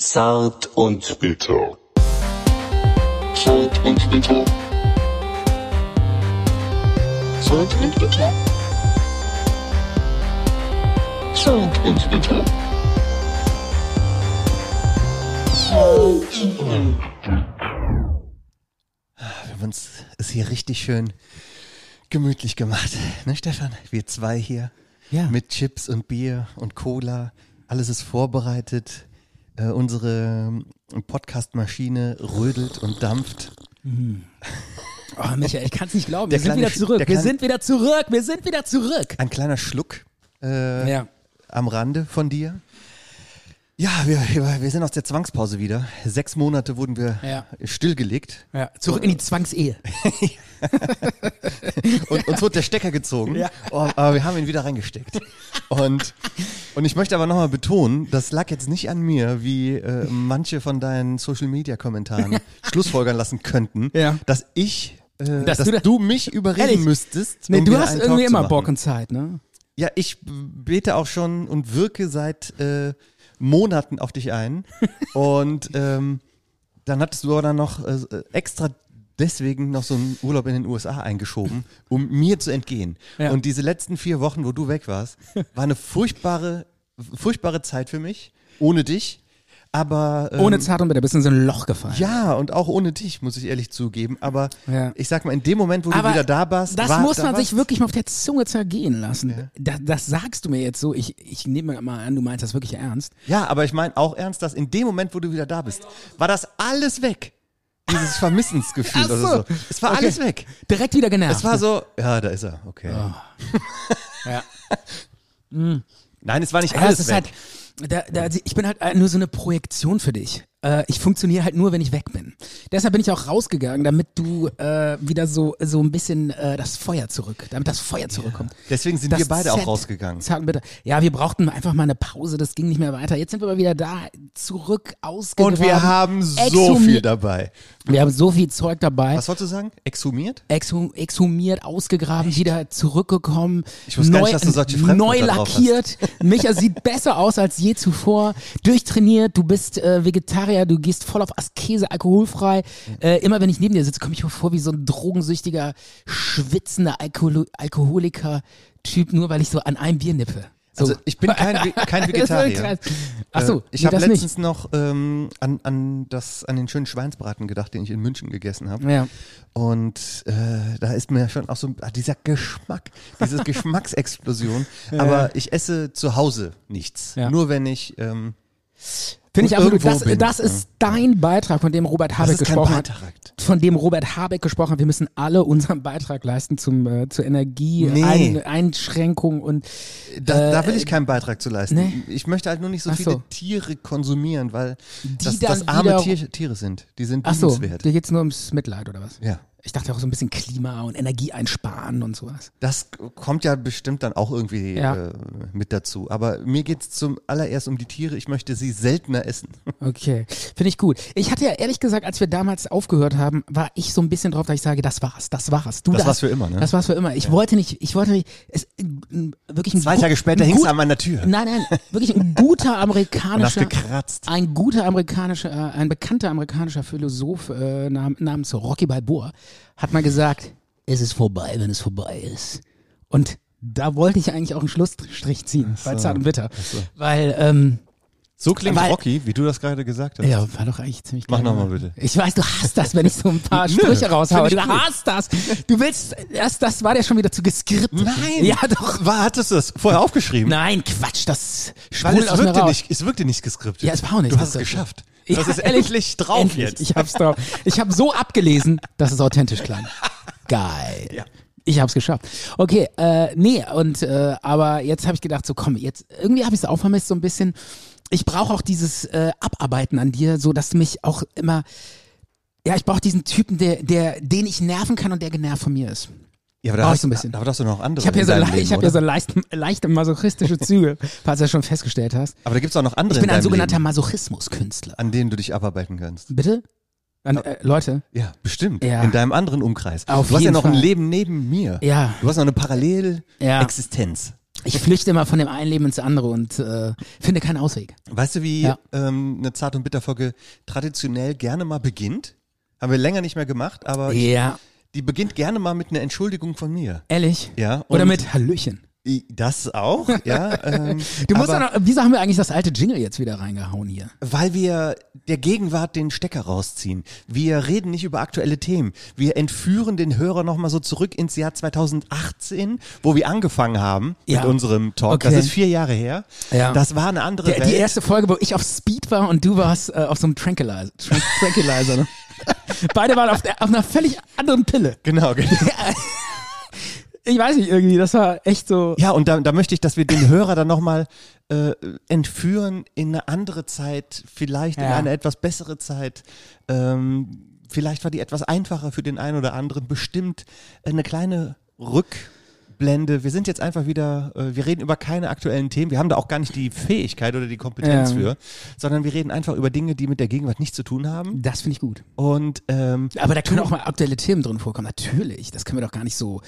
Zart und bitter. Zart und bitter. Zart und bitter. Zart und bitter. Wir haben uns es hier richtig schön gemütlich gemacht. Ne, Stefan? Wir zwei hier. Ja. Mit Chips und Bier und Cola. Alles ist vorbereitet. Äh, unsere ähm, Podcast-Maschine rödelt und dampft. Oh, Michael, ich kann es nicht glauben. Der Wir sind kleine wieder Sch- zurück. der Wir kleine- sind wieder zurück. Wir sind wieder zurück. Ein kleiner Schluck äh, Ja. am Rande von dir. Ja, wir, wir wir sind aus der Zwangspause wieder. Sechs Monate wurden wir Ja. stillgelegt ja. Zurück in die Zwangsehe. und uns wurde der Stecker gezogen. Ja. Oh, aber wir haben ihn wieder reingesteckt. Und, und ich möchte aber nochmal betonen, das lag jetzt nicht an mir, wie äh, manche von deinen Social-Media-Kommentaren schlussfolgern lassen könnten, Ja. dass ich... Äh, Dass dass, du da- du mich überreden Ehrlich? müsstest. Nee, um du wieder hast einen irgendwie Talk zu immer machen. Bock und Zeit, ne? Ja, ich bete auch schon und wirke seit äh, Monaten auf dich ein. Und ähm, dann hattest du aber dann noch äh, extra deswegen noch so einen Urlaub in den USA eingeschoben, um mir zu entgehen. Ja. Und diese letzten vier Wochen, wo du weg warst, war eine furchtbare, furchtbare Zeit für mich, ohne dich. Aber ähm, Ohne Zart und Bitter bist du in so ein Loch gefallen. ja, und auch ohne dich, muss ich ehrlich zugeben. Aber Ja. ich sag mal, in dem Moment, wo Aber du wieder da warst, das war, muss da man warst, sich wirklich mal auf der Zunge zergehen lassen. Da, das sagst du mir jetzt so. Ich, ich nehme mal an, du meinst das wirklich ernst. Ja, aber ich meine auch ernst, dass in dem Moment, wo du wieder da bist, war das alles weg. Dieses Vermissensgefühl Ach so. oder so. Es war Okay. alles weg. Direkt wieder genervt. Es war so, ja, da ist er, okay. Ah. Mm. Ja. Nein, es war nicht Ja, alles es ist weg. halt, da, da, ich bin halt äh, nur so eine Projektion für dich. Äh, ich funktioniere halt nur, wenn ich weg bin. Deshalb bin ich auch rausgegangen, damit du äh, wieder so, so ein bisschen äh, das Feuer zurück, damit das Feuer zurückkommt. Deswegen sind Das wir beide Set- auch rausgegangen. Sagen bitte. Ja, wir brauchten einfach mal eine Pause, das ging nicht mehr weiter. Jetzt sind wir aber wieder da, zurück, ausgegraben. Und wir haben so exhumiert- viel dabei. Wir haben so viel Zeug dabei. Was wolltest du sagen? Exhumiert? Exhu exhumiert, ausgegraben, wieder zurückgekommen. Ich wusste gar nicht, dass du solche Fremdwörter Neu drauf lackiert. Micha sieht besser aus als je zuvor. Durchtrainiert, du bist äh, Vegetarier, du gehst voll auf Askese, alkoholfrei. Äh, immer wenn ich neben dir sitze, komme ich mir vor wie so ein drogensüchtiger, schwitzender Alkohol Alkoholiker-Typ, nur weil ich so an einem Bier nippe. So. Also ich bin kein, Ve- kein Vegetarier. Achso, Äh, ich nee, habe das letztens nicht. noch ähm, an, an, das, an den schönen Schweinsbraten gedacht, den ich in München gegessen habe. Ja. Und äh, da ist mir schon auch so ah, dieser Geschmack, diese Geschmacksexplosion. Aber ich esse zu Hause nichts. Ja. Nur wenn ich. Ähm, Finde ich absolut. irgendwo Das, bin, das ja. ist dein Beitrag, von dem Robert Habeck ist kein gesprochen hat. Beitrag. Von dem Robert Habeck gesprochen hat. Wir müssen alle unseren Beitrag leisten zum, äh, zur Energie, Nee. Ein, Einschränkung und Da, da will ich keinen Beitrag zu leisten. Äh, nee. Ich möchte halt nur nicht so Ach viele so. Tiere konsumieren, weil das, dann das arme wieder- Tier, Tiere sind. Die sind ach so, liebenswert. dir geht's nur ums Mitleid oder was? Ja. Ich dachte auch so ein bisschen Klima und Energie einsparen und sowas. Das kommt ja bestimmt dann auch irgendwie Ja. äh, mit dazu. Aber mir geht's zum allererst um die Tiere. Ich möchte sie seltener essen. Okay, finde ich gut. Ich hatte ja ehrlich gesagt, als wir damals aufgehört haben, war ich so ein bisschen drauf, dass ich sage, das war's, das war's. Du Das darfst- war's für immer, ne? Das war's für immer. Ich wollte nicht, ich wollte nicht, es, äh, wirklich ein Zwei gu- Tage später ein hing's gut- an meiner Tür. Nein, nein, wirklich ein guter amerikanischer, gekratzt. ein guter amerikanischer, äh, ein bekannter amerikanischer Philosoph äh, nam, namens Rocky Balboa hat mal gesagt, es ist vorbei, wenn es vorbei ist. Und da wollte ich eigentlich auch einen Schlussstrich ziehen bei Zart und Bitter, weil ähm, So klingt Weil- Rocky, wie du das gerade gesagt hast. ja, war doch eigentlich ziemlich Mach geil, noch mal oder? bitte. Ich weiß, du hasst das, wenn ich so ein paar Sprüche raushaue. Du hasst das. Du willst, das, das war ja schon wieder zu geskriptet. Nein. Ja, doch. War, hattest du das vorher aufgeschrieben? Nein, Quatsch, das Weil sprudelt es aus mir wirkte, raus. nicht, es wirkte nicht geskriptet. Ja, es war auch nicht Du hast es geskriptet. geschafft. Das ist endlich drauf endlich. jetzt. Ich hab's drauf. Ich habe so abgelesen, dass es authentisch klang. Geil. Ja. Ich hab's geschafft. Okay, äh, nee, und äh, aber jetzt habe ich gedacht, so komm, jetzt irgendwie habe ich es auch vermisst so ein bisschen. Ich brauche auch dieses äh, Abarbeiten an dir, so dass du mich auch immer ja, ich brauche diesen Typen, der, der, den ich nerven kann und der genervt von mir ist. ja, aber da Brauch ich hast, so ein bisschen. Aber da hast du noch andere. Ich habe ja Also in so, deinem le- Leben, ich hab ja oder? so leicht, leichte masochistische Züge, falls du das schon festgestellt hast. aber da gibt's auch noch andere. Ich bin in ein deinem sogenannter Leben, Masochismuskünstler. an denen du dich abarbeiten kannst. Bitte? An, äh, Leute? Ja, bestimmt. Ja. In deinem anderen Umkreis. Auf du hast ja jeden noch ein Fall. Leben neben mir. Ja. Du hast noch eine Ja. Parallelexistenz. Ich flüchte immer von dem einen Leben ins andere und äh, finde keinen Ausweg. Weißt du, wie Ja. ähm, eine Zart- und Bitterfolge traditionell gerne mal beginnt? Haben wir länger nicht mehr gemacht, aber ich, Ja. die beginnt gerne mal mit einer Entschuldigung von mir. Ehrlich? Ja, Oder und- mit Hallöchen. I- Das auch, ja. Ähm, Du musst aber doch noch, wieso haben wir eigentlich das alte Jingle jetzt wieder reingehauen hier? Weil wir der Gegenwart den Stecker rausziehen. Wir reden nicht über aktuelle Themen. Wir entführen den Hörer nochmal so zurück ins Jahr 2018, wo wir angefangen haben Ja. mit unserem Talk. Das Okay. ist vier Jahre her. Ja. Das war eine andere Der, Welt. die erste Folge, wo ich auf Speed war und du warst äh, auf so einem Tranquilizer. Tran Tranquilizer ne? Beide waren auf, der, auf einer völlig anderen Pille. genau, genau. Ich weiß nicht, irgendwie, das war echt so. Ja, und da, da möchte ich, dass wir den Hörer dann nochmal äh, entführen in eine andere Zeit, vielleicht in Ja. eine etwas bessere Zeit. Ähm, vielleicht war die etwas einfacher für den einen oder anderen. Bestimmt äh, eine kleine Rückblende. Wir sind jetzt einfach wieder, äh, wir reden über keine aktuellen Themen. Wir haben da auch gar nicht die Fähigkeit oder die Kompetenz Ja. für, sondern wir reden einfach über Dinge, die mit der Gegenwart nichts zu tun haben. Das finde ich gut. Und ähm, Aber da können auch mal aktuelle Themen drin vorkommen. Natürlich, das können wir doch gar nicht so.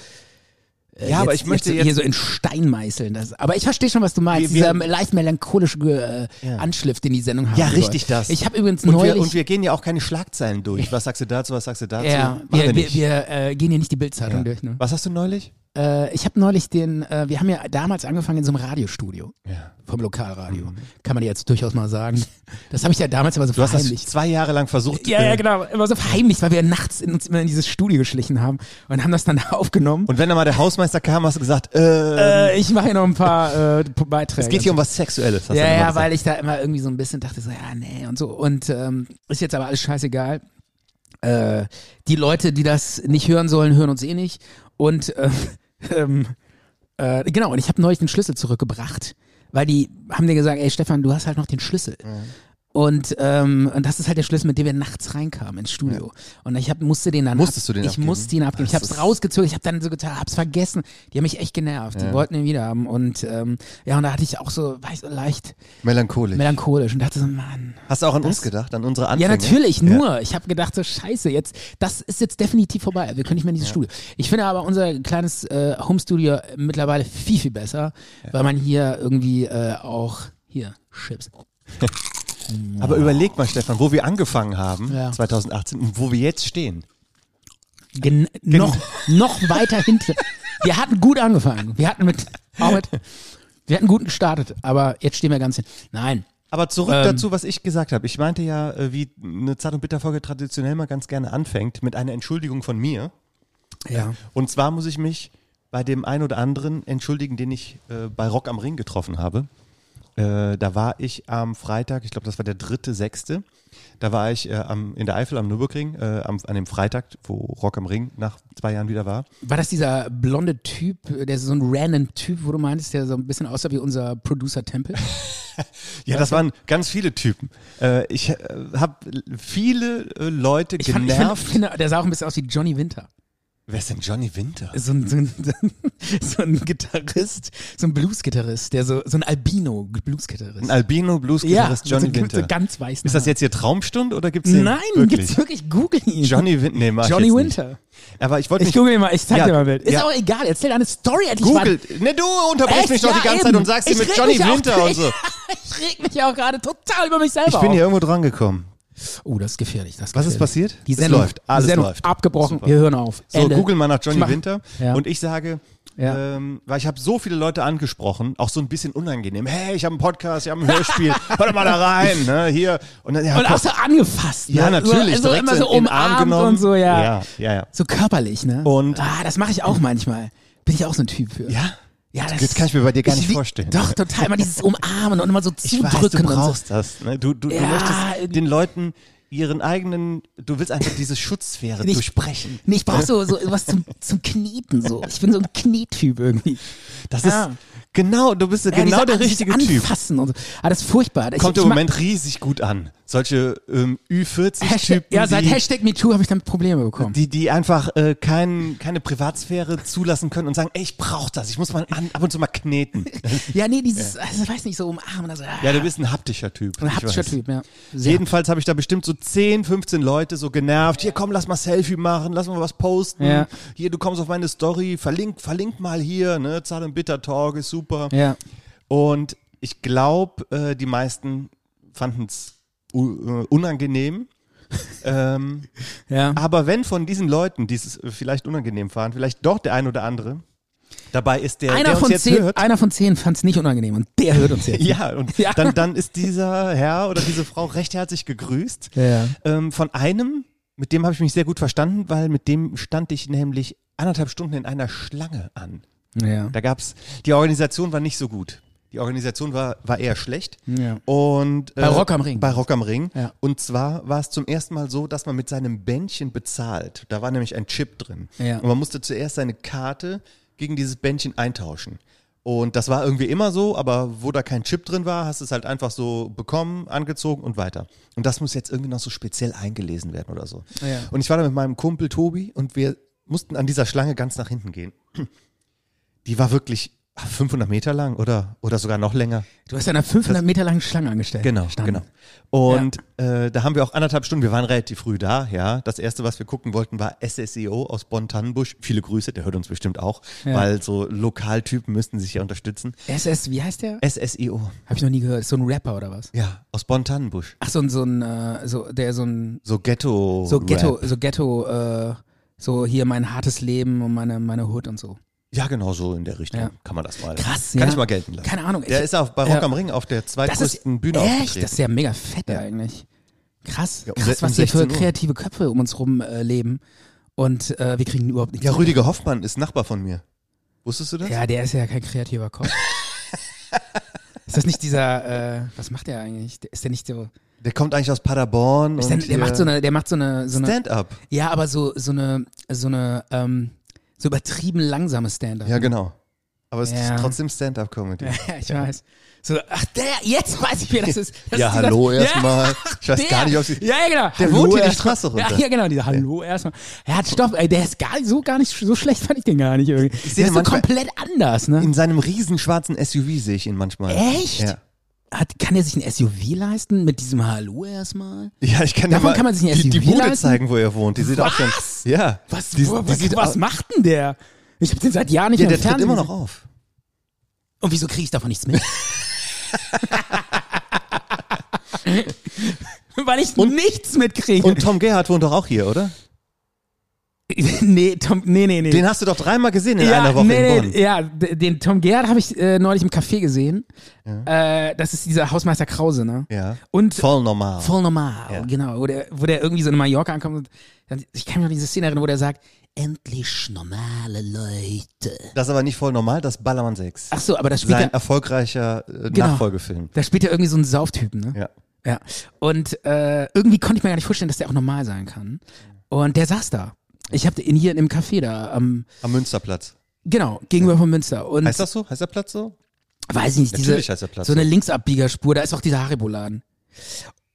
äh, Ja, aber ich möchte jetzt, jetzt- hier so in Stein meißeln. Das, aber ich verstehe schon, was du meinst. Wir- wir- Dieser leicht melancholische äh, Ja. Anschliff, den die Sendung hat. Ja, richtig das. Ich habe übrigens und neulich. wir, und wir gehen ja auch keine Schlagzeilen durch. Was sagst du dazu, was sagst du dazu? ja, Machen wir, wir, nicht. wir äh, gehen hier nicht die Bildzeitung Ja. durch. Ne? Was hast du neulich? Äh, ich habe neulich den. Äh, wir haben ja damals angefangen in so einem Radiostudio Ja. vom Lokalradio. Kann man jetzt durchaus mal sagen. Das habe ich ja damals aber so Mhm. Du hast das verheimlicht. zwei Jahre lang versucht. Ja, äh, ja, genau. Immer so verheimlicht, weil wir nachts in uns immer in dieses Studio geschlichen haben und haben das dann aufgenommen. Und wenn dann mal der Hausmeister kam, hast du gesagt, äh, Äh, ich mache hier noch ein paar äh, P- Beiträge. es geht hier um was Sexuelles. Hast du Ja, dann mal ja, gesagt. weil ich da immer irgendwie so ein bisschen dachte, so, ja, nee und so. Und ähm, ist jetzt aber alles scheißegal. Äh, die Leute, die das nicht hören sollen, hören uns eh nicht. Und äh, ähm, äh, genau, und ich habe neulich den Schlüssel zurückgebracht, weil die haben dir gesagt, ey Stefan, du hast halt noch den Schlüssel. Mhm. Und, ähm, und das ist halt der Schlüssel, mit dem wir nachts reinkamen ins Studio. Und ich hab, musste den dann Musstest du den Ich abgeben? musste ihn abgeben. Ich Das habe es ist- rausgezogen. Ich habe dann so getan, habe es vergessen. Die haben mich echt genervt. Die wollten ihn wieder haben. Und ähm, ja, und da hatte ich auch so, weiß so leicht Melancholisch. melancholisch und dachte so, Mann. hast du auch an uns gedacht, an unsere Ja, Anfänge? natürlich, Ja. nur. Ich habe gedacht, so scheiße, jetzt, das ist jetzt definitiv vorbei. Wir können nicht mehr in dieses Studio. Ich finde aber unser kleines äh, Home-Studio mittlerweile viel, viel besser, weil man hier irgendwie äh, auch hier Chips. Aber überleg mal, Stefan, wo wir angefangen haben, Ja. 2018, und wo wir jetzt stehen. Gen noch, noch weiter hinten. Wir hatten gut angefangen. Wir hatten mit, auch mit wir hatten gut gestartet, aber jetzt stehen wir ganz hin. Nein. Aber zurück Ähm. dazu, was ich gesagt habe. Ich meinte ja, äh, wie eine Zart- und Bitterfolge traditionell mal ganz gerne anfängt, mit einer Entschuldigung von mir. Ja. Und zwar muss ich mich bei dem einen oder anderen entschuldigen, den ich äh, bei Rock am Ring getroffen habe. Äh, da war ich am Freitag, ich glaube, das war der dritte, sechste. Da war ich äh, am, in der Eifel am Nürburgring, äh, am, an dem Freitag, wo Rock am Ring nach zwei Jahren wieder war. War das dieser blonde Typ, der so ein random Typ, wo du meintest, der so ein bisschen aussah wie unser Producer Tempel? Ja, das waren ganz viele Typen. Äh, ich äh, habe viele äh, Leute Ich, fand, ich finde, genervt. finde, der sah auch ein bisschen aus wie Johnny Winter. Wer ist denn Johnny Winter? So ein, so ein, so ein Gitarrist, so ein Blues-Gitarrist, der so, so ein Albino-Blues-Gitarrist. Ein Albino Blues-Gitarrist so, Johnny so, Winter. So ganz weiß. Ist das jetzt hier Traumstund oder gibt's den Nein, wirklich? gibt's wirklich. Google ihn. Johnny Winter. Nee, mach ich Johnny jetzt nicht. Winter. Aber ich wollte Ich nicht google ihn mal, ich zeig Ja, dir mal ein Bild. Ist ja. auch egal, erzähl deine Story endlich Google. mal. Ne, du unterbrichst Echt? mich doch Ja, die ganze Zeit eben. und sagst Ich hier mit reg Johnny mich auch Winter und so. ich reg mich auch gerade total über mich selber Ich bin auf. hier irgendwo dran gekommen. Oh, das ist gefährlich. Das ist Was ist gefährlich. passiert? Die Es Sendung, läuft, alles die Sendung läuft. abgebrochen, Super. wir hören auf. So, Ende. google mal nach Johnny Ich mach- Winter. Ja. Und ich sage, Ja. ähm, weil ich habe so viele Leute angesprochen, auch so ein bisschen unangenehm. Hey, ich habe einen Podcast, ich habe ein Hörspiel, hör doch mal da rein, ne, hier. Und dann, ja, Und komm. auch so angefasst. ja, ne? natürlich, So, so direkt immer so in den umarmt Arm genommen. und so, ja. Ja, ja, ja. So körperlich, ne? Und- ah, das mache ich auch manchmal. Bin ich auch so ein Typ für. Ja? ja das, Das kann ich mir bei dir gar nicht lieb- vorstellen. Doch, total. Immer dieses Umarmen und immer so Ich weiß, zudrücken und du so. brauchst das. Ne? Du, du, du Ja, möchtest den Leuten ihren eigenen, du willst einfach diese Schutzsphäre Nicht- durchbrechen. Nee, ich brauch so, so was zum, zum Kneten so. Ich bin so ein Knettyp irgendwie. Das Ja. ist genau, du bist Ja, genau diese- der dieses richtige Typ. Anfassen und so. Ah, das ist furchtbar. Ich, Kommt ich im mag- Moment riesig gut an. solche ähm, Hashtag, Ü40-Typen, ja, seit die, Hashtag MeToo habe ich damit Probleme bekommen. die, die einfach äh, kein, keine Privatsphäre zulassen können und sagen, ey, ich brauche das, ich muss mal an, ab und zu mal kneten. ja, nee, dieses, also, weiß nicht, so umarmen. Also, ah, ja, du bist ein haptischer Typ. ein ich haptischer weiß. Typ, ja. Sehr Jedenfalls habe ich da bestimmt so 10, 15 Leute so genervt. Hier, komm, lass mal Selfie machen, lass mal was posten. Ja. Hier, du kommst auf meine Story, verlink, verlink mal hier, ne? Zahl und Bitter Talk ist super. Ja. Und ich glaube, äh, die meisten fanden es unangenehm. ähm, Ja. aber wenn von diesen Leuten, die es vielleicht unangenehm fanden, vielleicht doch der ein oder andere dabei ist, der, einer, der uns von jetzt zehn, hört. einer von zehn fand es nicht unangenehm und der hört uns jetzt. Ja, und Ja. Dann, dann ist dieser Herr oder diese Frau recht herzlich gegrüßt. Ja. Ähm, von einem, mit dem habe ich mich sehr gut verstanden, weil mit dem stand ich nämlich anderthalb Stunden in einer Schlange an. Ja. Da gab's, die Organisation war nicht so gut. Die Organisation war, war eher schlecht. Ja. Und, äh, Bei Rock am Ring. Bei Rock am Ring. Ja. Und zwar war es zum ersten Mal so, dass man mit seinem Bändchen bezahlt. Da war nämlich ein Chip drin. Ja. Und man musste zuerst seine Karte gegen dieses Bändchen eintauschen. Und das war irgendwie immer so, aber wo da kein Chip drin war, hast du es halt einfach so bekommen, angezogen und weiter. Und das muss jetzt irgendwie noch so speziell eingelesen werden oder so. Ja. Und ich war da mit meinem Kumpel Tobi und wir mussten an dieser Schlange ganz nach hinten gehen. Die war wirklich 500 Meter lang oder, oder sogar noch länger. Du hast ja einer 500 Meter langen Schlange angestellt. Genau, Stand. genau. Und äh, da haben wir auch anderthalb Stunden, wir waren relativ früh da, ja. Das erste, was wir gucken wollten, war SSEO aus Bonn-Tannenbusch. Viele Grüße, der hört uns bestimmt auch, Ja. weil so Lokaltypen müssten sich ja unterstützen. SS, wie heißt der? SSEO, Habe ich noch nie gehört. Ist so ein Rapper oder was? ja, aus Bonn-Tannenbusch. Ach, so ein, so ein, äh, so, der so ein, So Ghetto. so Ghetto, Oh, Rap. so Ghetto, äh, so hier mein hartes Leben und meine, meine Hood und so. Ja, genau so in der Richtung Ja. kann man das mal. Krass, Kann ja. ich mal gelten lassen. Keine Ahnung, Der ich- ist auf, bei Rock ja. am Ring auf der Das ist, zweitgrößten Bühne echt, aufgetreten. das ist ja mega fett eigentlich. Krass, Ja, um krass, se- was um hier für 16 Uhr. kreative Köpfe um uns rum äh, leben. Und äh, wir kriegen überhaupt nichts. ja, mit. Rüdiger Hoffmann ist Nachbar von mir. Wusstest du das? Ja, der ist ja kein kreativer Kopf. ist das nicht dieser, äh, was macht der eigentlich? Der- Ist der nicht so. Der kommt eigentlich aus Paderborn. Ist der, und äh, der macht so eine, der macht so eine, so eine Stand-up. ja, aber so, so eine, so eine, ähm, so übertrieben langsame Stand-up. Ja, genau. Aber es Ja. ist trotzdem Stand-up-Comedy. Ja, ich weiß. So, ach der, jetzt weiß ich, wer das ist. Das Ja, ist dieser- hallo Ja, erstmal. Ich weiß der. gar nicht, ob sie. Ja, ja, genau. Der Hallo wohnt hier die erstmal. Straße Ja, runter. ja, genau, dieser Hallo erstmal. Ja, stopp, ey, der ist gar nicht, so gar nicht, so schlecht fand ich den gar nicht irgendwie. seh der den ist so manchmal- komplett anders, ne? In seinem riesen schwarzen SUV sehe ich ihn manchmal. Echt? Ja, Hat, kann der sich ein SUV leisten mit diesem Hallo erstmal? ja ich kann Davon dir mal kann man sich ein die, die SUV Bude leisten? zeigen, wo er wohnt. Die sieht auch Was? ganz. Ja. Was, Die, wo- die was, sieht was au- macht denn der? Ich habe den seit Jahren nicht ja, mehr der im tritt Fernsehen immer noch gesehen. auf. Und wieso kriege ich davon nichts mit? Weil ich nichts mitkriege. Und Tom Gerhardt wohnt doch auch hier, oder? nee, Tom, nee, nee, nee. Den hast du doch dreimal gesehen in ja, einer Woche nee, nee, in Bonn. Ja, d- den Tom Gerhardt habe ich äh, neulich im Café gesehen. Äh, das ist dieser Hausmeister Krause, ne? Ja. Und Voll normal. voll normal, Ja. genau. Wo der, wo der irgendwie so in Mallorca ankommt und dann, ich kann mich noch an diese Szene erinnern, wo der sagt, endlich normale Leute. Das ist aber nicht voll normal, das ist Ballermann 6. Ach so, aber das spielt Sein ja, erfolgreicher äh, Genau. Nachfolgefilm. da spielt ja irgendwie so ein Sauftypen, ne? Ja. Ja. Und äh, irgendwie konnte ich mir gar nicht vorstellen, dass der auch normal sein kann. Und der saß da. Ich habe ihn hier in dem Café da, am, Am Münsterplatz. genau, gegenüber vom Münster. Und Heißt das so? Heißt der Platz so? weiß ich nicht, diese, Natürlich heißt der Platz so eine Linksabbiegerspur, da ist auch dieser Haribo-Laden.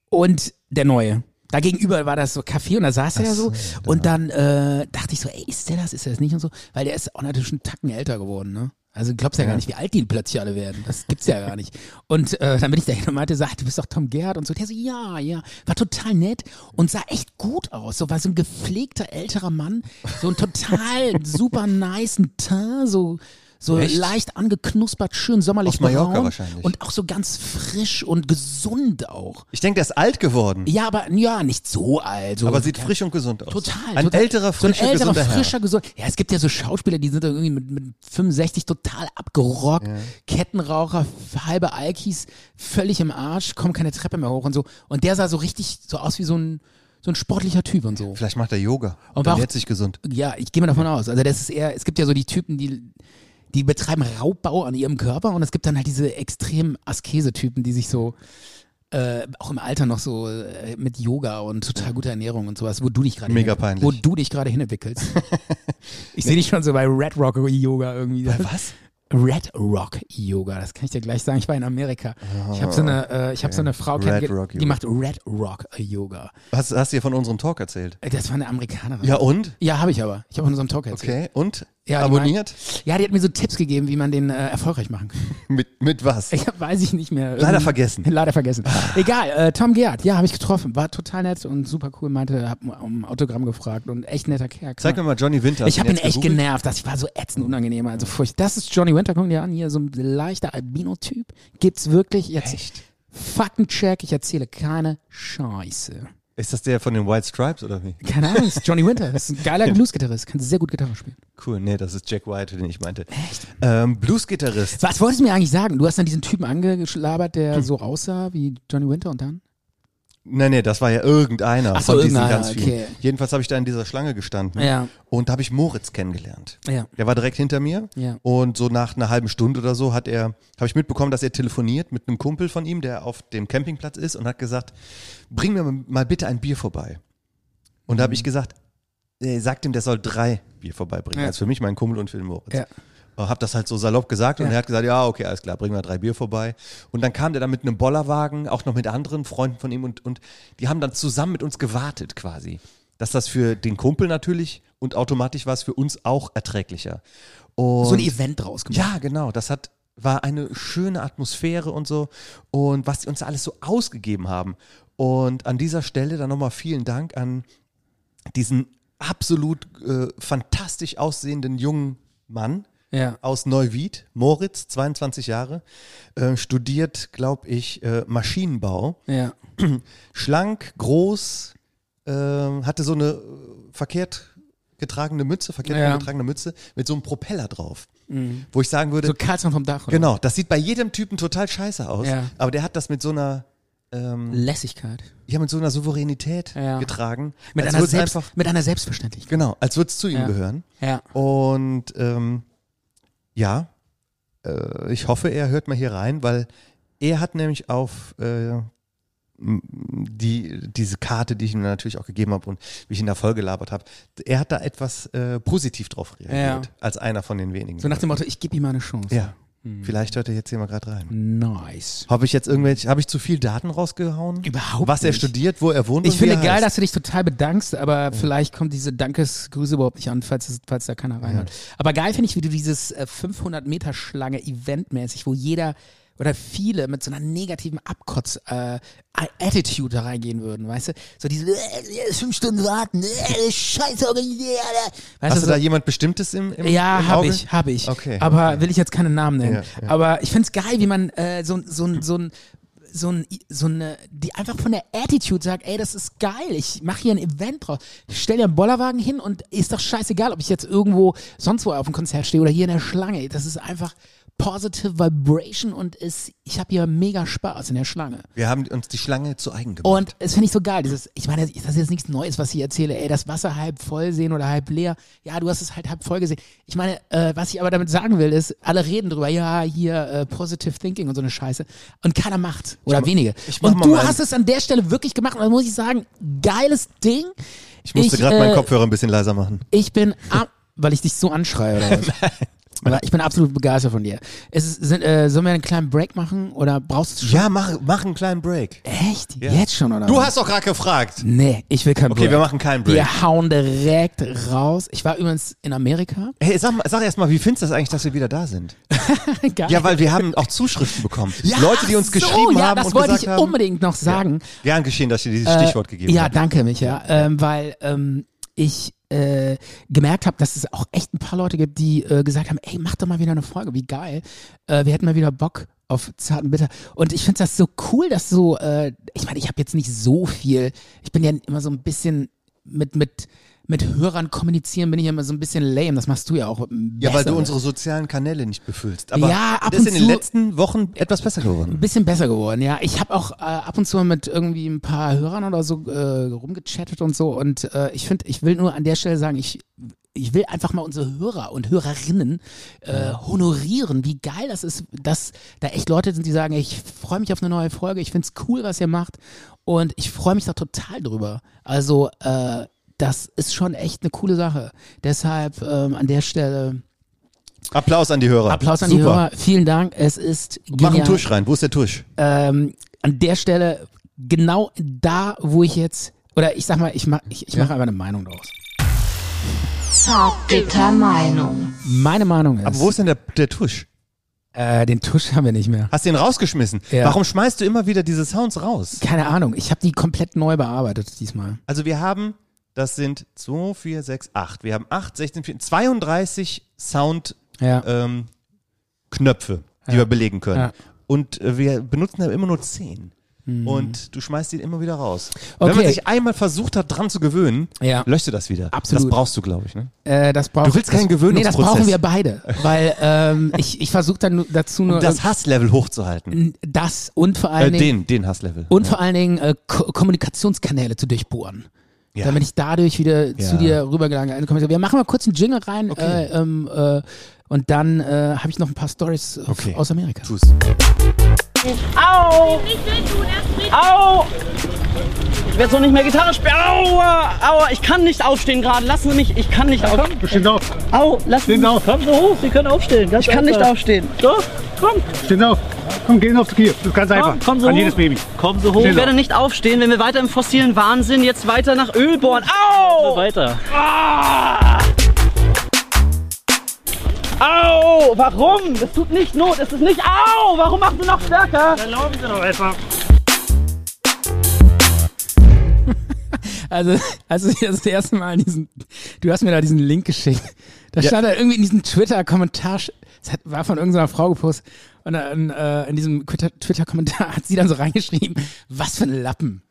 Und der neue. Da gegenüber war das so Café und da saß er ja so. Und dann äh, dachte ich so, ey, ist der das, ist der das nicht und so? Weil der ist auch natürlich einen Tacken älter geworden, ne? Also glaubst ja, ja gar nicht, wie alt die plötzlich alle werden. Das gibt's ja gar nicht. Und äh, dann bin ich da hin und meinte, sag, du bist doch Tom Gerhardt und so. Der so, ja, ja. War total nett und sah echt gut aus. So war so ein gepflegter älterer Mann. So ein total super nice Teint, so, so Echt? leicht angeknuspert, schön sommerlich Aus Mallorca braun. wahrscheinlich. Und auch so ganz frisch und gesund auch. Ich denke, der ist alt geworden. Ja, aber ja, nicht so alt. So. Aber sieht ja, frisch und gesund aus. Total. Ein total. älterer, frischer, so ein älterer, gesunder frischer, gesund. Ja, es gibt ja so Schauspieler, die sind dann irgendwie mit, mit 65 total abgerockt, Kettenraucher, halbe Alkis, völlig im Arsch, kommen keine Treppe mehr hoch und so. Und der sah so richtig so aus wie so ein, so ein sportlicher Typ und so. Herr. Vielleicht macht er Yoga Und und war auch- ernährt sich gesund. Ja, ich gehe mal davon aus. Also das ist eher, es gibt ja so die Typen, die, die betreiben Raubbau an ihrem Körper und es gibt dann halt diese extremen Askese-Typen, die sich so äh, auch im Alter noch so äh, mit Yoga und total guter Ernährung und sowas, wo du dich gerade Mega hin- peinlich. wo du dich gerade hinentwickelst. ich sehe dich schon so bei Red Rock Yoga irgendwie. Was? Red Rock Yoga. Das kann ich dir gleich sagen. Ich war in Amerika. Ich habe so eine, äh, ich habe so eine Frau Red Rock kennengelernt, Yoga. die macht Red Rock Yoga. Hast, hast du dir von unserem Talk erzählt? Äh, Das war eine Amerikanerin. Ja und? Ja, habe ich aber. Ich habe von unserem Talk erzählt. Okay, und? Ja, die Abonniert? Ja, die hat mir so Tipps gegeben, wie man den äh, erfolgreich machen kann. Mit, mit was? Ich hab, weiß ich nicht mehr. Leider Irgendwie- vergessen. Leider vergessen. Egal, äh, Tom Gerhardt, ja, habe ich getroffen. War total nett und super cool. Meinte, hab um Autogramm gefragt und echt netter Kerl. Zeig mir mal Johnny Winter. Hast ich du habe ihn jetzt echt gegoogelt? genervt. Das war so ätzend unangenehm. Also furcht. Das ist Johnny Winter. Guck dir an, hier so ein leichter Albino-Typ. Gibt's wirklich jetzt Echt? Faktencheck. Ich erzähle keine Scheiße. Ist das der von den White Stripes oder wie? Keine Ahnung, ist Johnny Winter. Das ist ein geiler Blues-Gitarrist. Kann sehr gut Gitarre spielen. Cool, nee, das ist Jack White, den ich meinte. Echt? Ähm, Blues-Gitarrist. Was wolltest du mir eigentlich sagen? Du hast dann diesen Typen angeschlabert, der so aussah wie Johnny Winter und dann? Nee, nee, das war ja irgendeiner Ach so, von diesen irgendeiner, ganz vielen. okay. Jedenfalls habe ich da in dieser Schlange gestanden Ja. und da habe ich Moritz kennengelernt. Ja. Der war direkt hinter mir Ja. und so nach einer halben Stunde oder so hat er, habe ich mitbekommen, dass er telefoniert mit einem Kumpel von ihm, der auf dem Campingplatz ist und hat gesagt, bring mir mal bitte ein Bier vorbei. Und da habe ich gesagt, äh, sagt ihm, der soll drei Bier vorbeibringen. Ja. Also für mich, meinen Kumpel und für den Moritz. Ja. Äh, Hab das halt so salopp gesagt und Ja. er hat gesagt, ja, okay, alles klar, bring mal drei Bier vorbei. Und dann kam der dann mit einem Bollerwagen, auch noch mit anderen Freunden von ihm und, und die haben dann zusammen mit uns gewartet quasi. Dass das für den Kumpel natürlich und automatisch war es für uns auch erträglicher. Und So ein Event draus gemacht. ja, genau. Das hat, war eine schöne Atmosphäre und so. Und was die uns alles so ausgegeben haben. Und an dieser Stelle dann nochmal vielen Dank an diesen absolut äh, fantastisch aussehenden jungen Mann Ja. aus Neuwied, Moritz, 22 Jahre, äh, studiert, glaube ich, äh, Maschinenbau Ja. schlank, groß, ähm, hatte so eine äh, verkehrt getragene Mütze, verkehrt Ja. getragene Mütze mit so einem Propeller drauf. Mhm. Wo ich sagen würde, So Karlsson vom Dach. Oder? genau, das sieht bei jedem Typen total scheiße aus, Ja. aber der hat das mit so einer ähm, Lässigkeit. Also ja, mit so einer Souveränität Ja. getragen. Mit, als einer, würd's Selbst, einfach mit einer Selbstverständlichkeit. genau, als würde es zu ihm Ja. gehören. Ja. Und ähm, ja, äh, ich hoffe, er hört mal hier rein, weil er hat nämlich auf äh, m- die, diese Karte, die ich ihm natürlich auch gegeben habe und wie ich ihn da vollgelabert habe, er hat da etwas äh, positiv drauf reagiert, Ja. als einer von den wenigen. So nach dem Hm. Motto, ich gebe ihm mal eine Chance. ja, vielleicht hört er jetzt hier mal gerade rein. Nice. Habe ich jetzt irgendwelche, habe ich zu viel Daten rausgehauen? Überhaupt Was er nicht. studiert, wo er wohnt Ich und finde wie er geil, heißt. dass du dich total bedankst, aber vielleicht kommt diese Dankesgrüße überhaupt nicht an, falls, es- falls da keiner reinhört. Aber geil finde ich, wie du dieses äh, 500-Meter-Schlange eventmäßig, wo jeder oder viele mit so einer negativen Abkotz-Attitude da reingehen würden, weißt du? So diese äh, fünf Stunden warten, äh, scheiße organisiert. Alter. Weißt Hast du so, da jemand Bestimmtes im, im ja, im habe Auge? ich, habe ich. Okay. Aber will ich jetzt keine Namen nennen. Ja, ja. Aber ich find's geil, wie man äh, so, so, so, so ein so ein so eine die einfach von der Attitude sagt, ey, das ist geil. Ich mache hier ein Event draus. Ich stell dir einen Bollerwagen hin und ist doch scheißegal, ob ich jetzt irgendwo sonst wo auf dem Konzert stehe oder hier in der Schlange. Das ist einfach positive vibration und ist ich habe hier mega Spaß in der Schlange. Wir haben uns die Schlange zu eigen gemacht. Und es finde ich so geil, dieses, ich meine, das ist jetzt nichts Neues, was ich erzähle, ey, das Wasser halb voll sehen oder halb leer. Ja, du hast es halt halb voll gesehen. Ich meine, äh, was ich aber damit sagen will, ist, alle reden drüber, ja, hier äh, Positive Thinking und so eine Scheiße. Und keiner macht. Oder mach- wenige. ich mach Und mal du meinen- hast es an der Stelle wirklich gemacht. Und da muss ich sagen, geiles Ding. ich musste gerade meinen äh, Kopfhörer ein bisschen leiser machen. Ich bin, ab, weil ich dich so anschreie oder was? Weil Ich bin absolut begeistert von dir. Es ist, sind, äh, sollen wir einen kleinen Break machen oder brauchst du schon? Ja, mach, mach einen kleinen Break. Echt? Jetzt schon oder Du was? hast doch gerade gefragt. Nee, ich will keinen Okay, Break. wir machen keinen Break. Wir hauen direkt raus. Ich war übrigens in Amerika. Hey, sag, mal- sag erst mal, wie findest du das eigentlich, dass wir wieder da sind? Geil. Ja, weil wir haben auch Zuschriften bekommen. Leute, die uns Ach geschrieben so, ja, haben das und wollte gesagt ich haben. unbedingt noch sagen. Äh, Gern geschehen, dass ihr dieses Stichwort gegeben ja, habt. danke, Micha. Ähm, weil ähm, ich äh, gemerkt habe, dass es auch echt ein paar Leute gibt, die äh, gesagt haben, ey, mach doch mal wieder eine Folge, wie geil. Äh, wir hätten mal wieder Bock auf zarten Bitter. Und ich finde das so cool, dass so, äh, ich meine, ich habe jetzt nicht so viel, ich bin ja immer so ein bisschen mit, mit, mit Hörern kommunizieren, bin ich immer so ein bisschen lame. Das machst du ja auch. Ja, weil besser. du unsere sozialen Kanäle nicht befüllst. Aber Ja, ab das ist und in den zu- letzten Wochen etwas besser geworden. ein bisschen besser geworden, ja. Ich habe auch äh, ab und zu mit irgendwie ein paar Hörern oder so äh, rumgechattet und so. Und äh, ich finde, ich will nur an der Stelle sagen, ich, ich will einfach mal unsere Hörer und Hörerinnen äh, honorieren, wie geil das ist, dass da echt Leute sind, die sagen, ey, ich freue mich auf eine neue Folge, ich finde es cool, was ihr macht. Und ich freue mich da total drüber. Also, äh, das ist schon echt eine coole Sache. Deshalb ähm, an der Stelle Applaus an die Hörer. Applaus an die Super. Hörer. Vielen Dank. Es ist Mach einen genial. Tusch rein. Wo ist der Tusch? ähm, an der Stelle genau da, wo ich jetzt, oder ich sag mal, ich mache ich, ich mach einfach eine Meinung draus. Zartbitter Meinung. Meine Meinung ist, Aber wo ist denn der, der Tusch? äh, den Tusch haben wir nicht mehr. Hast du ihn rausgeschmissen? Ja. Warum schmeißt du immer wieder diese Sounds raus? Keine Ahnung, ich habe die komplett neu bearbeitet diesmal. Also wir haben, das sind 2, 4, 6, 8. Wir haben 8, 16, 4, 32 Sound Ja. ähm, Knöpfe, die wir belegen können. Ja. Mhm. Und äh, wir benutzen aber immer nur 10. Und du schmeißt ihn immer wieder raus. Wenn man Okay. sich einmal versucht hat, dran zu gewöhnen, Ja. löscht du das wieder. Absolut. Das brauchst du, glaube ich. Ne? Äh, das brauch, Du willst das, keinen Nee, das Gewöhnungsprozess. brauchen wir beide, weil ähm, ich, ich versuche dann nur- dazu nur Um das Hasslevel hochzuhalten. äh, das und vor Äh, allen Dingen den, den Hasslevel. und vor allen Dingen äh, Ko Kommunikationskanäle zu durchbohren. Ja. Damit ich dadurch wieder zu dir rübergelangen kann. Wir machen mal kurz einen Jingle rein Okay. äh, ähm, äh, und dann äh, habe ich noch ein paar Stories äh, Okay. aus Amerika. Tu's. Au! Au! Ich werde so nicht mehr Gitarre spielen. Aua! Aua! Ich kann nicht aufstehen gerade. Lassen Sie mich. Ich kann nicht aufstehen. Bestimmt auf. Au! Lassen Sie Stehen mich. auf. Komm so hoch, Sie können aufstehen. Ich kann nicht aufstehen. Doch, komm. Stehen auf. Komm, gehen auf die Knie. Das ist ganz einfach. Komm, komm so An hoch. jedes Baby. Kommen Sie Ich hoch. werde nicht aufstehen, wenn wir weiter im fossilen Wahnsinn jetzt weiter nach Öl bohren. Au! Ah! Weiter. Au! Warum? Das tut nicht Not. Es ist nicht. Au! Warum machen Sie noch stärker? Dann laufen Sie doch einfach. Also, als ich das erste Mal diesen, du hast mir da diesen Link geschickt. Da stand da irgendwie in diesem Twitter-Kommentar, das hat, war von irgendeiner Frau gepostet. Und dann, äh, in diesem Twitter- Twitter-Kommentar hat sie dann so reingeschrieben, was für ein Lappen.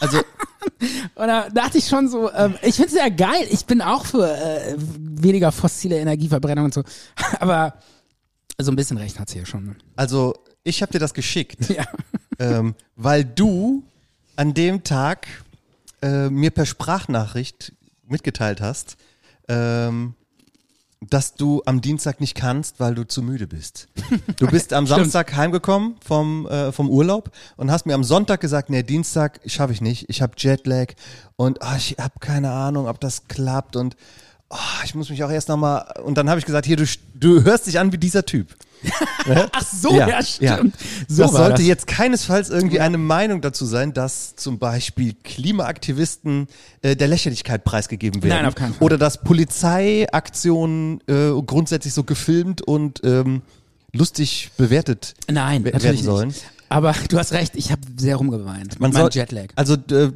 Also, Und da dachte ich schon so, ähm, ich finde es ja geil, ich bin auch für äh, weniger fossile Energieverbrennung und so. Aber so ein bisschen recht hat sie ja schon. Ne? also ich habe dir das geschickt. Ja. ähm, weil du an dem Tag äh, mir per Sprachnachricht mitgeteilt hast, ähm, dass du am Dienstag nicht kannst, weil du zu müde bist. Du bist am Samstag heimgekommen vom, äh, vom Urlaub und hast mir am Sonntag gesagt, nee, Dienstag schaffe ich nicht, ich habe Jetlag und ah, ich habe keine Ahnung, ob das klappt und ah, ich muss mich auch erst nochmal... Und dann habe ich gesagt, hier, du, sch- du hörst dich an wie dieser Typ. Ach so, ja, stimmt. So das war sollte das. jetzt keinesfalls irgendwie eine Meinung dazu sein, dass zum Beispiel Klimaaktivisten äh, der Lächerlichkeit preisgegeben werden. Nein, auf keinen Fall. Oder dass Polizeiaktionen äh, grundsätzlich so gefilmt und ähm, lustig bewertet Nein, we- natürlich werden sollen. nicht. Aber du hast recht, ich habe sehr rumgeweint. Man mit meinem soll, Jetlag. Also äh,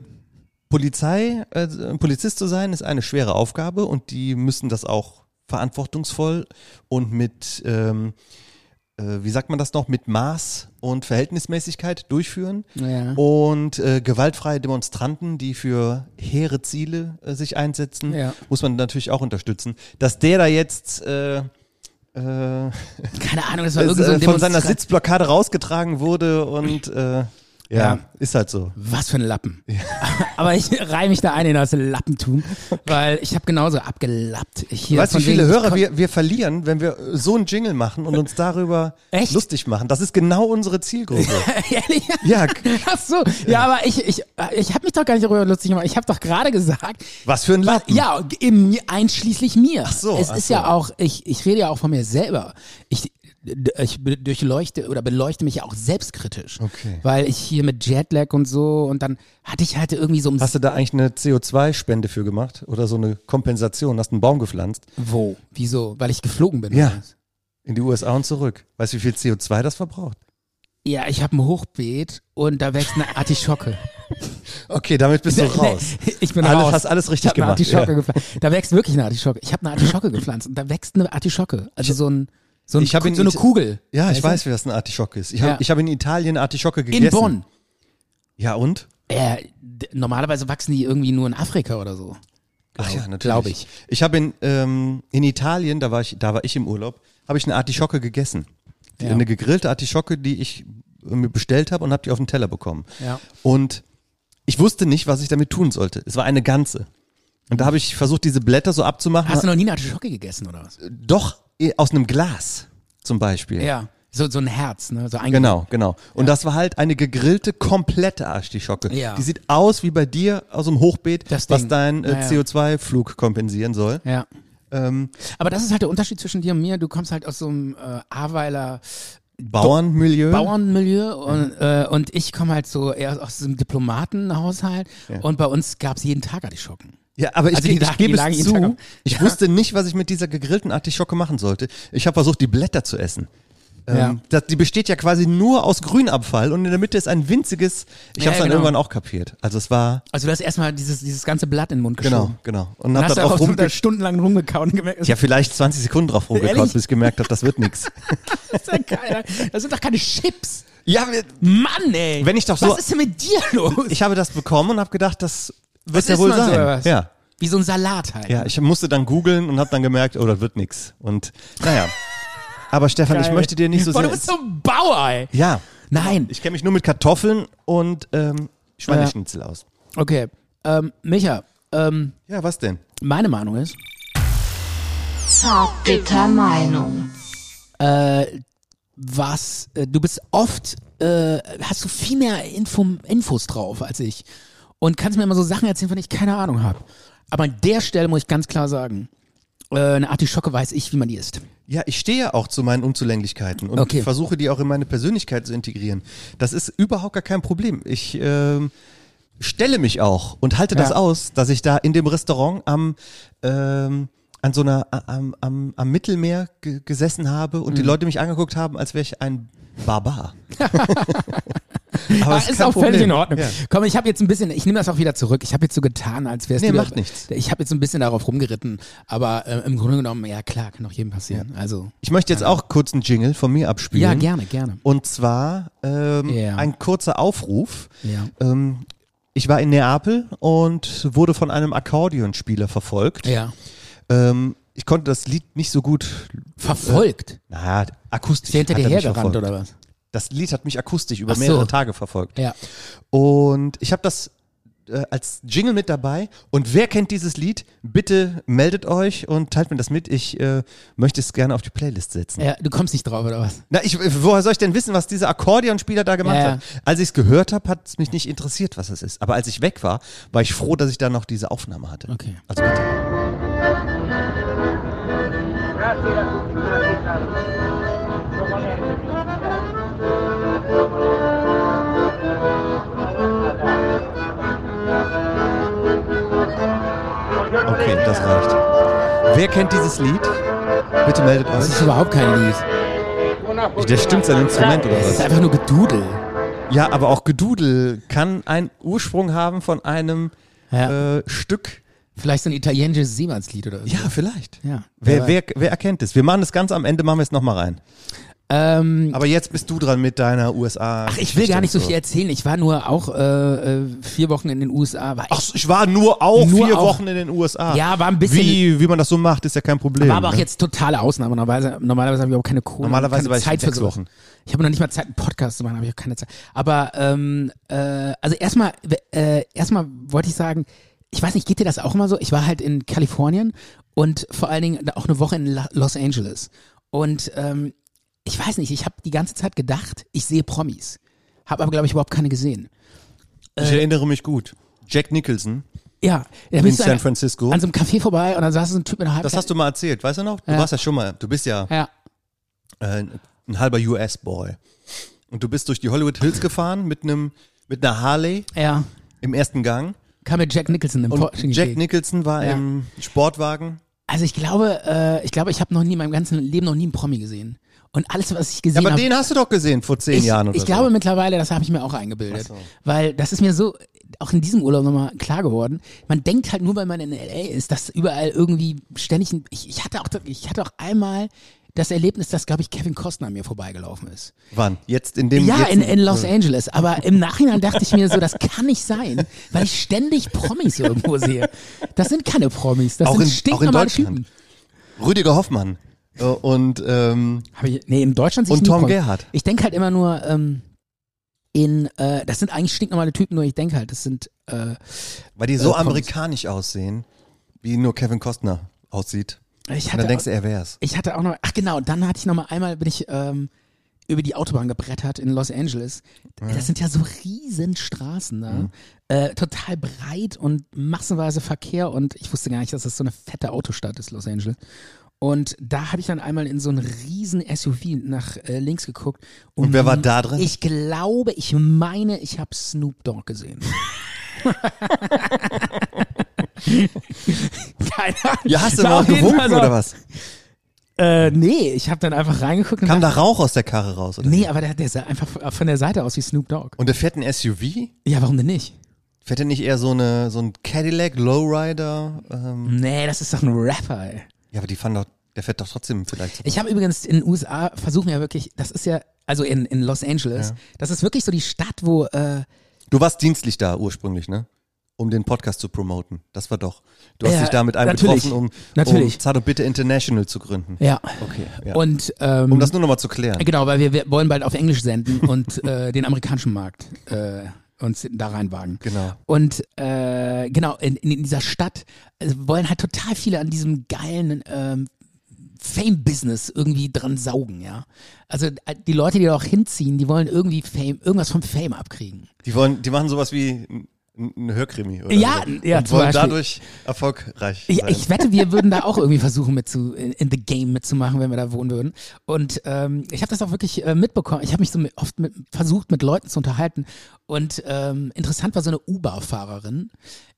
Polizei, äh, Polizist zu sein, ist eine schwere Aufgabe und die müssen das auch verantwortungsvoll und mit, ähm, äh, wie sagt man das noch, mit Maß und Verhältnismäßigkeit durchführen. Ja. Und äh, gewaltfreie Demonstranten, die für hehre Ziele äh, sich einsetzen, Ja. muss man natürlich auch unterstützen. Dass der da jetzt äh, äh, Keine Ahnung, das war es, irgendwie so äh, ein von seiner Demonstrat- Sitzblockade rausgetragen wurde und äh, Ja. ja, ist halt so. Was für ein Lappen. Aber ich reihe mich da ein in das Lappentum, weil ich habe genauso abgelappt. Hier weißt du, von wie viele wegen, ich Hörer kon- wir, wir verlieren, wenn wir äh, so einen Jingle machen und uns darüber Echt? lustig machen? Das ist genau unsere Zielgruppe. Ehrlich? ja, Ach so, ja, aber ich, ich, äh, ich habe mich doch gar nicht darüber lustig gemacht. Ich habe doch gerade gesagt, was für ein Lappen. ja, im, einschließlich mir. Ach so, Es ach ist so. ja auch, ich, ich rede ja auch von mir selber. Ich, ich be- durchleuchte oder beleuchte mich ja auch selbstkritisch. Okay. Weil ich hier mit Jetlag und so und dann hatte ich halt irgendwie so ein Hast du da eigentlich eine CO2-Spende für gemacht oder so eine Kompensation? Hast einen Baum gepflanzt Wo? Wieso? Weil ich geflogen bin. Ja. oder was? in die USA und zurück? Weißt du, wie viel CO2 das verbraucht? Ja, ich habe ein Hochbeet und da wächst eine Artischocke. Okay, damit bist du raus. Nee, Ich bin Alles- raus. hast alles richtig ich hab Eine gemacht, Artischocke ja. gepflanzt. Da wächst wirklich eine Artischocke. Ich habe eine Artischocke gepflanzt und da wächst eine Artischocke. Also so ein, so, ein, Ich hab in so eine Ita- Kugel. Ja, ich Weißt du? weiß, wie das ein Artischocke ist. Ich Ja. habe ich hab in Italien Artischocke gegessen. In Bonn. Ja, und? Äh, d- normalerweise wachsen die irgendwie nur in Afrika oder so. Ach ja, natürlich. glaub ich. Ich habe in, ähm, in Italien, da war ich, da war ich im Urlaub, habe ich eine Artischocke gegessen. Die, Ja. Eine gegrillte Artischocke, die ich äh, mir bestellt habe und habe die auf den Teller bekommen. Ja. Und ich wusste nicht, was ich damit tun sollte. Es war eine ganze. Und da habe ich versucht, diese Blätter so abzumachen. Hast du noch nie eine Artischocke gegessen oder was? Doch eh, aus einem Glas zum Beispiel. Ja. So, so ein Herz, ne? So ein Genau, genau. Und das war halt eine gegrillte, komplette Artischocke. Ja. Die sieht aus wie bei dir aus dem Hochbeet, Das was Ding. dein äh, Ja, ja. CO2-Flug kompensieren soll. Ja. ähm, Aber das ist halt der Unterschied zwischen dir und mir. Du kommst halt aus so einem äh, Aweiler Bauernmilieu. Bauernmilieu und, Mhm. äh, und ich komme halt so eher aus diesem Diplomatenhaushalt. Und bei uns gab es jeden Tag Artischocken. Ja, aber ich, Also die ich, lagen- gebe die lagen es jeden Tag zu, am- ich wusste nicht, was ich mit dieser gegrillten Artischocke machen sollte. Ich habe versucht, die Blätter zu essen. Ähm, Ja. das, die besteht ja quasi nur aus Grünabfall und in der Mitte ist ein winziges, ich Ja, habe es dann genau. irgendwann auch kapiert. Also es war, Also du hast erstmal dieses, dieses ganze Blatt in den Mund genau, geschoben. genau. Und Dann habe hast du dann auch auch so rum, da stundenlang rumgekaut und gemerkt, das ja vielleicht 20 Sekunden drauf rumgekaut, Ehrlich? bis ich gemerkt habe, das wird nix. ist ja geil. Das sind doch keine Chips. ja, wir- Mann, ey. Wenn ich doch so- Was ist denn mit dir los? ich habe das bekommen und habe gedacht, das wird Was ja isst wohl man so, oder sein. was? ja. Wie so ein Salat halt. Ja, ich musste dann googeln und habe dann gemerkt, oh, das wird nix. Und naja. Aber Stefan, ich möchte dir nicht so Boah, du sehr. bist so ein Bauer, ey. ja. Nein. Ich kenne mich nur mit Kartoffeln und ähm, Schweineschnitzel aus. Okay. Ähm, Micha, ähm, Ja, was denn? meine Meinung ist, Zartbitter Meinung. äh, was, äh, du bist oft, äh, hast du viel mehr Info, Infos drauf als ich und kannst mir immer so Sachen erzählen, von denen ich keine Ahnung habe. Aber an der Stelle muss ich ganz klar sagen, äh, eine Artischocke weiß ich, wie man die isst. Ja, ich stehe ja auch zu meinen Unzulänglichkeiten und Okay. versuche die auch in meine Persönlichkeit zu integrieren. Das ist überhaupt gar kein Problem. Ich ähm, stelle mich auch und halte das Ja. aus, dass ich da in dem Restaurant am ähm, an so einer am, am, am Mittelmeer ge gesessen habe und die Mhm. Leute mich angeguckt haben, als wäre ich ein Barbar. Aber Ah, es ist kein auch völlig Problem. in Ordnung. Ja. Komm, ich habe jetzt ein bisschen, ich nehme das auch wieder zurück. Ich habe jetzt so getan, als wärst Nee, du. macht nichts. Ich habe jetzt so ein bisschen darauf rumgeritten, aber äh, im Grunde genommen, ja klar, kann auch jedem passieren. Also Ich möchte jetzt auch kurz einen Jingle von mir abspielen. ja, gerne, gerne. Und zwar ähm, Ja. ein kurzer Aufruf. Ja. Ähm, ich war in Neapel und wurde von einem Akkordeonspieler verfolgt. Ja. Ähm, ich konnte das Lied nicht so gut. Verfolgt. Na, Ist akustisch. der hinter hat dir er mich hergerannt verfolgt. oder was? Das Lied hat mich akustisch über Ach so. mehrere Tage verfolgt. Ja. Und ich habe das äh, als Jingle mit dabei. Und wer kennt dieses Lied? Bitte meldet euch und teilt mir das mit. Ich äh, möchte es gerne auf die Playlist setzen. ja. Du kommst nicht drauf oder was? Na, ich, woher soll ich denn wissen, was dieser Akkordeonspieler da gemacht Ja, ja. hat? Als ich es gehört habe, hat es mich nicht interessiert, was es ist. Aber als ich weg war, war ich froh, dass ich da noch diese Aufnahme hatte. Okay. Also bitte. Okay, das reicht. Wer kennt dieses Lied? Bitte meldet Das ist euch. überhaupt kein Lied. Der stimmt sein Instrument oder Das ist was? einfach nur Gedudel. Ja, aber auch Gedudel kann einen Ursprung haben von einem Ja. äh, Stück. Vielleicht so ein italienisches Seemannslied oder so. Ja, vielleicht. Ja. Wer, wer, wer erkennt es? Wir machen das ganz am Ende, machen wir es nochmal rein. Ähm, Aber jetzt bist du dran mit deiner USA. Ach, ich will gar nicht so viel erzählen. Ich war nur auch äh, äh, vier Wochen in den USA. War Ach, ich war nur auch Nur vier auch. Wochen in den USA. Ja, war ein bisschen- Wie, wie man das so macht, ist ja kein Problem. War aber auch ne? jetzt totale Ausnahme. Normalerweise, normalerweise habe ich auch keine Kohle. Normalerweise keine war ich Zeit für sechs sowas. Wochen. Ich habe noch nicht mal Zeit, einen Podcast zu machen, habe ich auch keine Zeit. Aber ähm, äh, also erstmal, äh, erstmal wollte ich sagen, ich weiß nicht, geht dir das auch immer so? Ich war halt in Kalifornien und vor allen Dingen auch eine Woche in La Los Angeles. Und ähm, ich weiß nicht, ich habe die ganze Zeit gedacht, ich sehe Promis. Habe aber, glaube ich, überhaupt keine gesehen. ich erinnere mich gut. Jack Nicholson Ja, da in Äh, bist du San an, Francisco. an so einem Café vorbei und dann saß so ein Typ mit einer halben Das hast du mal erzählt, weißt du noch? Du Ja. warst ja schon mal, du bist ja Ja, äh, ein halber US-Boy. Und du bist durch die Hollywood Hills gefahren mit einem mit einer Harley ja. im ersten Gang. Kam mir Jack Nicholson im Und Porsche Jack entgegen. Nicholson war Ja. im Sportwagen. Also ich glaube, äh, ich glaube, ich habe noch nie in meinem ganzen Leben noch nie einen Promi gesehen. Und alles, was ich Ja, gesehen aber habe, den hast du doch gesehen vor zehn ich, Jahren oder ich so. glaube mittlerweile, das habe ich mir auch eingebildet, weil das ist mir so auch in diesem Urlaub nochmal klar geworden. Man denkt halt nur, weil man in LA ist, dass überall irgendwie ständig. Ein, ich, ich hatte auch, ich hatte auch einmal das Erlebnis, dass glaube ich Kevin Costner an mir vorbeigelaufen ist. Wann? Jetzt in dem Ja, jetzt in, in Los Angeles. Aber im Nachhinein dachte ich mir so, das kann nicht sein, weil ich ständig Promis irgendwo sehe. Das sind keine Promis, das Auch sind in- auch in stinknormale Deutschland. Typen. Rüdiger Hoffmann. Äh, Und ähm, Hab ich, nee, in Deutschland sich Und nie Tom Promis. Gerhardt. Ich denke halt immer nur ähm, in, äh, das sind eigentlich stinknormale Typen, nur ich denke halt, das sind, äh, Weil die so Äh, Pommes. amerikanisch aussehen, wie nur Kevin Costner aussieht. ich Und dann hatte, denkst du, er wär's. ich hatte auch noch, ach genau, dann hatte ich noch mal einmal, bin ich ähm, über die Autobahn gebrettert in Los Angeles. Das sind ja so riesen Straßen da. Mhm. Äh, total breit und massenweise Verkehr und ich wusste gar nicht, dass das so eine fette Autostadt ist, Los Angeles. Und da habe ich dann einmal in so einen riesen SUV nach äh, links geguckt. Und wer war da drin? Mhm. Ich glaube, ich meine, ich habe Snoop Dogg gesehen. Keine Ahnung. Ja, hast du War mal auf jeden Fall gewunken so- oder was? Äh, nee, ich habe dann einfach reingeguckt und Kam da Rauch aus der Karre raus, oder? Nee, aber der, der sah einfach von der Seite aus wie Snoop Dogg. Und der fährt ein SUV? Ja, warum denn nicht? Fährt er nicht eher so, eine, so ein Cadillac Lowrider? Ähm, Nee, das ist doch ein Rapper, ey. ja, aber die fahren doch, der fährt doch trotzdem vielleicht. Ich habe übrigens in den USA versuchen ja wirklich, das ist ja, also in, in Los Angeles, das ist wirklich so die Stadt, wo, äh, Du warst dienstlich da ursprünglich, ne? Um den Podcast zu promoten. Das war doch. Du hast Ja, dich da mit einem natürlich. getroffen, um, Natürlich. um Zado Bitte International zu gründen. ja. Okay. Ja. Und, ähm, um das nur nochmal zu klären. genau, weil wir, wir wollen bald auf Englisch senden und äh, den amerikanischen Markt äh, uns da reinwagen. Genau. Und äh, genau, in, in dieser Stadt äh, wollen halt total viele an diesem geilen ähm, Fame-Business irgendwie dran saugen, ja. Also äh, die Leute, die da auch hinziehen, die wollen irgendwie Fame, irgendwas vom Fame abkriegen. Die wollen, die machen sowas wie ein- ein Hörkrimi oder Ja, so. ja, und zum wollen Beispiel. dadurch erfolgreich Ich, sein. ich wette, wir würden da auch irgendwie versuchen, mit zu, in, in the game mitzumachen, wenn wir da wohnen würden. Und ähm, ich habe das auch wirklich äh, mitbekommen. Ich habe mich so mit, oft mit, versucht, mit Leuten zu unterhalten. Und ähm, interessant war so eine Uber-Fahrerin.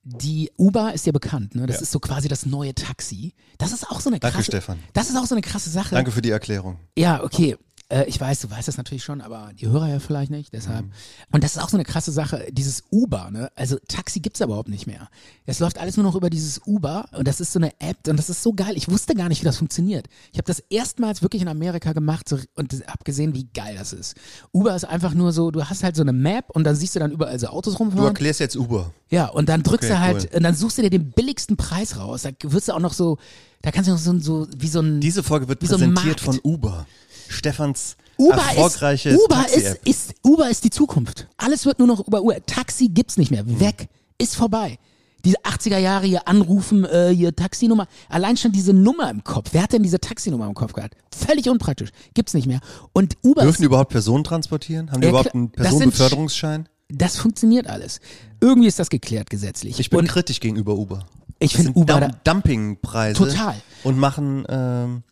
Die Uber ist ja bekannt, ne? Das ist so quasi das neue Taxi. Das ist auch so eine krasse. Danke, Stefan. Das ist auch so eine krasse Sache. Danke für die Erklärung. Ja, okay. Äh, Ich weiß, du weißt das natürlich schon, aber die Hörer ja vielleicht nicht, deshalb. Mhm. Und das ist auch so eine krasse Sache, dieses Uber, ne? Also Taxi gibt's überhaupt nicht mehr. Es läuft alles nur noch über dieses Uber und das ist so eine App und das ist so geil. Ich wusste gar nicht, wie das funktioniert. Ich habe das erstmals wirklich in Amerika gemacht so, und hab gesehen, wie geil das ist. Uber ist einfach nur so, du hast halt so eine Map und dann siehst du dann überall so Autos Du rumfahren. erklärst jetzt Uber. Ja, und dann drückst Okay, du halt, cool. und dann suchst du dir den billigsten Preis raus. Da wirst du auch noch so, da kannst du noch so, ein- so wie so ein Diese Folge wird Wie so ein präsentiert Markt. von Uber. Stefans Uber erfolgreiches ist, Uber ist, Taxi-App. ist Uber ist die Zukunft. Alles wird nur noch über Uber. Taxi gibt's nicht mehr. Mhm. Weg, ist vorbei. Diese 80er Jahre hier anrufen, äh, hier Taxinummer. Allein schon diese Nummer im Kopf. Wer hat denn diese Taxinummer im Kopf gehabt? Völlig unpraktisch. Gibt's nicht mehr. Und Uber Dürfen ist, die überhaupt Personen transportieren? Haben die Ja, überhaupt klar. einen Das sind Sch- Personenbeförderungsschein? das funktioniert alles. Irgendwie ist das geklärt gesetzlich. Ich bin und kritisch gegenüber Uber. ich Das finde sind Uber Dum da, Dumpingpreise. Total. Und machen ähm,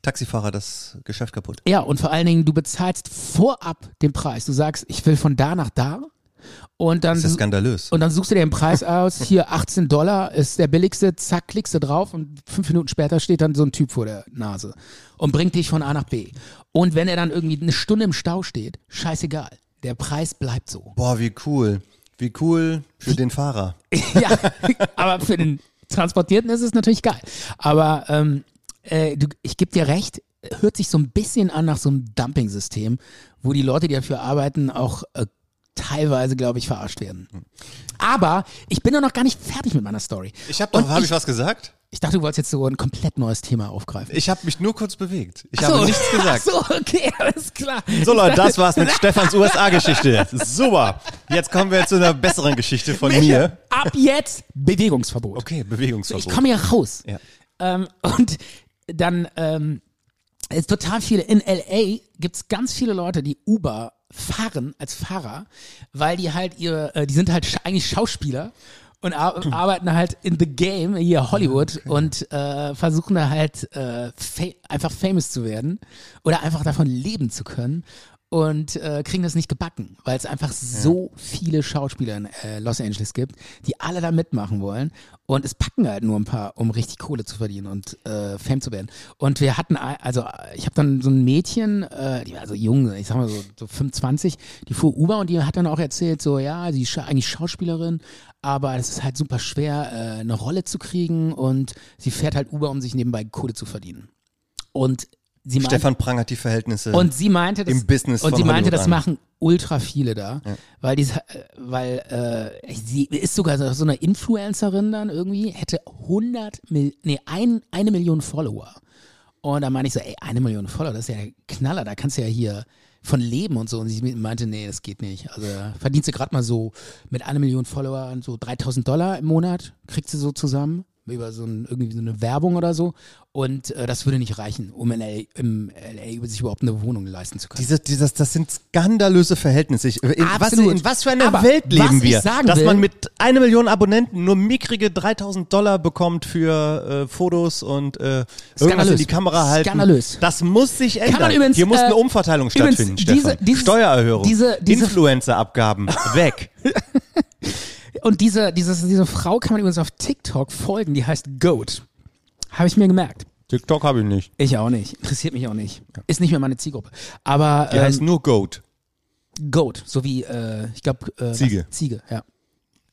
Taxifahrer das Geschäft kaputt. Ja, und vor allen Dingen, du bezahlst vorab den Preis. Du sagst, ich will von da nach da. Und dann Das ist ja du- skandalös. Und dann suchst du dir den Preis aus, hier 18 Dollar ist der billigste, zack, klickst du drauf und fünf Minuten später steht dann so ein Typ vor der Nase und bringt dich von A nach B. Und wenn er dann irgendwie eine Stunde im Stau steht, scheißegal, der Preis bleibt so. Boah, wie cool. Wie cool für den Fahrer. ja, aber für den Transportierten ist es natürlich geil. Aber ähm, äh, du, ich geb dir recht, hört sich so ein bisschen an nach so einem Dumping-System, wo die Leute, die dafür arbeiten, auch äh, teilweise, glaube ich, verarscht werden. Hm. Aber ich bin doch noch gar nicht fertig mit meiner Story. Ich habe doch, Und habe ich ich, was gesagt? ich dachte, du wolltest jetzt so ein komplett neues Thema aufgreifen. Ich habe mich nur kurz bewegt. Ich Ach so. habe nichts Ach gesagt. so, okay, alles klar. So Leute, das war's mit Stefans USA-Geschichte jetzt. Super. Jetzt kommen wir zu einer besseren Geschichte von mir. Ab jetzt Bewegungsverbot. Okay, Ich Bewegungsverbot. komme hier raus. ja. Ähm, und dann ähm, ist total viele. In LA gibt's ganz viele Leute, die Uber fahren als Fahrer, weil die halt ihre, äh, die sind halt sch eigentlich Schauspieler und ar arbeiten halt in the game hier Hollywood und äh, versuchen da halt äh, fa einfach famous zu werden oder einfach davon leben zu können und äh, kriegen das nicht gebacken, weil es einfach so viele Schauspieler in äh, Los Angeles gibt, die alle da mitmachen wollen und es packen halt nur ein paar, um richtig Kohle zu verdienen und äh, Fame zu werden. Und wir hatten, ein- also äh, ich habe dann so ein Mädchen, äh, die war so jung, ich sag mal so, so 25, die fuhr Uber und die hat dann auch erzählt, so ja, sie ist scha- eigentlich Schauspielerin, aber es ist halt super schwer, äh, eine Rolle zu kriegen und sie fährt halt Uber, um sich nebenbei Kohle zu verdienen. Und sie meinte- Stefan prangert die Verhältnisse. und sie meinte, das, im Business und von sie meinte, Hollywood das an. machen ultra viele da, weil die, weil äh, sie ist sogar so so eine Influencerin dann irgendwie, hätte 100 Mil nee, ein, eine Million Follower. Und da meine ich so, ey, eine Million Follower, das ist ja der Knaller, da kannst du ja hier von leben und so. Und sie meinte, nee, das geht nicht. Also da verdienst du gerade mal so mit einer Million Follower so 3000 Dollar im Monat, kriegst du so zusammen über so ein, irgendwie so eine Werbung oder so. Und äh, das würde nicht reichen, um in LA, im LA über sich überhaupt eine Wohnung leisten zu können. Diese, dieses, das sind skandalöse Verhältnisse. Ich, in, was, Absolut. in was für einer Aber Welt was leben ich wir? sagen dass will- man mit einer Million Abonnenten nur mickrige 3000 Dollar bekommt für äh, Fotos und äh, irgendwas in Skandalös. die Kamera halten. Skandalös. Das muss sich ändern. man übrigens, Hier muss eine äh, Umverteilung übrigens, stattfinden, diese- Stefan. dieses- Steuererhöhung. diese- diese- Influencer-Abgaben. weg. Und diese, dieses, diese Frau kann man übrigens auf TikTok folgen, die heißt Goat. Habe ich mir gemerkt. TikTok habe ich nicht. Ich auch nicht. Interessiert mich auch nicht. Ist nicht mehr meine Zielgruppe. Aber Die heißt ähm, nur Goat. Goat, so wie, äh, ich glaube, äh, was? Ziege. Ziege, ja.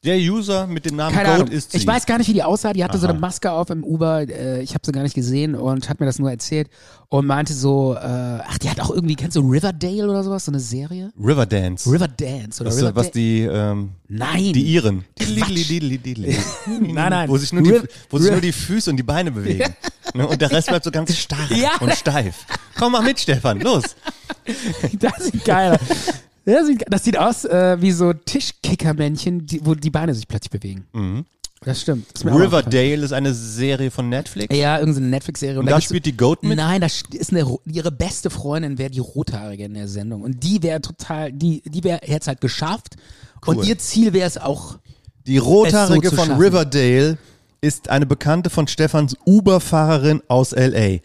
Der User mit dem Namen Keine Goat Ahnung. ist sie. ich weiß gar nicht, wie die aussah. Die hatte so Aha. eine Maske auf im Uber. Äh, ich habe sie gar nicht gesehen und hat mir das nur erzählt und meinte so, äh, ach, die hat auch irgendwie, kennst du Riverdale oder sowas? So eine Serie? Riverdance. Riverdance oder das ist, Riverdale? was die, ähm, Nein. die Iren. Quatsch. nein, nein. Wo sich, nur die, Riv- wo sich Riv- nur die Füße und die Beine bewegen. Ne? Und der Rest bleibt so ganz starr Ja. und steif. Komm, mach mit, Stefan, los. Das sieht geil aus. Das sieht, das sieht aus äh, wie so Tischkickermännchen, die, wo die Beine sich plötzlich bewegen. Das stimmt. Ist mir auch aufgefallen. Mhm. Riverdale ist eine Serie von Netflix. Ja, irgendeine Netflix-Serie. Und da spielt die Goat mit? Nein, das ist eine, ro- ihre beste Freundin wäre die Rothaarige in der Sendung. Und die wäre total, die, die wäre, hätte es halt geschafft. Und Cool. ihr Ziel wäre es auch, Die Rothaarige Es so zu von schaffen. Riverdale ist eine Bekannte von Stefans Uber-Fahrerin aus L.A.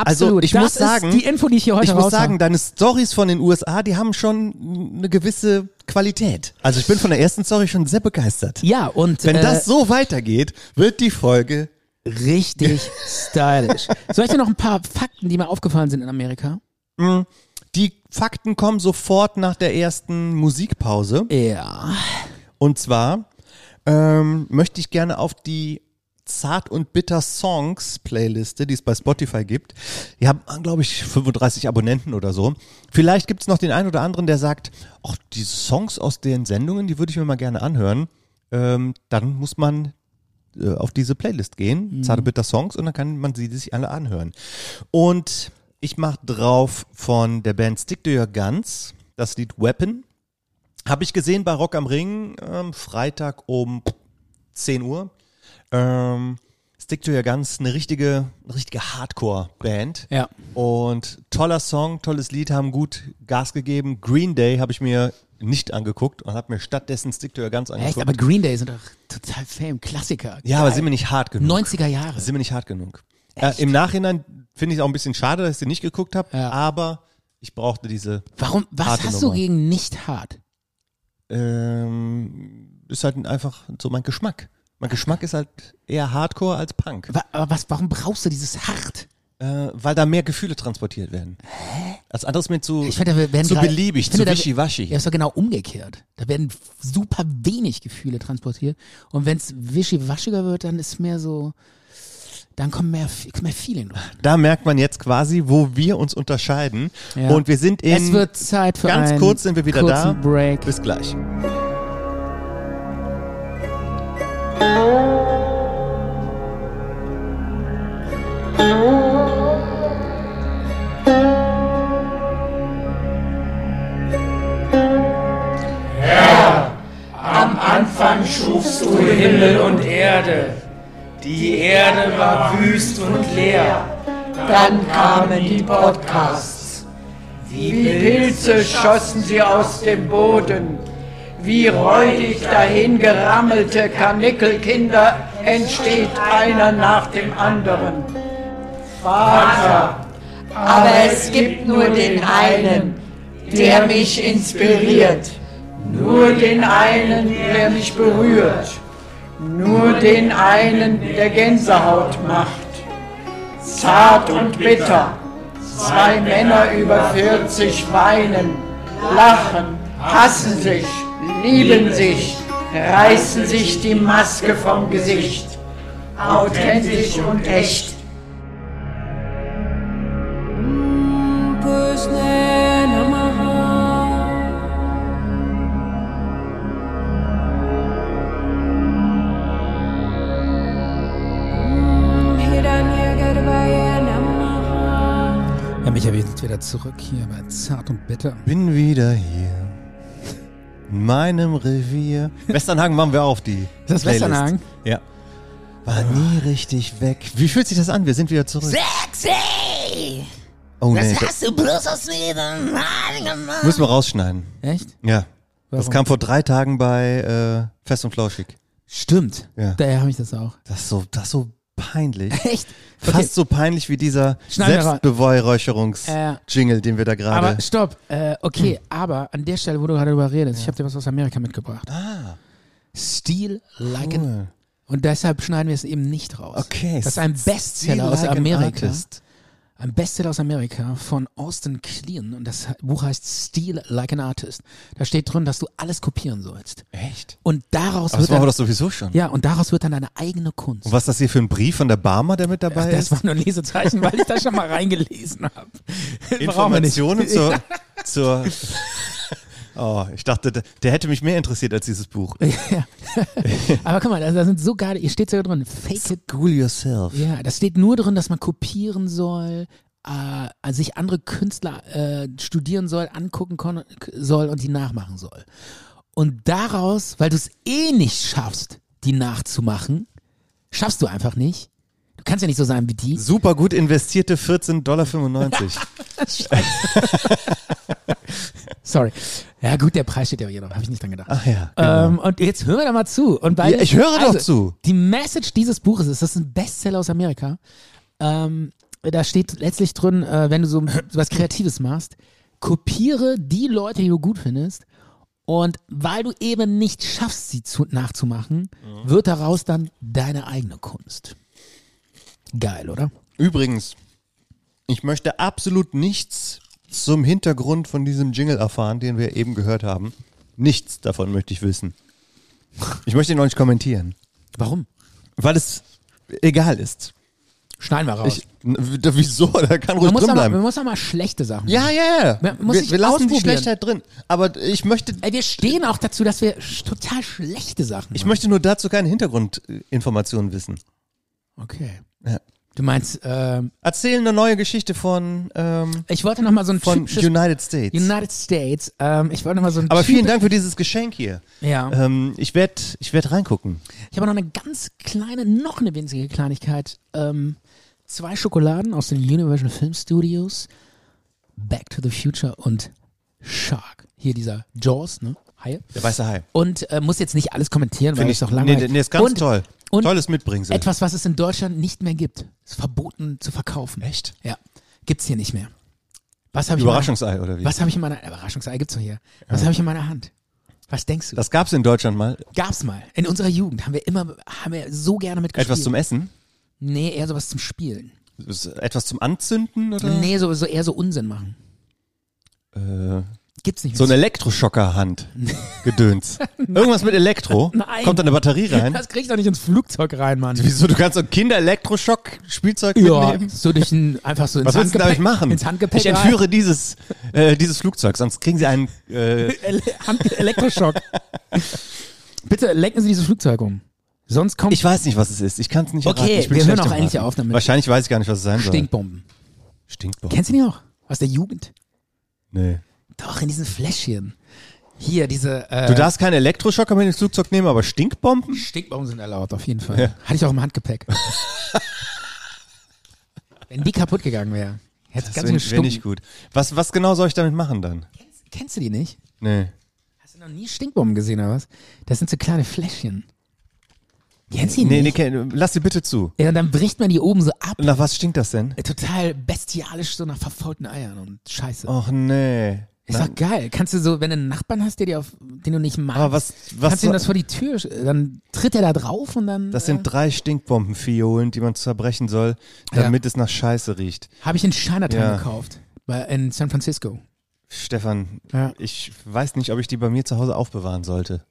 Also Absolut. ich Das muss ist sagen, die Info, die ich hier heute ich muss raus sagen, habe. deine Stories von den USA, die haben schon eine gewisse Qualität. Also ich bin von der ersten Story schon sehr begeistert. ja, und Wenn äh, das so weitergeht, wird die Folge richtig stylisch. Soll ich dir noch ein paar Fakten, die mir aufgefallen sind in Amerika? die Fakten kommen sofort nach der ersten Musikpause. Ja. Und zwar ähm, möchte ich gerne auf die Zart und Bitter Songs Playliste, die es bei Spotify gibt. Die haben, glaube ich, 35 Abonnenten oder so. Vielleicht gibt es noch den einen oder anderen, der sagt, ach, diese Songs aus den Sendungen, die würde ich mir mal gerne anhören. Ähm, dann muss man äh, auf diese Playlist gehen, Mhm. Zart und Bitter Songs, und dann kann man sie sich alle anhören. Und ich mache drauf von der Band Stick to Your Guns das Lied Weapon. Habe ich gesehen bei Rock am Ring, ähm, Freitag um 10 Uhr. Ähm, Stick to Your Guns, eine richtige, eine richtige Hardcore-Band. Ja. Und toller Song, tolles Lied, haben gut Gas gegeben. Green Day habe ich mir nicht angeguckt und habe mir stattdessen Stick to Your Guns angeguckt. Echt? Aber Green Day sind doch total Fame, Klassiker. ja, aber sind wir nicht hart genug. 90er Jahre. Sind wir nicht hart genug. Äh, Im Nachhinein finde ich es auch ein bisschen schade, dass ich sie nicht geguckt habe, Ja. aber ich brauchte diese Warum, was Harte hast du Nummer. gegen nicht hart? ähm, ist halt einfach so mein Geschmack. Mein Geschmack ist halt eher Hardcore als Punk, Wa- aber Was, warum brauchst du dieses hart? äh, weil da mehr Gefühle transportiert werden. Hä? Als anderes mir zu, Ich finde, wir werden zu gerade- beliebig, ich finde, zu da- wischiwaschi. Ja, ist doch genau umgekehrt. Da werden super wenig Gefühle transportiert. Und wenn es wischiwaschiger wird, dann ist mehr so, dann kommt mehr, mehr Feeling rein. Da merkt man jetzt quasi, wo wir uns unterscheiden. Ja. Und wir sind in Es wird Zeit für ganz einen kurz sind wir wieder da. kurzen Break. Bis gleich. Anfang schufst du Himmel und Erde. Die Erde war wüst und leer. Dann kamen die Podcasts. Wie Pilze schossen sie aus dem Boden. Wie räudig dahingerammelte Kanickelkinder entsteht einer nach dem anderen. Vater, Aber es gibt nur den einen, der mich inspiriert. Nur den einen, der mich berührt. Nur den einen, der Gänsehaut macht. Zart und bitter. Zwei Männer über 40 weinen, lachen, hassen sich, lieben sich, reißen sich die Maske vom Gesicht. Authentisch und echt. Ja, Micha, wir sind wieder zurück hier bei Zart und Bitter. Bin wieder hier. In meinem Revier. Westernhagen waren wir auf die. das Playlist. Westernhagen? Ja. War nie richtig weg. Wie fühlt sich das an? Wir sind wieder zurück. Sexy! Oh nee, Das das hast du bloß aus mir dann gemacht. müssen wir rausschneiden. Echt? Ja. Das Warum? kam vor drei Tagen bei äh, Fest und Flauschig. Stimmt. Ja. Daher habe ich das auch. Das ist so, das ist so peinlich. Echt? Fast so peinlich wie dieser Schneiden wir rein. Äh. Selbstbeweihräucherungs-Jingle, den wir da gerade. Aber stopp, äh, Hm. okay, aber an der Stelle, wo du gerade drüber redest, ich habe dir was aus Amerika mitgebracht. Ah. Steal like an. Cool. Und deshalb schneiden wir es eben nicht raus. Okay. Das ist ein Steal Bestseller aus like an Amerika. artist. Ein Bestseller aus Amerika von Austin Kleon. Und das Buch heißt Steal Like an Artist. Da steht drin, dass du alles kopieren sollst. Echt? Und daraus wird Aber das machen wir dann, doch sowieso schon. ja, und daraus wird dann deine eigene Kunst. Und was ist das hier für ein Brief von der Barmer, der mit dabei Ach, das ist? war nur ein Lesezeichen, weil ich da schon mal reingelesen habe. Brauchen wir nicht. Informationen zur. zur oh, ich dachte, der, der hätte mich mehr interessiert als dieses Buch. Ja. Aber guck mal, also da, da sind so geile, hier steht sogar drin, fake it. School yourself. Ja, das steht nur drin, dass man kopieren soll, äh, also sich andere Künstler äh, studieren soll, angucken kon- k- soll und die nachmachen soll. Und daraus, weil du es eh nicht schaffst, die nachzumachen, schaffst du einfach nicht. Du kannst ja nicht so sein wie die. Super gut investierte 14,95 Dollar. Sorry. Ja gut, der Preis steht ja hier drauf, habe ich nicht dran gedacht. Ach ja, Ähm, und jetzt hören wir da mal zu. Und beide, Genau. Ja, ich höre doch also, zu. Die Message dieses Buches ist, das ist ein Bestseller aus Amerika. Ähm, da steht letztlich drin, äh, wenn du so was Kreatives machst, kopiere die Leute, die du gut findest. Und weil du eben nicht schaffst, sie zu, nachzumachen, Mhm. wird daraus dann deine eigene Kunst. Geil, oder? Übrigens, ich möchte absolut nichts zum Hintergrund von diesem Jingle erfahren, den wir eben gehört haben. Nichts davon möchte ich wissen. Ich möchte ihn auch nicht kommentieren, Warum? weil es egal ist. Schneiden wir raus. Ich, n- w- da- wieso? Da kann ruhig man, muss doch drin mal, man bleiben. muss doch mal schlechte Sachen Ja, machen. ja, ja. Man muss wir, sich wir lassen die ausprobieren. Schlechtheit drin. Aber ich möchte, Ey, wir stehen auch dazu, dass wir sch- total schlechte Sachen ich machen. möchte nur dazu keine Hintergrundinformationen wissen. Okay. Ja. Du meinst, ähm, Erzähl eine neue Geschichte von, ähm, ich wollte noch mal so ein von typisches United States. United States. Ähm, ich wollte noch mal so ein Aber vielen typisch- Dank für dieses Geschenk hier. Ja. Ähm, ich werde ich werd reingucken. Ich habe noch eine ganz kleine, noch eine winzige Kleinigkeit. Ähm, zwei Schokoladen aus den Universal Film Studios, Back to the Future und Shark. Hier dieser Jaws, ne? Haie. Der weiße Hai. Und äh, muss jetzt nicht alles kommentieren, weil Finde das ist ich doch nee, langweilig. nee, ist ganz und, toll. Und Tolles Mitbringsel. etwas, was es in Deutschland nicht mehr gibt. Ist verboten zu verkaufen. Echt? Ja. Gibt's hier nicht mehr. Was habe ich in meiner- Überraschungsei oder wie? Was habe ich in meiner Überraschungsei gibt's doch hier. Was habe ich in meiner Hand? Was denkst du? Das gab es in Deutschland mal. gab's mal. In unserer Jugend haben wir immer haben wir so gerne mitgespielt. Etwas zum Essen? Nee, eher sowas zum Spielen. Ist Etwas zum Anzünden? Oder? Nee, so, so eher so Unsinn machen. Äh, Gibt's nicht so eine mehr. Elektroschockerhand. Gedöns. Irgendwas mit Elektro. Nein. Kommt da eine Batterie rein? Das krieg ich doch nicht ins Flugzeug rein, Mann. Wieso, du kannst so ein Kinder-Elektroschock-Spielzeug Ja, mitnehmen? so durch ein, einfach so ins Was willst du damit Handgepäck- machen? Ins Handgepäck ich entführe dieses, äh, dieses Flugzeug, sonst kriegen sie einen äh, rein. Ele Hand Elektroschock. Bitte lenken Sie dieses Flugzeug um. Sonst kommt Ich weiß nicht, was es ist. Ich kann es nicht Okay, erraten. Ich bin wir hören schlecht auch im endlich Raten. auf damit. Wahrscheinlich weiß ich gar nicht, was es sein Stinkbomben. soll. Stinkbombe. Kennst du die noch? Aus der Jugend? Nee. Doch, in diesen Fläschchen. Hier, diese. Äh, Du darfst keinen Elektroschocker mit ins Flugzeug nehmen, aber Stinkbomben? Stinkbomben sind erlaubt, auf jeden Fall. Hatte ich auch im Handgepäck. Wenn die kaputt gegangen wäre, hätte ich ganz schön Das wäre nicht gestunken. gut. Was, was genau soll ich damit machen dann? Kennst du die nicht? Nee. Hast du noch nie Stinkbomben gesehen oder was? Das sind so kleine Fläschchen. Kennst du die Nee, nee, nicht? kenn- lass sie bitte zu. Ja, dann bricht man die oben so ab. Nach was stinkt das denn? Total bestialisch, so nach verfaulten Eiern und Scheiße. Och nee. Ist doch geil. Kannst du so, wenn du einen Nachbarn hast, der dir auf, den du nicht magst, Aber was- was kannst du ihm soll- das vor die Tür, sch- dann tritt er da drauf und dann Das äh, sind drei Stinkbombenfiolen, die man zerbrechen soll, damit es nach Scheiße riecht. habe ich in Chinatown Ja. gekauft, bei, in San Francisco. Stefan, Ja. ich weiß nicht, ob ich die bei mir zu Hause aufbewahren sollte.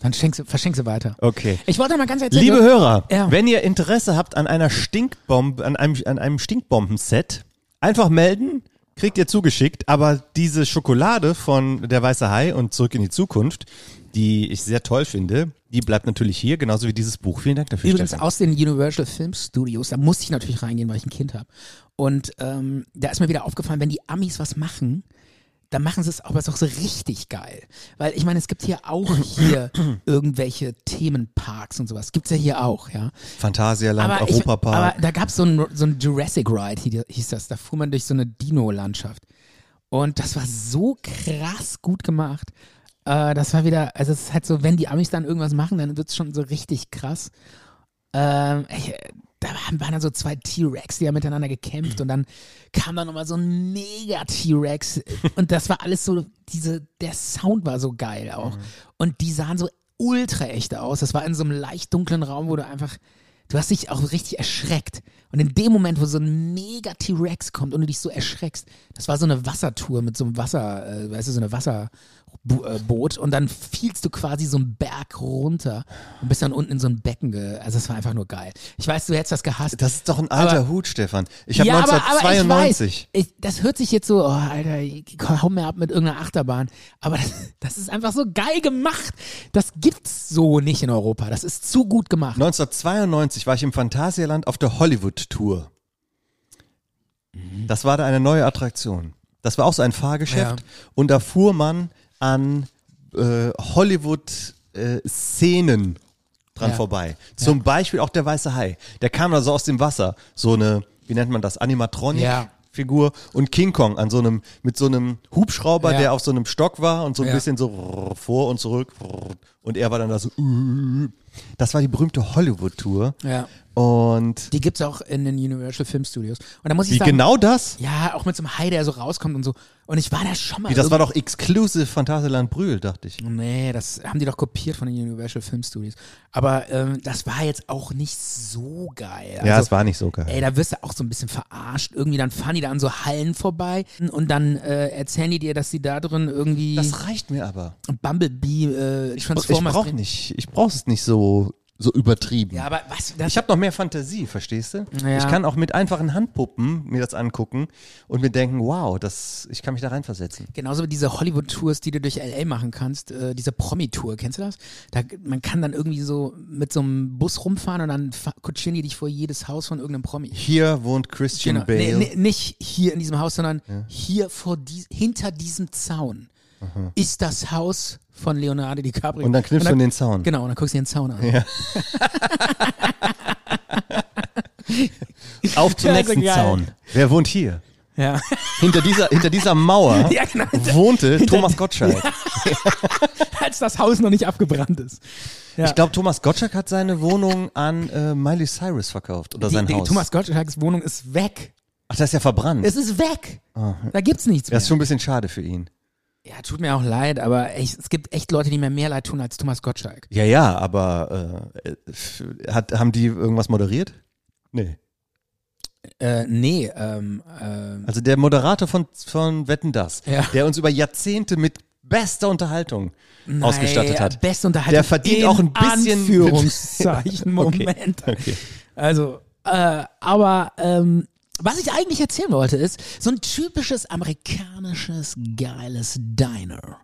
Dann schenkst, du- verschenkst du weiter. Okay. Ich wollte mal ganz erzählen. Liebe Hörer, Ja. wenn ihr Interesse habt an einer Stinkbombe, an einem, an einem Stinkbombenset, einfach melden, kriegt ihr zugeschickt. Aber diese Schokolade von Der Weiße Hai und Zurück in die Zukunft, die ich sehr toll finde, die bleibt natürlich hier, genauso wie dieses Buch. Vielen Dank dafür, Übrigens Stefan. aus den Universal Film Studios, da musste ich natürlich reingehen, weil ich ein Kind habe. Und ähm, da ist mir wieder aufgefallen, wenn die Amis was machen, da machen sie es aber es ist auch so richtig geil. Weil ich meine, es gibt hier auch hier irgendwelche Themenparks und sowas. Gibt's ja hier auch, ja. Phantasialand, Aber, ich, Europapark. aber da gab so es ein, so ein Jurassic Ride, hi- hieß das. Da fuhr man durch so eine Dino-Landschaft. Und das war so krass gut gemacht. Äh, das war wieder, also es ist halt so, wenn die Amis dann irgendwas machen, dann wird's schon so richtig krass. Ähm, ich, äh, da waren, waren dann so zwei T-Rex, die haben miteinander gekämpft und dann kam dann nochmal so ein mega T-Rex und das war alles so, diese, der Sound war so geil auch und die sahen so ultra echte aus. Das war in so einem leicht dunklen Raum, wo du einfach, du hast dich auch richtig erschreckt und in dem Moment, wo so ein mega T-Rex kommt und du dich so erschreckst, das war so eine Wassertour mit so einem Wasser, äh, weißt du, so eine Wasser, Bu- äh, Boot und dann fielst du quasi so einen Berg runter und bist dann unten in so ein Becken. Ge also es war einfach nur geil. Ich weiß, du hättest das gehasst. das ist doch ein alter aber- Hut, Stefan. Ich habe ja, aber- Aber, 1992. ich weiß, ich, das hört sich jetzt so, oh, Alter, ich- komm, hau mir ab mit irgendeiner Achterbahn. Aber das, das ist einfach so geil gemacht. Das gibt's so nicht in Europa. Das ist zu gut gemacht. 1992 war ich im Phantasialand auf der Hollywood-Tour. Das war da eine neue Attraktion. Das war auch so ein Fahrgeschäft. Und da fuhr man an äh, Hollywood-Szenen dran Ja. vorbei. Zum Beispiel auch der weiße Hai. Der kam da so aus dem Wasser. So eine, wie nennt man das, Animatronic? Ja. Figur und King Kong an so einem mit so einem Hubschrauber, Ja. der auf so einem Stock war und so ein Ja. bisschen so vor und zurück und er war dann da so. Das war die berühmte Hollywood-Tour Ja. und Die gibt's auch in den Universal Film Studios. Und da muss ich wie sagen, genau das? ja, auch mit so einem Hai, der so rauskommt und so. Und ich war da schon mal. Wie, das war doch exclusive Phantasialand Brühl, dachte ich. Oh Nee, das haben die doch kopiert von den Universal Film Studios. Aber ähm, das war jetzt auch nicht so geil. ja, Also, es war nicht so geil. Ey, da wirst du auch so ein bisschen verarscht. Irgendwie dann fahren die da an so Hallen vorbei und dann äh, erzählen die dir, dass sie da drin irgendwie das reicht mir aber. Bumblebee äh, Ich Transformers brauche drehen. nicht, ich brauche es nicht so so übertrieben. Ja, aber was? Das, Ich habe noch mehr Fantasie, verstehst du? Ja. Ich kann auch mit einfachen Handpuppen mir das angucken und mir denken, wow, das, ich kann mich da reinversetzen. Genauso wie diese Hollywood-Tours, die du durch LA machen kannst, äh, diese Promi-Tour, kennst du das? Da, man kann dann irgendwie so mit so einem Bus rumfahren und dann fa- kutschieren die dich vor jedes Haus von irgendeinem Promi. Hier wohnt Christian Genau. Bale. Nee, nee, nicht hier in diesem Haus, sondern hier vor die, hinter diesem Zaun ist das Haus von Leonardo DiCaprio. Und dann knippst du in den Zaun. Genau, und dann guckst du dir den Zaun an. Auf zum Ja, so nächsten geil. Zaun. Wer wohnt hier? Ja. Hinter dieser, hinter dieser Mauer Ja, genau. wohnte Thomas Gottschalk. Als das Haus noch nicht abgebrannt ist. Ja. Ich glaube, Thomas Gottschalk hat seine Wohnung an äh, Miley Cyrus verkauft oder Die, sein die, Haus. Thomas Gottschalks Wohnung ist weg. Ach, das ist ja verbrannt. Es ist weg. Ah, Da gibt's nichts mehr. das ist schon ein bisschen schade für ihn. Ja, tut mir auch leid, aber echt, es gibt echt Leute, die mir mehr leid tun als Thomas Gottschalk. Ja, ja, aber äh, f- hat, haben die irgendwas moderiert? Nee. Äh, nee, ähm, ähm, Also der Moderator von, von Wetten Das, Ja. der uns über Jahrzehnte mit bester Unterhaltung ausgestattet naja, hat. Beste Unterhaltung. Der verdient in auch ein bisschen- Anführungszeichen. Okay. Moment. Okay. Also, äh, aber ähm, was ich eigentlich erzählen wollte, ist so ein typisches amerikanisches geiles Diner.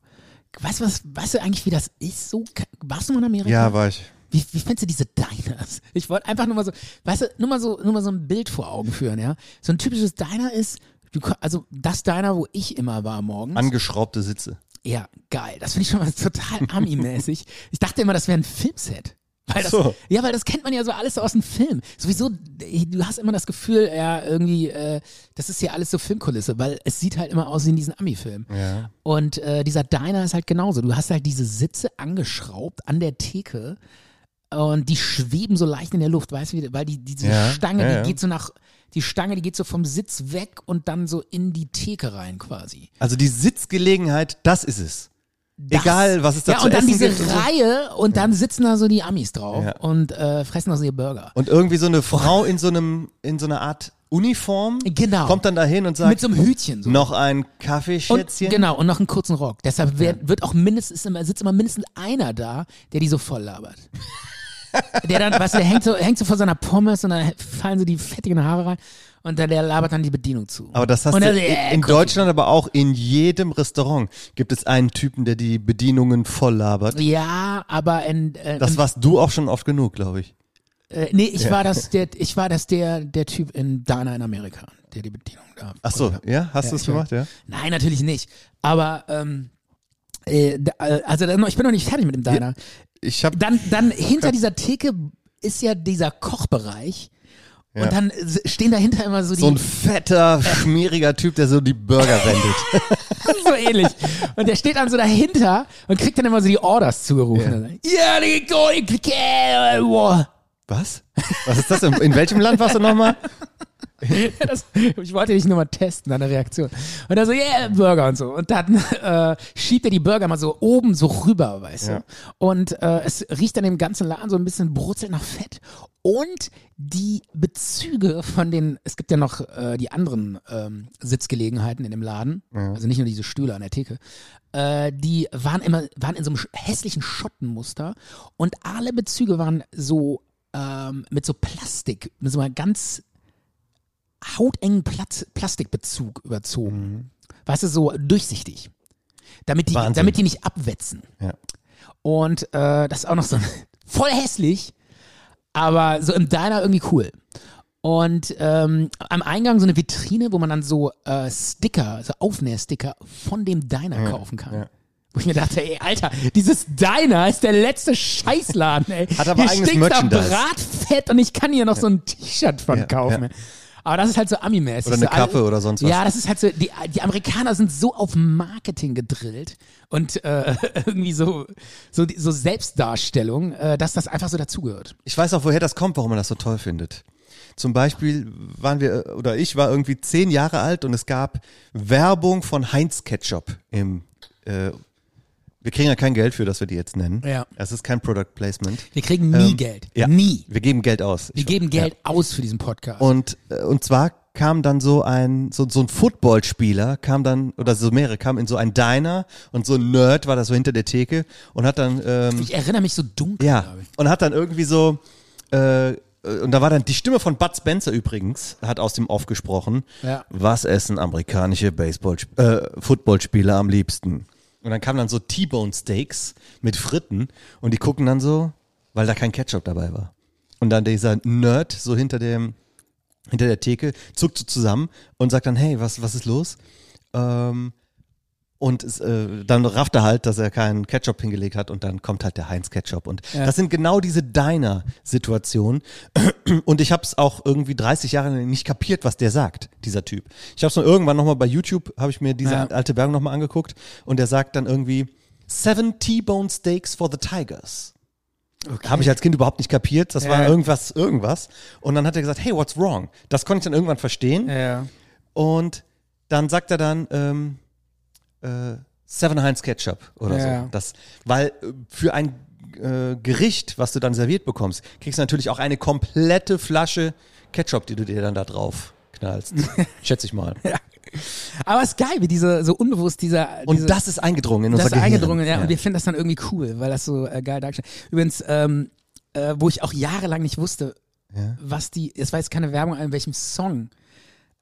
Weißt du, was, weißt du eigentlich, wie das ist? So, ka- warst du mal in Amerika? Ja, war ich. Wie, wie findest du diese Diners? Ich wollte einfach nur mal so, weißt du, nur mal so, nur mal so ein Bild vor Augen führen, ja. So ein typisches Diner ist, du, ko- also das Diner, wo ich immer war morgens. Angeschraubte Sitze. ja, geil. Das finde ich schon mal total Ami-mäßig. Ich dachte immer, das wäre ein Filmset. Weil das, Ach so. Ja, weil das kennt man ja so alles so aus dem Film. Sowieso, du hast immer das Gefühl, ja, irgendwie, äh, das ist hier alles so Filmkulisse, weil es sieht halt immer aus wie in diesen Ami-Filmen. Ja. Und äh, dieser Diner ist halt genauso. Du hast halt diese Sitze angeschraubt an der Theke und die schweben so leicht in der Luft, weißt du, wie- weil die, diese Ja, Stange, ja, die ja. geht so nach, die Stange, die geht so vom Sitz weg und dann so in die Theke rein quasi. Also die Sitzgelegenheit, das ist es. Egal, was es da Ja, zu und dann essen diese gibt. Reihe und dann sitzen da so die Amis drauf Ja. und äh, fressen da so ihr Burger. Und irgendwie so eine Frau in so einem, in so einer Art Uniform Genau. kommt dann dahin und sagt, Mit so einem Hütchen so. noch ein Und, Kaffeeschätzchen. genau, und noch einen kurzen Rock. Deshalb wer, wird auch mindestens immer, sitzt immer mindestens einer da, der die so voll labert. der dann, weißt du, der hängt so, hängt so vor seiner Pommes und dann fallen so die fettigen Haare rein und dann der labert dann die Bedienung zu. Aber das hast und du dann, in, äh, in guck, Deutschland, aber auch in jedem Restaurant gibt es einen Typen, der die Bedienungen voll labert. Ja, aber in, äh, Das im- warst du auch schon oft genug, glaube ich. äh, nee, ich war das der, ich war das der, der Typ in Dana in Amerika. der die Bedienung da. Ach so, ja, hast Ja, du es ich hör- gemacht, ja? Nein, natürlich nicht. Aber ähm, äh, da- äh, also da- ich bin noch nicht fertig mit dem Diner. Ich habe Dann, dann hinter dieser Theke ist ja dieser Kochbereich. Ja. Und dann s- stehen dahinter immer so die so ein fetter, schmieriger Typ, der so die Burger wendet. so ähnlich. Und der steht dann so dahinter und kriegt dann immer so die Orders zugerufen. Ja, die äh, Gold- Was? Was ist das? In, in welchem Land warst du nochmal? Ja, das, ich wollte dich nur mal testen, deine Reaktion. Und dann so, yeah, Burger und so. Und dann äh, schiebt er die Burger mal so oben so rüber, weißt Ja. du. Und äh, es riecht dann im ganzen Laden so ein bisschen brutzelt nach Fett. Und die Bezüge von den, es gibt ja noch äh, die anderen ähm, Sitzgelegenheiten in dem Laden, also nicht nur diese Stühle an der Theke, äh, die waren immer, waren in so einem sch- hässlichen Schottenmuster und alle Bezüge waren so ähm, mit so Plastik, mit so einer ganz hautengen Plat Plastikbezug überzogen. Weißt du, so durchsichtig. Damit die, Mhm. Wahnsinn. damit die nicht abwetzen. Ja. Und äh, das ist auch noch so voll hässlich, aber so im Diner irgendwie cool. Und ähm, am Eingang so eine Vitrine, wo man dann so äh, Sticker, so Aufnähersticker von dem Diner kaufen kann. ja. Wo ich mir dachte, ey, Alter, dieses Diner ist der letzte Scheißladen, ey. Hat aber hier eigenes stinkt's nach Merchandise. Bratfett und ich kann hier noch so ein T-Shirt von Ja, kaufen. ja. Aber das ist halt so Ami-mäßig. Oder eine so alle- Kappe oder sonst was. Ja, das ist halt so, die, die Amerikaner sind so auf Marketing gedrillt und äh, irgendwie so, so, die- so Selbstdarstellung, äh, dass das einfach so dazugehört. Ich weiß auch, woher das kommt, warum man das so toll findet. Zum Beispiel waren wir, äh, oder ich war irgendwie zehn Jahre alt und es gab Werbung von Heinz Ketchup im, äh, wir kriegen ja kein Geld für, dass wir die jetzt nennen. Ja. Es ist kein Product Placement. Wir kriegen nie Ähm, Geld. Ja. Nie. Wir geben Geld aus. Wir Ich- geben Geld aus für diesen Podcast. Und, äh, und zwar kam dann so ein, so, so ein Footballspieler kam dann, oder so mehrere, kam in so ein Diner und so ein Nerd war das so hinter der Theke und hat dann, ähm, ich erinnere mich so dunkel. ja, glaub ich. und hat dann irgendwie so, äh, und da war dann die Stimme von Bud Spencer übrigens, hat aus dem Off gesprochen. Ja. Was essen amerikanische Baseball, äh, Footballspieler am liebsten? Und dann kamen dann so T-Bone Steaks mit Fritten und die gucken dann so, weil da kein Ketchup dabei war. Und dann dieser Nerd so hinter dem, hinter der Theke zuckt so zusammen und sagt dann, hey, was, was ist los? Ähm, und es, äh, dann rafft er halt, dass er keinen Ketchup hingelegt hat und dann kommt halt der Heinz Ketchup. Und das sind genau diese Diner-Situationen. Und ich habe es auch irgendwie 30 Jahre nicht kapiert, was der sagt, dieser Typ. Ich habe es nur irgendwann nochmal bei YouTube, habe ich mir diese Ja. alte Werbung nochmal angeguckt und der sagt dann irgendwie, seven T-Bone Steaks for the Tigers. Habe ich als Kind überhaupt nicht kapiert. Das war Ja. irgendwas, irgendwas. Und dann hat er gesagt, hey, what's wrong? Das konnte ich dann irgendwann verstehen. Ja. Und dann sagt er dann ähm, äh, Seven Heinz Ketchup oder Ja. so. Das, weil äh, für ein äh, Gericht, was du dann serviert bekommst, kriegst du natürlich auch eine komplette Flasche Ketchup, die du dir dann da drauf knallst. Schätze ich mal. Aber es ist geil, wie diese, so unbewusst dieser. Und diese, das ist eingedrungen in das unser ist Gehirn. eingedrungen, ja, Und wir finden das dann irgendwie cool, weil das so äh, geil dargestellt Übrigens, ähm, äh, wo ich auch jahrelang nicht wusste, was die, es war jetzt keine Werbung, in welchem Song,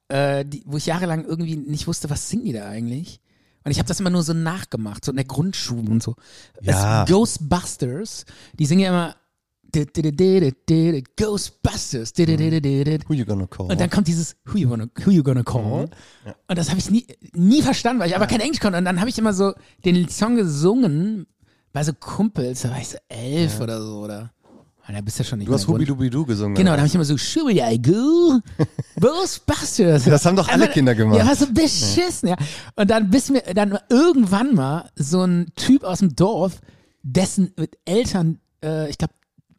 äh, die, wo ich jahrelang irgendwie nicht wusste, was singen die da eigentlich. Und ich habe das immer nur so nachgemacht, so in der Grundschule und so. Ja. Es, Ghostbusters, die singen ja immer "Di- di- di- di- di- Mhm. di- Ghostbusters. di- di- di- di- di- di." Who you gonna call? Und dann kommt dieses Who you gonna, who you gonna call? Mhm. Und das habe ich nie, nie verstanden, weil ich aber kein Englisch konnte. Und dann habe ich immer so den Song gesungen bei so Kumpels, da war ich so elf oder so, oder? Ah, Da bist du ja schon nicht du hast mehr Hubi Grund. Dubi Du gesungen. Genau, da habe ich immer so Schubidigo, Ghostbusters. Das haben doch alle Einfach- Kinder gemacht. Ja, war so beschissen, ja. Und dann bis mir dann irgendwann mal so ein Typ aus dem Dorf, dessen Eltern, äh, ich glaube,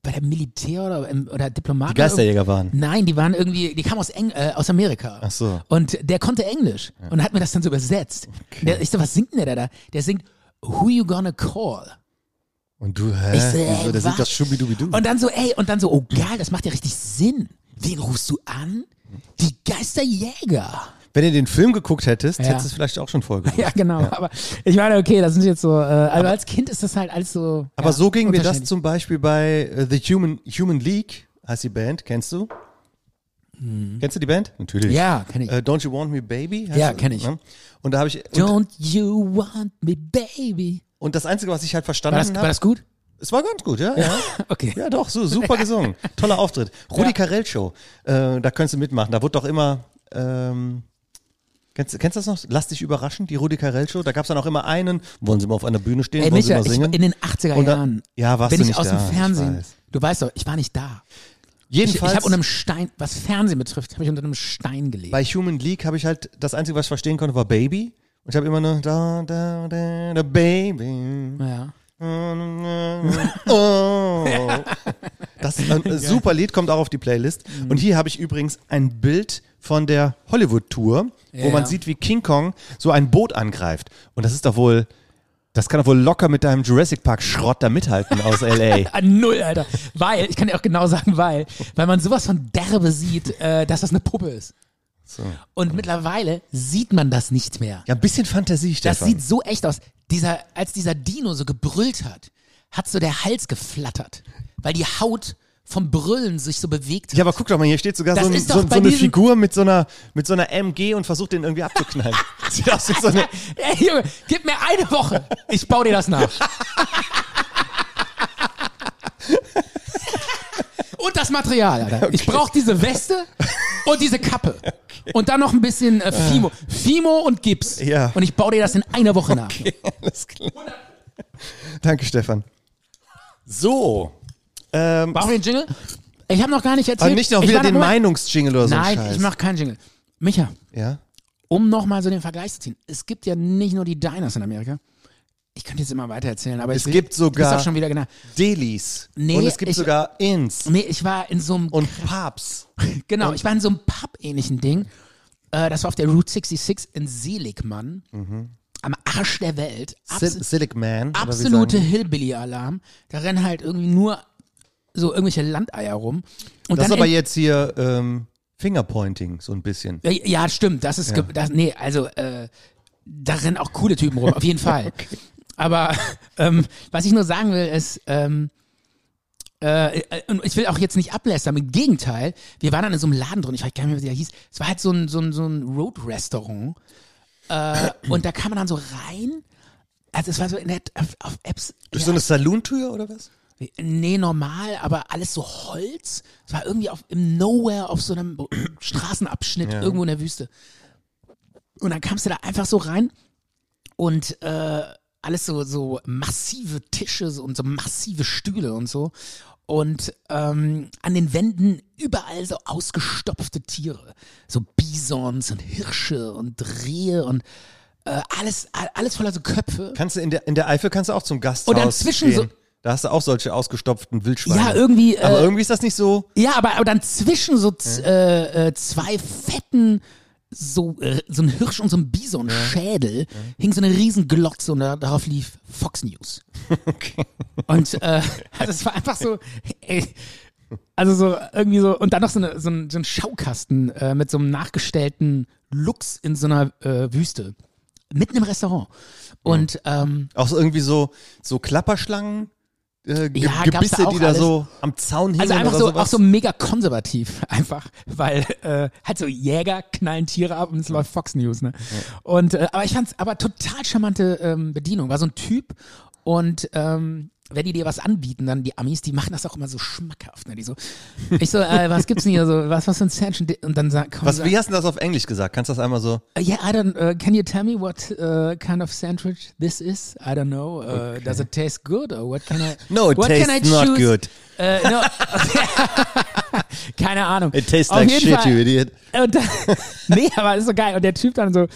bei der Militär oder, im- oder Diplomaten. Die Geisterjäger waren. Nein, die waren irgendwie, die kamen aus, Eng äh, aus Amerika. Ach so. Und der konnte Englisch und hat mir das dann so übersetzt. Der, ich so, was singt denn der da? Der singt Who You Gonna Call? Und du, hä? Ich so, ey, Wieso? Der was? singt das Schubidubi Du. Und dann so, ey, und dann so, oh geil, das macht ja richtig Sinn. Wen rufst du an? Die Geisterjäger. Wenn du den Film geguckt hättest, Ja. hättest du es vielleicht auch schon voll Ja, genau. Aber ich meine, okay, das sind jetzt so, äh, aber als Kind ist das halt alles so. Aber ja, so ging mir das unterschiedlich. zum Beispiel bei äh, The Human, Human League, heißt die Band, kennst du? Kennst du die Band? Natürlich. Hm. Ja, kenn ich. Äh, Don't You Want Me Baby? heißt Ja, sie, kenn ich. ne? Und da habe ich. Und, Don't you want me, baby? und das Einzige, was ich halt War das, verstanden war habe. das gut? Es war ganz gut, ja? Ja, Okay. ja doch, so, super gesungen. Toller Auftritt. Rudi Ja. Carell Show, äh, da könntest du mitmachen. Da wurde doch immer ähm, kennst, kennst du das noch? Lass dich überraschen, die Rudi Carell Show. Da gab es dann auch immer einen, wollen sie mal auf einer Bühne stehen, Ey, wollen sie Micha, mal ich, singen. in den 80er Und da- Jahren Ja, warst bin du ich nicht aus da, dem ich Fernsehen. weiß. Du weißt doch, ich war nicht da. Ich, ich Jedenfalls, habe unter einem Stein, was Fernsehen betrifft, habe ich unter einem Stein gelegt. bei Human League habe ich halt, das Einzige, was ich verstehen konnte, war Baby. Und ich habe immer nur da, da, da, da, Baby. ja. Oh. Das ist ein super Lied, kommt auch auf die Playlist. Mhm. Und hier habe ich übrigens ein Bild von der Hollywood-Tour, wo Ja. man sieht, wie King Kong so ein Boot angreift. Und das ist doch wohl, das kann doch wohl locker mit deinem Jurassic Park-Schrott da mithalten aus L.A. Ah, null, Alter. Weil, ich kann dir auch genau sagen, weil, weil man sowas von derbe sieht, äh, dass das eine Puppe ist. Und mittlerweile sieht man das nicht mehr. Ja, ein bisschen Fantasie, Stefan. Das sieht so echt aus. Dieser, als dieser Dino so gebrüllt hat, hat so der Hals geflattert, weil die Haut vom Brüllen sich so bewegt hat. ja, aber guck doch mal, hier steht sogar Das so, ein, ist doch so, so bei eine diesem- Figur mit so einer, mit so einer MG und versucht den irgendwie abzuknallen. Sieht aus wie so eine, Ey, Junge, gib mir eine Woche. Ich baue dir das nach. Und das Material, Alter. Ich brauche diese Weste und diese Kappe. Und dann noch ein bisschen äh, Fimo. Fimo und Gips. Ja. Und ich baue dir das in einer Woche Alles klar. Danke, Stefan. So. Ähm, nach. Brauchen wir den Jingle? Ich habe noch gar nicht erzählt. aber nicht noch ich wieder war den Moment. Meinungsjingle oder so. einen Nein, Scheiß. ich mache keinen Jingle. Micha, Ja? um nochmal so den Vergleich zu ziehen. Es gibt ja nicht nur die Diners in Amerika. Ich könnte jetzt immer weiter erzählen, aber Es ich will- gibt Ist sogar- auch schon wieder genau. Delis. Nee, Und es gibt ich- sogar Ins Nee, ich war in so einem und Pubs. Genau, ich war in so einem Pub-ähnlichen Ding. Äh, das war auf der Route 66 in Seligmann. Mhm. Am Arsch der Welt. Abs Sil Silic Man. oder wie absolute sagen- Hillbilly-Alarm. Da rennen halt irgendwie nur so irgendwelche Landeier rum. Und Das ist dann aber in- jetzt hier ähm, Fingerpointing, so ein bisschen. Ja, ja, stimmt. Das ist. ge- Das, nee, also äh, da rennen auch coole Typen rum, auf jeden Fall. Aber ähm, was ich nur sagen will, ist, ähm, äh, äh, und ich will auch jetzt nicht ablästern. Im Gegenteil, wir waren dann in so einem Laden drin, ich weiß gar nicht mehr, wie der hieß. Es war halt so ein, so ein, so ein Road-Restaurant. Äh, und da kam man dann so rein. Also es war so in der, auf, auf Apps. Durch ja, so eine Saloon-Tür oder was? Nee, normal, aber alles so Holz. Es war irgendwie auf, im Nowhere auf so einem Straßenabschnitt irgendwo in der Wüste. Und dann kamst du da einfach so rein und äh, alles so, so massive Tische so- und so massive Stühle und so. Und ähm, an den Wänden überall so ausgestopfte Tiere. So Bisons und Hirsche und Rehe und äh, alles, a- alles voller so Köpfe. Kannst du in der, in der Eifel kannst du auch zum Gasthaus Und dazwischen gehen. so- Da hast du auch solche ausgestopften Wildschweine. Ja, irgendwie. aber äh, irgendwie ist das nicht so. Ja, aber, aber dann zwischen so z- äh, äh, zwei fetten, so, äh, so ein Hirsch und so ein Bison-Schädel hing so eine riesen Glotze und da, darauf lief Fox News. Und äh, also es war einfach so, ey, also so irgendwie so, und dann noch so, eine, so, ein, so ein Schaukasten äh, mit so einem nachgestellten Lux in so einer äh, Wüste. Mitten im Restaurant. Und ähm, Auch so irgendwie so, so Klapperschlangen, äh, Ge Ja, gab's Gebisse, da auch die da alles. so am Zaun hängen Also einfach oder so, sowas. auch so mega konservativ, einfach, weil äh, halt so Jäger knallen Tiere ab und es läuft Fox News, ne? Und äh, aber ich fand's aber total charmante ähm, Bedienung. War so ein Typ und ähm, wenn die dir was anbieten, dann die Amis, die machen das auch immer so schmackhaft, ne? Die so, ich so, äh, was gibt's denn hier so, was was für ein Sandwich? Und dann sagen, komm, Was, sag, wie hast du das auf Englisch gesagt? Kannst du das einmal so? yeah, I don't, uh, can you tell me what uh, kind of sandwich this is? I don't know. Uh, Does it taste good or what can I? No, it what tastes can I not choose? good. Äh, no. Keine Ahnung. It tastes Auf like jeden shit, Fall. you idiot. Und dann, nee, aber ist so geil. Und der Typ dann so,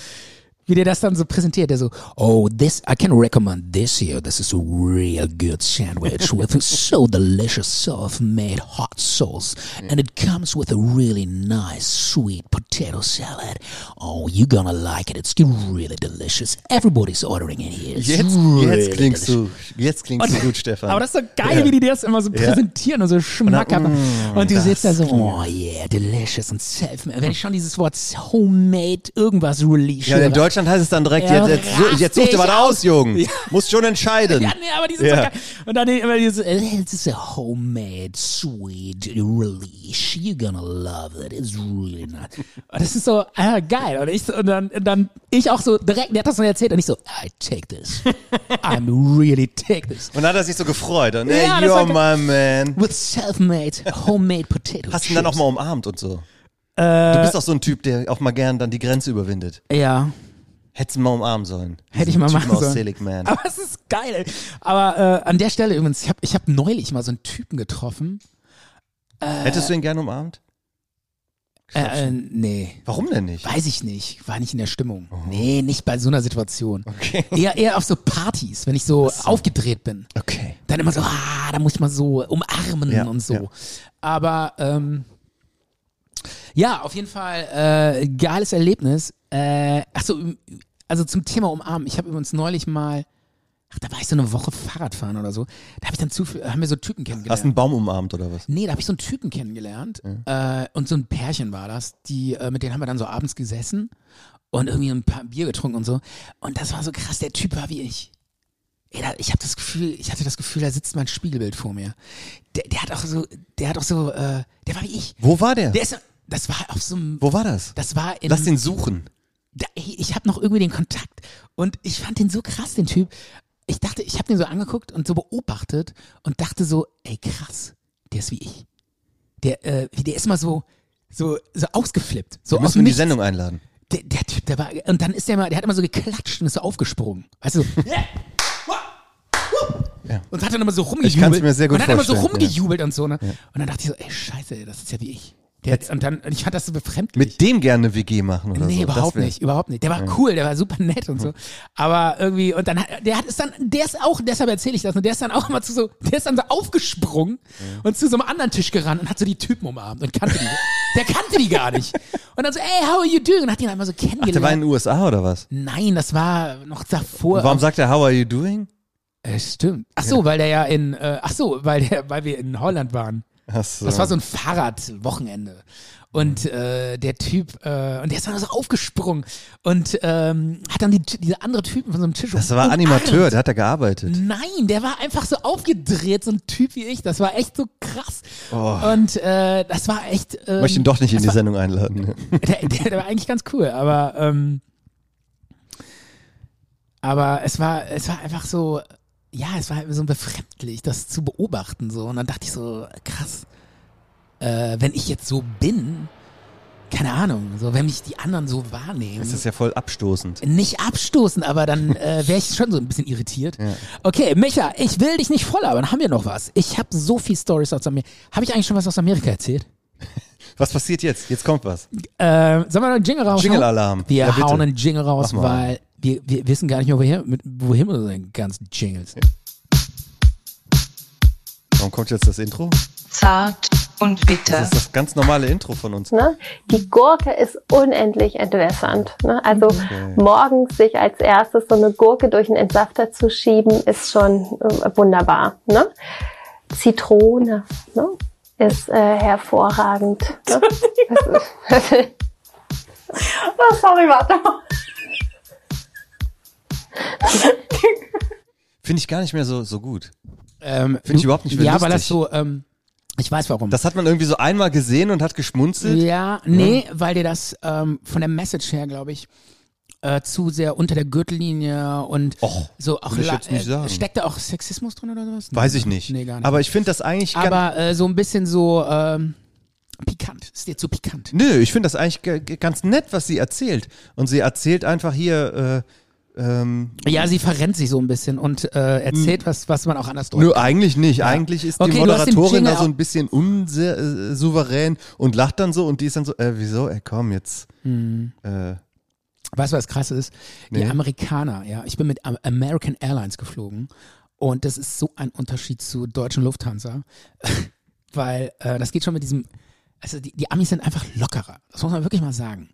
wie der das dann so präsentiert, der so, oh, this, I can recommend this here. This is a real good sandwich with so delicious self-made hot sauce. And it comes with a really nice sweet potato salad. Oh, you're gonna like it. It's really delicious. Everybody's ordering it here. It's Jetzt, really jetzt klingst delicious. du, jetzt klingst du gut, Stefan. Aber das ist so geil, wie die das immer so präsentieren und so schmackhaft. mm, Und du sitzt da so, oh yeah, delicious und self Wenn ich schon dieses Wort homemade irgendwas release. ja, in Deutschland heißt es dann direkt, Ja, jetzt, jetzt, su- jetzt such dir was raste ich aus, Jungen. Musst schon entscheiden. Ja, nee, aber die sind Ja. so geil. Und dann immer dieses, äh, it's a homemade sweet release. You're gonna love it. It's really nice. Und das ist so ah, geil. Und, ich, so- und, dann, und dann ich auch so direkt, der hat das dann erzählt und ich so, I take this. I'm really take this. Und dann hat er sich so gefreut. Und, hey, Ja, das you're sagt my man. With self-made homemade potatoes. Hast du ihn dann auch mal umarmt und so. Äh, Du bist auch so ein Typ, der auch mal gern dann die Grenze überwindet. Ja. Hättest du mal umarmen sollen. Hätte ich Diesen mal Typen machen aus sollen. Selig Man. Aber es ist geil. Aber äh, an der Stelle übrigens, ich habe ich hab neulich mal so einen Typen getroffen. Hättest du ihn gern umarmt? Äh, äh, nee, Warum denn nicht? weiß ich nicht. War nicht in der Stimmung. Nee, nicht bei so einer Situation. Okay. Eher, eher auf so Partys, wenn ich so, aufgedreht bin. Okay. Dann immer so, ah, da muss man so umarmen Ja, und so. ja. Aber ähm, ja, auf jeden Fall äh, geiles Erlebnis. Äh, achso, also zum Thema Umarmen. Ich habe übrigens neulich mal, ach, da war ich so eine Woche Fahrradfahren oder so. Da habe ich dann zu viel, haben wir so Typen Hast kennengelernt. du einen Baum umarmt oder was? Nee, da habe ich so einen Typen kennengelernt. Äh, und so ein Pärchen war das. Die, äh, mit denen haben wir dann so abends gesessen und irgendwie ein paar Bier getrunken und so. Und das war so krass, der Typ war wie ich. Ey, da, ich habe das Gefühl, ich hatte das Gefühl, da sitzt mein Spiegelbild vor mir. Der, der hat auch so, der hat auch so, äh, der war wie ich. Wo war der? Der ist, das war auf so einem, Wo war das? das war in, Lass den suchen. da, ey, ich habe noch irgendwie den Kontakt und ich fand den so krass, den Typ. Ich dachte, ich habe den so angeguckt und so beobachtet und dachte so, ey krass, der ist wie ich. Der, äh, wie- der ist mal so, so, so ausgeflippt. So Wir aus müssen dem in die Nichts. Sendung einladen. Der, der Typ, der war, und dann ist der mal, der hat immer so geklatscht und ist so aufgesprungen. Weißt du, so, yeah, wah, wuh. Ja. Und hat dann immer so rumgejubelt. Ich kann's mir sehr gut und hat immer so vorstellen, ja. rumgejubelt und so, ne? Und dann dachte ich so, ey, scheiße, das ist ja wie ich. Der, und dann, und ich fand das so befremdlich. Mit dem gerne eine WG machen oder so. Nee, Das überhaupt wär- Mhm. nicht, überhaupt nicht. Der war cool, der war super nett und so. Aber irgendwie, und dann hat, der hat es dann, der ist auch, deshalb erzähle ich das, und der ist dann auch immer zu so, der ist dann so aufgesprungen und zu so einem anderen Tisch gerannt und hat so die Typen umarmt und kannte die. der kannte die gar nicht. Und dann so, ey, how are you doing? Und hat ihn einmal so Ach, der war in kennengelernt. den USA oder was? Nein, das war noch davor. Warum sagt er, how are you doing? äh, stimmt. Ach so, weil der ja in, äh, ach so, weil der, weil wir in Holland waren. Ach so. Das war so ein Fahrradwochenende. Und äh, der Typ, äh, und der ist dann so aufgesprungen und ähm, hat dann die, diese andere Typen von so einem Tisch Das war umarmt. Animateur, der hat da gearbeitet. Nein, der war einfach so aufgedreht, so ein Typ wie ich. Das war echt so krass. Und äh, das war echt. Ähm, Oh. Möchte ihn doch nicht in das die war- Sendung einladen. der, der, der war eigentlich ganz cool, aber ähm, aber es war es war einfach so ja, es war so befremdlich, das zu beobachten so und dann dachte ich so krass, äh, wenn ich jetzt so bin, keine Ahnung, so wenn mich die anderen so wahrnehmen. Das ist ja voll abstoßend. nicht abstoßen, aber dann äh, wäre ich schon so ein bisschen irritiert. Okay, Micha, ich will dich nicht voll, aber dann haben wir noch was. Ich habe so viel Stories aus Amerika. Habe ich eigentlich schon was aus Amerika erzählt? Was passiert jetzt? Jetzt kommt was. Ähm, sollen wir noch einen Jingle raushauen? Jingle-Alarm. Wir Ja, bitte. hauen einen Jingle raus, Mach mal. weil wir, wir wissen gar nicht mehr, woher, mit, wohin mit unseren ganzen Jingles. Warum kommt jetzt das Intro? Zart und bitter. Das ist das ganz normale Intro von uns. Ne? Die Gurke ist unendlich entwässernd. Ne? Also morgens sich als erstes so eine Gurke durch einen Entsafter zu schieben, ist schon äh, wunderbar. Ne? Zitrone ne? ist äh, hervorragend. Ne? Das ist- sorry, warte. Finde ich gar nicht mehr so, so gut. Ähm, Finde ich du- überhaupt nicht mehr Ja, weil das lustig. so, ähm, ich weiß warum. Das hat man irgendwie so einmal gesehen und hat geschmunzelt. ja, nee, weil dir das ähm, von der Message her, glaube ich, äh, zu sehr unter der Gürtellinie und Och, so auch will Oh, ich la- jetzt nicht Äh, sagen. steckt da auch Sexismus drin oder sowas? Weiß ich nicht. Nee, gar nicht. Aber ich finde das eigentlich ganz- Aber äh, so ein bisschen so ähm, pikant. Ist dir zu pikant. Nö, ich finde das eigentlich ge- ge- ganz nett, was sie erzählt. Und sie erzählt einfach hier, äh, ähm, Ja, sie verrennt sich so ein bisschen und äh, erzählt Hm. was, was man auch anders deuten nö, eigentlich nicht. Eigentlich ist Okay, die du hast den Moderatorin Jingle da so auch- ein bisschen unsouverän äh, souverän und lacht dann so und die ist dann so, äh, wieso? Äh, komm, jetzt. Hm. Äh, Weißt du, was krass ist? Die Nee. Amerikaner, ja. Ich bin mit Am- American Airlines geflogen und das ist so ein Unterschied zu deutschen Lufthansa, weil äh, das geht schon mit diesem, also die, die Amis sind einfach lockerer. Das muss man wirklich mal sagen.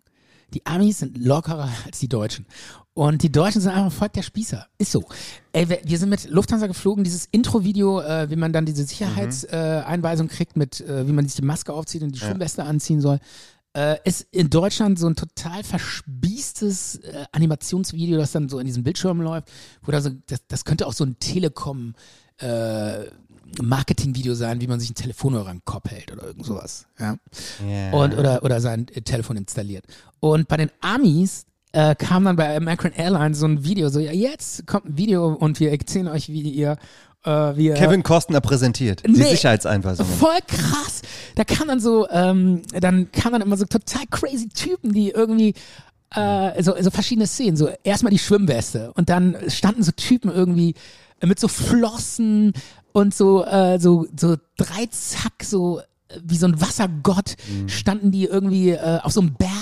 Die Amis sind lockerer als die Deutschen. Und die Deutschen sind einfach ein Volk der Spießer. Ist so. Ey, wir, wir sind mit Lufthansa geflogen, dieses Intro-Video, äh, wie man dann diese Sicherheitseinweisung äh, Einweisung kriegt, mit äh, wie man sich die Maske aufzieht und die Schwimmweste anziehen soll äh, ist in Deutschland so ein total verspießtes äh, Animationsvideo, das dann so in diesem Bildschirm läuft, wo da so, das, das könnte auch so ein Telekom äh, Marketingvideo sein, wie man sich ein Telefonhörer im Kopf hält oder irgend sowas. Ja? ja. Und, oder, oder sein äh, Telefon installiert. Und bei den Amis äh, kam dann bei American Airlines so ein Video, so ja, jetzt kommt ein Video und wir erzählen euch, wie ihr äh, wie ihr- Kevin Costner präsentiert. Die Äh, Nee. Sicherheitseinweisungen. Voll krass. Da kam dann so, ähm, dann kam dann immer so total crazy Typen, die irgendwie äh, so, so verschiedene Szenen. So erstmal die Schwimmweste und dann standen so Typen irgendwie mit so Flossen und so äh, so so drei Zack so äh, wie so ein Wassergott standen die irgendwie äh, auf so einem Berg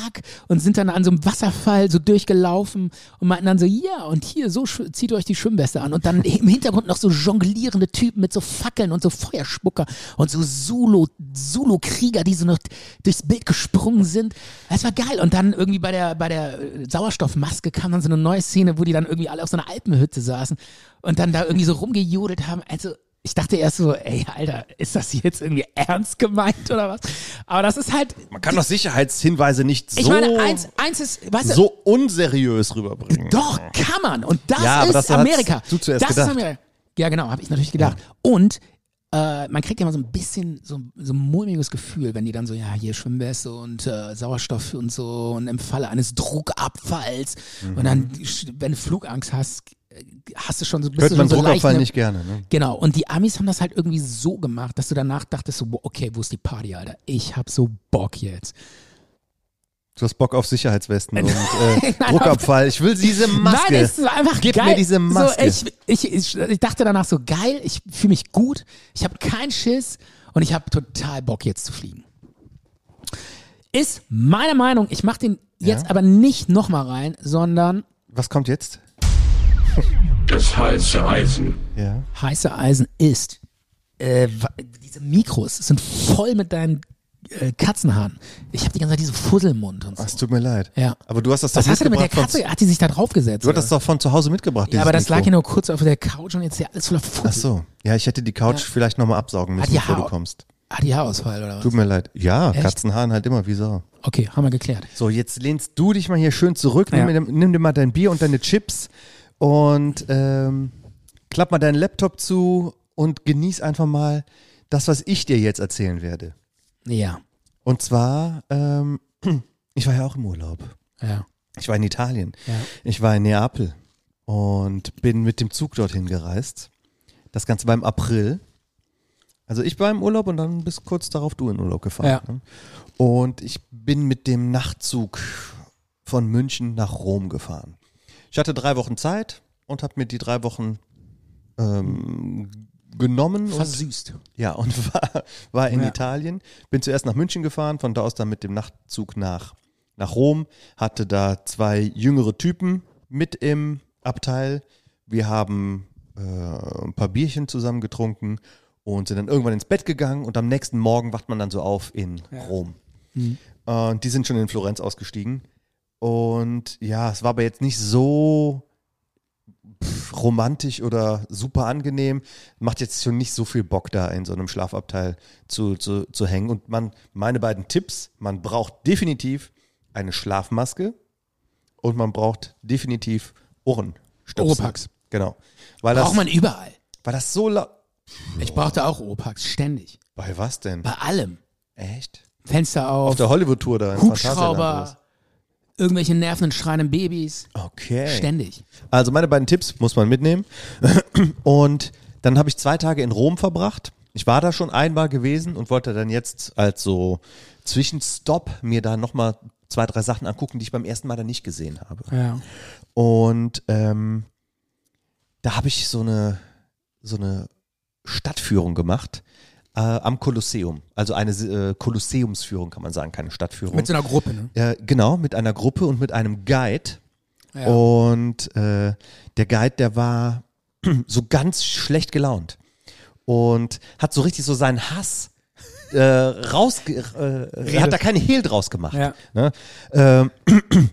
und sind dann an so einem Wasserfall so durchgelaufen und meinten dann so, ja, und hier, so sch- zieht euch die Schwimmweste an. Und dann im Hintergrund noch so jonglierende Typen mit so Fackeln und so Feuerspucker und so Solo, Solo-Krieger, die so noch durchs Bild gesprungen sind. Das war geil. Und dann irgendwie bei der, bei der äh, Sauerstoffmaske kam dann so eine neue Szene, wo die dann irgendwie alle auf so einer Alpenhütte saßen und dann da irgendwie so rumgejodelt haben. Also, ich dachte erst so, ey, Alter, ist das jetzt irgendwie ernst gemeint oder was? Aber das ist halt, Man kann doch Sicherheitshinweise nicht so, ich meine, eins, eins ist, weißt du, so unseriös rüberbringen. doch, kann man. Und das Ja, aber ist das hast Amerika. du zuerst das gedacht. Ist Amerika. Ja, genau, habe ich natürlich gedacht. Und äh, man kriegt ja mal so ein bisschen so, so ein mulmiges Gefühl, wenn die dann so, ja, hier Schwimmweste und äh, Sauerstoff und so und im Falle eines Druckabfalls Mhm. und dann, wenn du Flugangst hast, hast du schon so ein bisschen Hört man so Druckabfall leicht- nicht gerne. Ne? Genau, und die Amis haben das halt irgendwie so gemacht, dass du danach dachtest so, boah, okay, wo ist die Party, Alter? Ich hab so Bock jetzt. Du hast Bock auf Sicherheitswesten und äh, Druckabfall. Ich will diese Maske. Nein, es ist einfach Gib geil. mir diese Maske. So, ich, ich, ich, ich dachte danach so, geil, ich fühle mich gut, ich habe keinen Schiss und ich habe total Bock jetzt zu fliegen. Ist meine Meinung. Ich mache den jetzt aber nicht nochmal rein, sondern Was kommt jetzt? Das heiße Eisen. Ja. heiße Eisen ist, äh, wa- diese Mikros sind voll mit deinen äh, Katzenhaaren. Ich habe die ganze Zeit diesen Fusselmund und so. Ach, Es tut mir leid. Ja. Aber du hast das Was doch hast du denn mit der mitgebracht. Katze? Hat die sich da draufgesetzt? von, du hattest oder? das doch von zu Hause mitgebracht. ja, aber das dieses lag ja Mikro. nur kurz auf der Couch und jetzt ist ja alles voller Fussel. Ach so. Ja, ich hätte die Couch Ja. vielleicht nochmal absaugen Ah, müssen, die bevor du Hau- kommst. Ah, die Haarausfall oder was? Tut mir leid. Ja, Echt? Katzenhaaren halt immer, wie Sau. Okay, haben wir geklärt. So, jetzt lehnst du dich mal hier schön zurück, nimm, Ja. mir, nimm dir mal dein Bier und deine Chips und ähm, klapp mal deinen Laptop zu und genieß einfach mal das, was ich dir jetzt erzählen werde. Ja, Und zwar, ähm, ich war ja auch im Urlaub. ja. Ich war in Italien. Ja. Ich war in Neapel und bin mit dem Zug dorthin gereist. Das Ganze beim April. Also ich war im Urlaub und dann bis kurz darauf du in Urlaub gefahren. Ja. ne? Und ich bin mit dem Nachtzug von München nach Rom gefahren. Ich hatte drei Wochen Zeit und habe mir die drei Wochen ähm, genommen. Oh, und Versüßt. ja, und war, war in Ja. Italien. Bin zuerst nach München gefahren, von da aus dann mit dem Nachtzug nach, nach Rom. Hatte da zwei jüngere Typen mit im Abteil. Wir haben äh, ein paar Bierchen zusammen getrunken und sind dann irgendwann ins Bett gegangen. Und am nächsten Morgen wacht man dann so auf in Rom. Und Äh, die sind schon in Florenz ausgestiegen. Und ja, es war aber jetzt nicht so pff, romantisch oder super angenehm. Macht jetzt schon nicht so viel Bock, da in so einem Schlafabteil zu, zu, zu hängen. Und man, meine beiden Tipps, man braucht definitiv eine Schlafmaske und man braucht definitiv Ohrenstöpsel. Oropax. Genau. Weil das, Braucht man überall. weil das so laut... Ich brauchte auch Opax, ständig. Bei was denn? Bei allem. Echt? Fenster Auf, auf, der Hollywood-Tour da. in Phantasialand Hubschrauber, irgendwelche nervenden, schreienden Babys. oder was? Okay. Ständig. Also meine beiden Tipps muss man mitnehmen. Und dann habe ich zwei Tage in Rom verbracht. Ich war da schon einmal gewesen und wollte dann jetzt als so Zwischenstopp mir da nochmal zwei, drei Sachen angucken, die ich beim ersten Mal dann nicht gesehen habe. Ja. Und ähm, da habe ich so eine, so eine Stadtführung gemacht äh, am Kolosseum. Also eine äh, Kolosseumsführung kann man sagen, keine Stadtführung. Mit so einer Gruppe, ne? Ja, genau, mit einer Gruppe und mit einem Guide. Ja. Und äh, der Guide, der war so ganz schlecht gelaunt und hat so richtig so seinen Hass äh, rausge... Äh, er hat da keine Hehl draus gemacht. Ja. Ne? Ähm,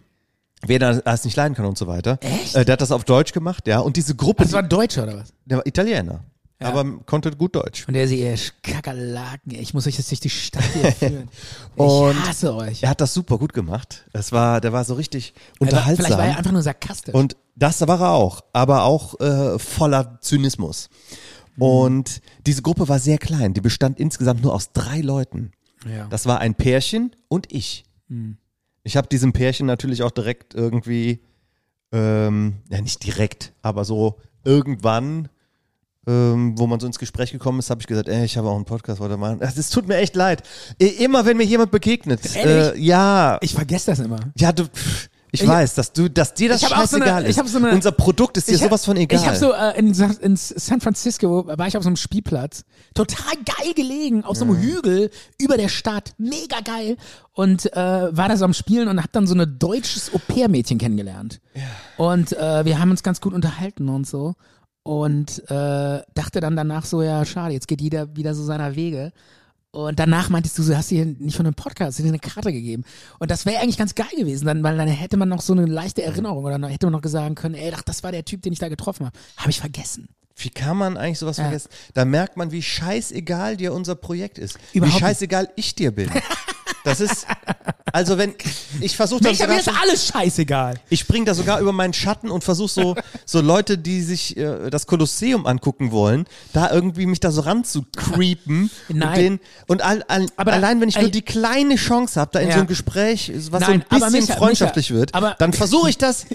wer da- das nicht leiden kann und so weiter. Echt? Äh, der hat das auf Deutsch gemacht, ja. Und diese Gruppe, Das war ein Deutscher oder was? der war Italiener, aber konnte gut Deutsch. Und der sie, ihr Kakerlaken, ey, ich muss euch jetzt durch die Stadt hier führen. Und- ich hasse euch. Er hat das super gut gemacht. Es war, der war so richtig Er war- unterhaltsam. Vielleicht war er einfach nur sarkastisch. Und das war er auch, aber auch äh, voller Zynismus. Und diese Gruppe war sehr klein. Die Oh. bestand insgesamt nur aus drei Leuten. ja. Das war ein Pärchen und ich. Ich habe diesem Pärchen natürlich auch direkt irgendwie, ähm, ja nicht direkt, aber so irgendwann, ähm, wo man so ins Gespräch gekommen ist, habe ich gesagt, ey, ich habe auch einen Podcast heute mal. Es tut mir echt leid. I- Immer wenn mir jemand begegnet, äh, Ehrlich? ja, Ich vergesse das immer. ja, du, pff, ich, Ich- weiß, dass du, dass dir das Ich hab auch so eine- scheißegal ich hab ist. so eine- Unser Produkt ist dir Ich hab- sowas von egal. Ich habe so äh, in, Sa- in San Francisco war ich auf so einem Spielplatz, total geil gelegen, auf so einem Hügel über der Stadt, mega geil und äh, war da so am Spielen und habe dann so ein deutsches Au-pair-Mädchen kennengelernt. Und äh, wir haben uns ganz gut unterhalten und so und äh, dachte dann danach so, ja schade, jetzt geht jeder wieder so seiner Wege. Und danach meintest du, du hast dir nicht von einem Podcast, hast dir eine Karte gegeben. Und das wäre eigentlich ganz geil gewesen, dann, weil dann hätte man noch so eine leichte Erinnerung oder dann hätte man noch gesagt können, ey, ach, das war der Typ, den ich da getroffen habe. Habe ich vergessen. Wie kann man eigentlich sowas Ja. vergessen? Da merkt man, wie scheißegal dir unser Projekt ist. Überhaupt wie nicht. scheißegal ich dir bin. Das ist, also wenn, ich versuche das Mensch, mir sogar ist schon, alles scheißegal. ich spring da sogar über meinen Schatten und versuche so, so Leute, die sich äh, das Kolosseum angucken wollen, da irgendwie mich da so ranzucreepen. Nein. Und, den, und all, all, Aber da- allein, wenn ich ey. nur die kleine Chance habe, da in Ja. so einem Gespräch, Nein, was so ein aber bisschen Micha- freundschaftlich Micha, wird, aber- dann versuche ich das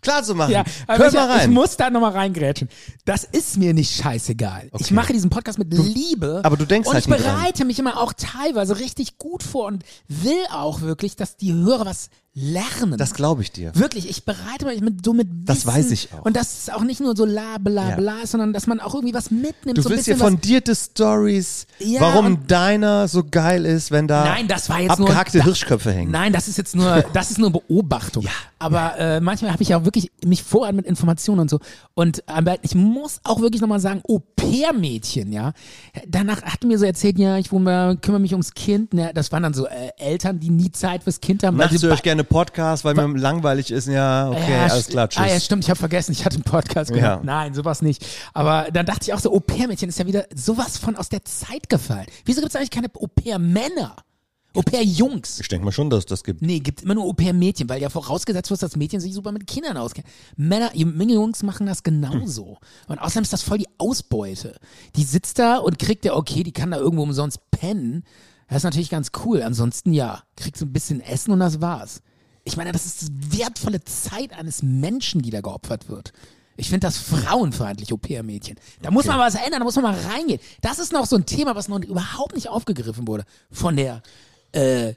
klar zu machen. Ja, aber Also, Hör ich, mal rein. ich muss da nochmal reingrätschen. Das ist mir nicht scheißegal. Ich mache diesen Podcast mit Liebe. aber du denkst Und halt ich nie dran. bereite mich immer auch teilweise richtig gut vor und will auch wirklich, dass die Hörer was lernen. das glaube ich dir. Wirklich, ich bereite mich mit, so mit Wissen. Das weiß ich auch. Und das ist auch nicht nur so la bla Ja. bla, sondern dass man auch irgendwie was mitnimmt. Du so ein willst hier bisschen von was, dir die Stories, Ja, warum und- deiner so geil ist, wenn da Nein, das war jetzt nur- abgehackte da- Hirschköpfe hängen. Nein, das ist jetzt nur, das ist nur Beobachtung. Aber äh, manchmal habe ich ja wirklich mich voran mit Informationen und so. Und aber ich muss auch wirklich nochmal sagen, Au-pair-Mädchen, ja. Danach hat mir so erzählt, ja, ich wohne, kümmere mich ums Kind. Ne, das waren dann so äh, Eltern, die nie Zeit fürs Kind haben. weil Nachts sie höre bei- ich gerne Podcasts, weil mir langweilig ist. Ja, okay, Ja, alles st- klar, tschüss. Ah, ja, stimmt, ich habe vergessen, ich hatte einen Podcast Ja. gemacht. Nein, sowas nicht. Aber dann dachte ich auch so, Au-pair-Mädchen ist ja wieder sowas von aus der Zeit gefallen. Wieso gibt es eigentlich keine Au-pair-Männer? Au-pair-Jungs? Ich denke mal schon, dass es das gibt. Nee, gibt immer nur Au-pair-Mädchen, weil ja vorausgesetzt wird, dass Mädchen sich super mit Kindern auskennen. Männer, Menge Jungs machen das genauso. Und außerdem ist das voll die Ausbeute. Die sitzt da und kriegt ja, okay, die kann da irgendwo umsonst pennen. Das ist natürlich ganz cool. Ansonsten ja, kriegt so ein bisschen Essen und das war's. Ich meine, das ist wertvolle Zeit eines Menschen, die da geopfert wird. Ich finde das frauenfeindlich, Au-pair-Mädchen. Da muss man was ändern, da muss man mal reingehen. Das ist noch so ein Thema, was noch überhaupt nicht aufgegriffen wurde von der äh,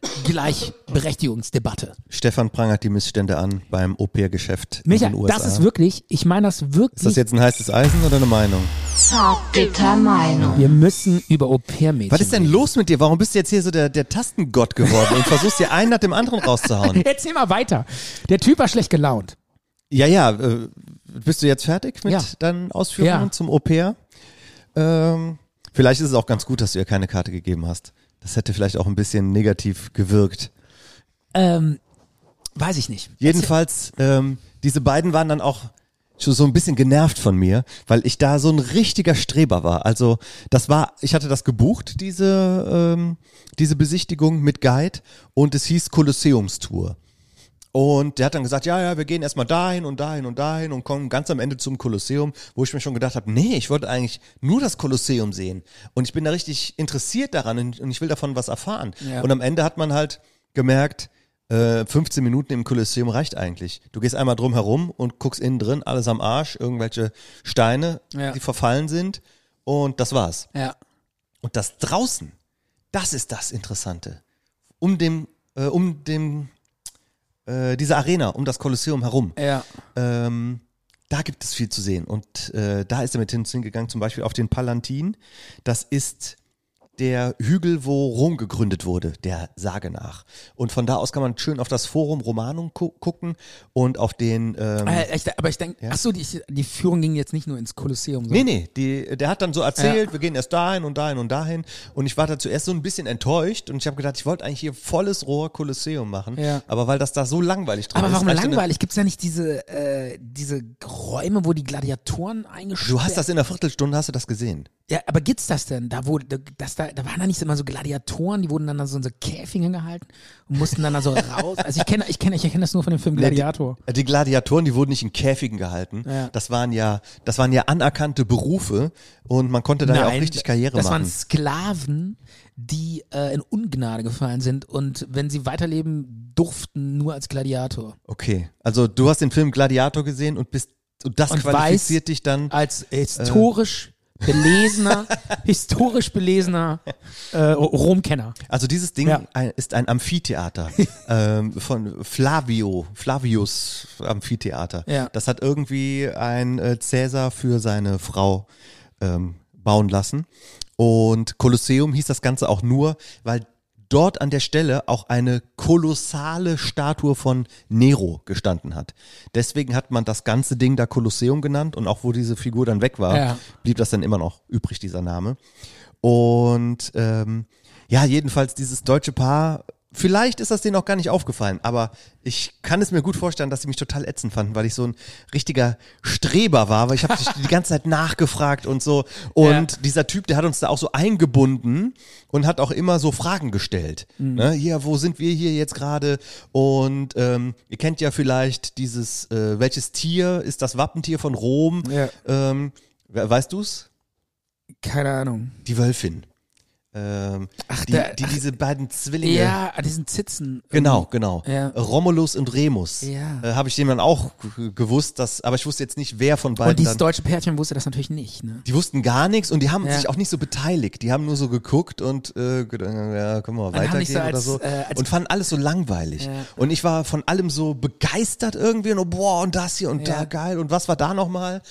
Gleichberechtigungsdebatte. Stefan prangert die Missstände an beim Au-pair-Geschäft in Micha, den USA. das ist wirklich, ich meine das wirklich. Ist das jetzt ein heißes Eisen oder eine Meinung? Zartbitter Meinung. wir müssen über Au-pair-Mädchen. Was ist denn los mit dir? Warum bist du jetzt hier so der, der Tastengott geworden und versuchst dir einen nach dem anderen rauszuhauen? reden. Erzähl mal weiter. Der Typ war schlecht gelaunt. Ja, ja. Äh, bist du jetzt fertig mit Ja. deinen Ausführungen Ja. zum Au-pair? Ähm, vielleicht ist es auch ganz gut, dass du ihr keine Karte gegeben hast. Das hätte vielleicht auch ein bisschen negativ gewirkt. Ähm, weiß ich nicht. Jedenfalls, ähm, diese beiden waren dann auch schon so ein bisschen genervt von mir, weil ich da so ein richtiger Streber war. Also das war, ich hatte das gebucht, diese, ähm, diese Besichtigung mit Guide und es hieß Kolosseumstour. Und der hat dann gesagt, ja, ja, wir gehen erstmal dahin und dahin und dahin und kommen ganz am Ende zum Kolosseum, wo ich mir schon gedacht habe, nee, ich wollte eigentlich nur das Kolosseum sehen. Und ich bin da richtig interessiert daran und, und ich will davon was erfahren. Ja. Und am Ende hat man halt gemerkt, äh, 15 Minuten im Kolosseum reicht eigentlich. Du gehst einmal drum herum und guckst innen drin, alles am Arsch, irgendwelche Steine, Ja. die verfallen sind. Und das war's. Ja. Und das draußen, das ist das Interessante. Um dem, äh, um dem, äh, diese Arena, um das Kolosseum herum. Ja. Ähm, da gibt es viel zu sehen. Und äh, da ist er mit hin- hingegangen, zum Beispiel auf den Palantin. Das ist der Hügel, wo Rom gegründet wurde, der Sage nach. Und von da aus kann man schön auf das Forum Romanum gu gucken und auf den. Ähm, Äh, ich, aber ich denke, Ja. ach so, die, die Führung ging jetzt nicht nur ins Kolosseum. sondern- Nee, nee, die, der hat dann so erzählt, wir gehen erst dahin und dahin und dahin. Und ich war da zuerst so ein bisschen enttäuscht und ich habe gedacht, ich wollte eigentlich hier volles Rohr Kolosseum machen. Ja. Aber weil das da so langweilig drin Aber ist. warum hab ich dann- langweilig? Gibt es ja nicht diese, äh, diese Räume, wo die Gladiatoren eingesperrt Du hast das in einer Viertelstunde, hast du das gesehen. Ja, aber gibt's das denn? Da, wo, dass da da, da waren da nicht immer so Gladiatoren, die wurden dann da so in so Käfige gehalten und mussten dann da so raus. Also ich kenne, ich kenne, ich kenne das nur von dem Film Gladiator. Äh, Die, die Gladiatoren, die wurden nicht in Käfigen gehalten. Ja. Das waren ja, das waren ja anerkannte Berufe und man konnte da ja auch Nein, richtig Karriere das machen. waren Sklaven, die äh, in Ungnade gefallen sind und wenn sie weiterleben durften, nur als Gladiator. Okay, also du hast den Film Gladiator gesehen und bist und das Und qualifiziert weiß, dich dann als historisch belesener, historisch belesener äh, Romkenner. Also dieses Ding Ja. ein, ist ein Amphitheater ähm, von Flavio, Flavius Amphitheater. Ja. Das hat irgendwie ein äh, Cäsar für seine Frau ähm, bauen lassen. Und Kolosseum hieß das Ganze auch nur, weil dort an der Stelle auch eine kolossale Statue von Nero gestanden hat. Deswegen hat man das ganze Ding da Kolosseum genannt und auch wo diese Figur dann weg war, Ja. blieb das dann immer noch übrig, dieser Name. Und ähm, ja, jedenfalls dieses deutsche Paar, vielleicht ist das denen auch gar nicht aufgefallen, aber ich kann es mir gut vorstellen, dass sie mich total ätzend fanden, weil ich so ein richtiger Streber war, weil ich habe die ganze Zeit nachgefragt und so. Und dieser Typ, der hat uns da auch so eingebunden und hat auch immer so Fragen gestellt. Ne? Hier, wo sind wir hier jetzt gerade? Und ähm, ihr kennt ja vielleicht dieses, äh, welches Tier ist das Wappentier von Rom? Ja. Ähm, we- weißt du's? Keine Ahnung. Die Wölfin. Ähm, die, der- die, ach. diese beiden Zwillinge. Ja, an diesen Zitzen. Genau, genau. Ja. Romulus und Remus. Ja. Äh, Habe ich dem dann auch g- gewusst, dass, aber ich wusste jetzt nicht, wer von beiden. Und dieses dann, deutsche Pärchen wusste das natürlich nicht. Ne? die wussten gar nichts und die haben Ja. sich auch nicht so beteiligt. Die haben nur so geguckt und äh, gedacht, ja, können wir mal Und haben nicht weitergehen so oder als- so. äh, als- und fanden alles so langweilig. Ja. Und ich war von allem so begeistert irgendwie und oh, boah, und das hier und Ja. da geil und was war da nochmal?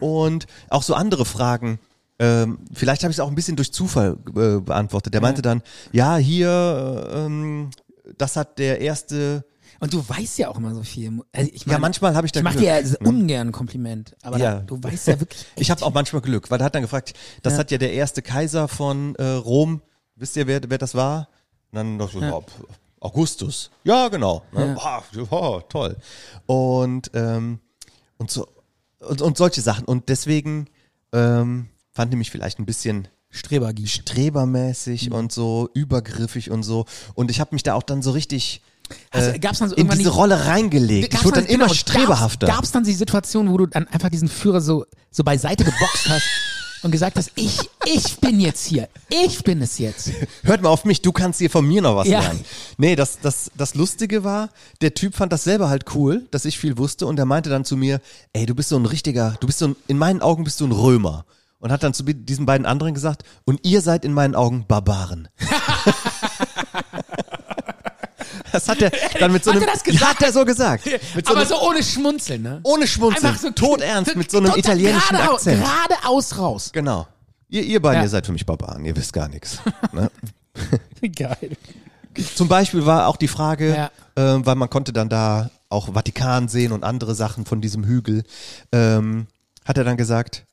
Und auch so andere Fragen. Ähm, vielleicht habe ich es auch ein bisschen durch Zufall äh, beantwortet. Der meinte dann, ja, hier, äh, ähm, das hat der erste. Und du weißt ja auch immer so viel. Also ich Ja, meine, manchmal habe ich da Ich mache Glück. Ne? dir ja ungern ein Kompliment, aber Ja. Äh, da, du weißt ja wirklich. Ich habe auch manchmal Glück, weil da hat dann gefragt, das Ja. hat ja der erste Kaiser von äh, Rom, wisst ihr, wer, wer das war? Und dann noch so, Ja. ja. pf, Augustus. Ja, genau. Ne? Ah, ja, toll. Und, ähm, und, so, und, und solche Sachen. Und deswegen ähm, fand ich mich vielleicht ein bisschen Strebergie. strebermäßig Mhm. und so übergriffig und so. Und ich habe mich da auch dann so richtig Hast- äh, also gab's dann so in irgendwann diese die- Rolle reingelegt. Gab's ich wurde mal- dann immer genau, strebehafter. Gab es dann die Situation, wo du dann einfach diesen Führer so, so beiseite geboxt hast und gesagt hast, ich, ich bin jetzt hier. Ich bin es jetzt. Hört mal auf mich, du kannst hier von mir noch was Ja. lernen. Nee, das, das, das Lustige war, der Typ fand das selber halt cool, dass ich viel wusste und er meinte dann zu mir, ey, du bist so ein richtiger, du bist so ein, in meinen Augen bist du ein Römer. Und hat dann zu bi- diesen beiden anderen gesagt, und ihr seid in meinen Augen Barbaren. das hat er dann mit so Hat einem, er das gesagt? Ja, hat er so gesagt. Mit so aber einem, so ohne Schmunzeln, ne? ohne Schmunzeln, Einfach so todernst, mit so einem italienischen geradeaus, Akzent. Geradeaus raus. Genau. Ihr, ihr beiden, Ja. ihr seid für mich Barbaren, ihr wisst gar nichts. Ne? Geil. Zum Beispiel war auch die Frage, Ja. ähm, weil man konnte dann da auch Vatikan sehen und andere Sachen von diesem Hügel, ähm, hat er dann gesagt,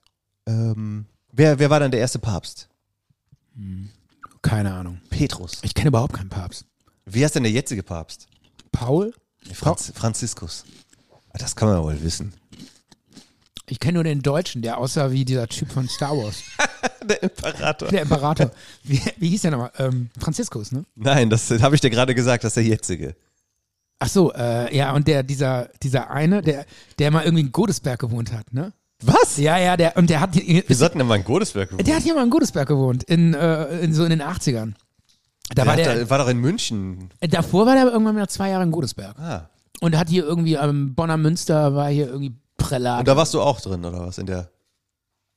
ähm, wer, wer war dann der erste Papst? Keine Ahnung. Petrus. Ich kenne überhaupt keinen Papst. Wer ist denn der jetzige Papst? Paul? Franz, Franziskus. Ah, Das kann man ja wohl wissen. Ich kenne nur den Deutschen, der aussah wie dieser Typ von Star Wars. Der Imperator. Der Imperator. Wie, wie hieß der nochmal? Ähm, Franziskus, ne? Nein, das habe ich dir gerade gesagt, das ist der jetzige. Ach so, äh, ja, und der, dieser, dieser eine, der, der mal irgendwie in Godesberg gewohnt hat, ne? Was? Ja, ja, der, und der hat, Wir der sollten ja mal ein Godeswerk hat hier mal in Godesberg gewohnt, in, äh, in so in den 80ern. Da war hat der, äh, da- war doch in München. davor war der aber irgendwann mal zwei Jahre in Godesberg. Ah. Und hat hier irgendwie am Bonner Münster, war hier irgendwie Prälat. Und da warst du auch drin, oder was? In der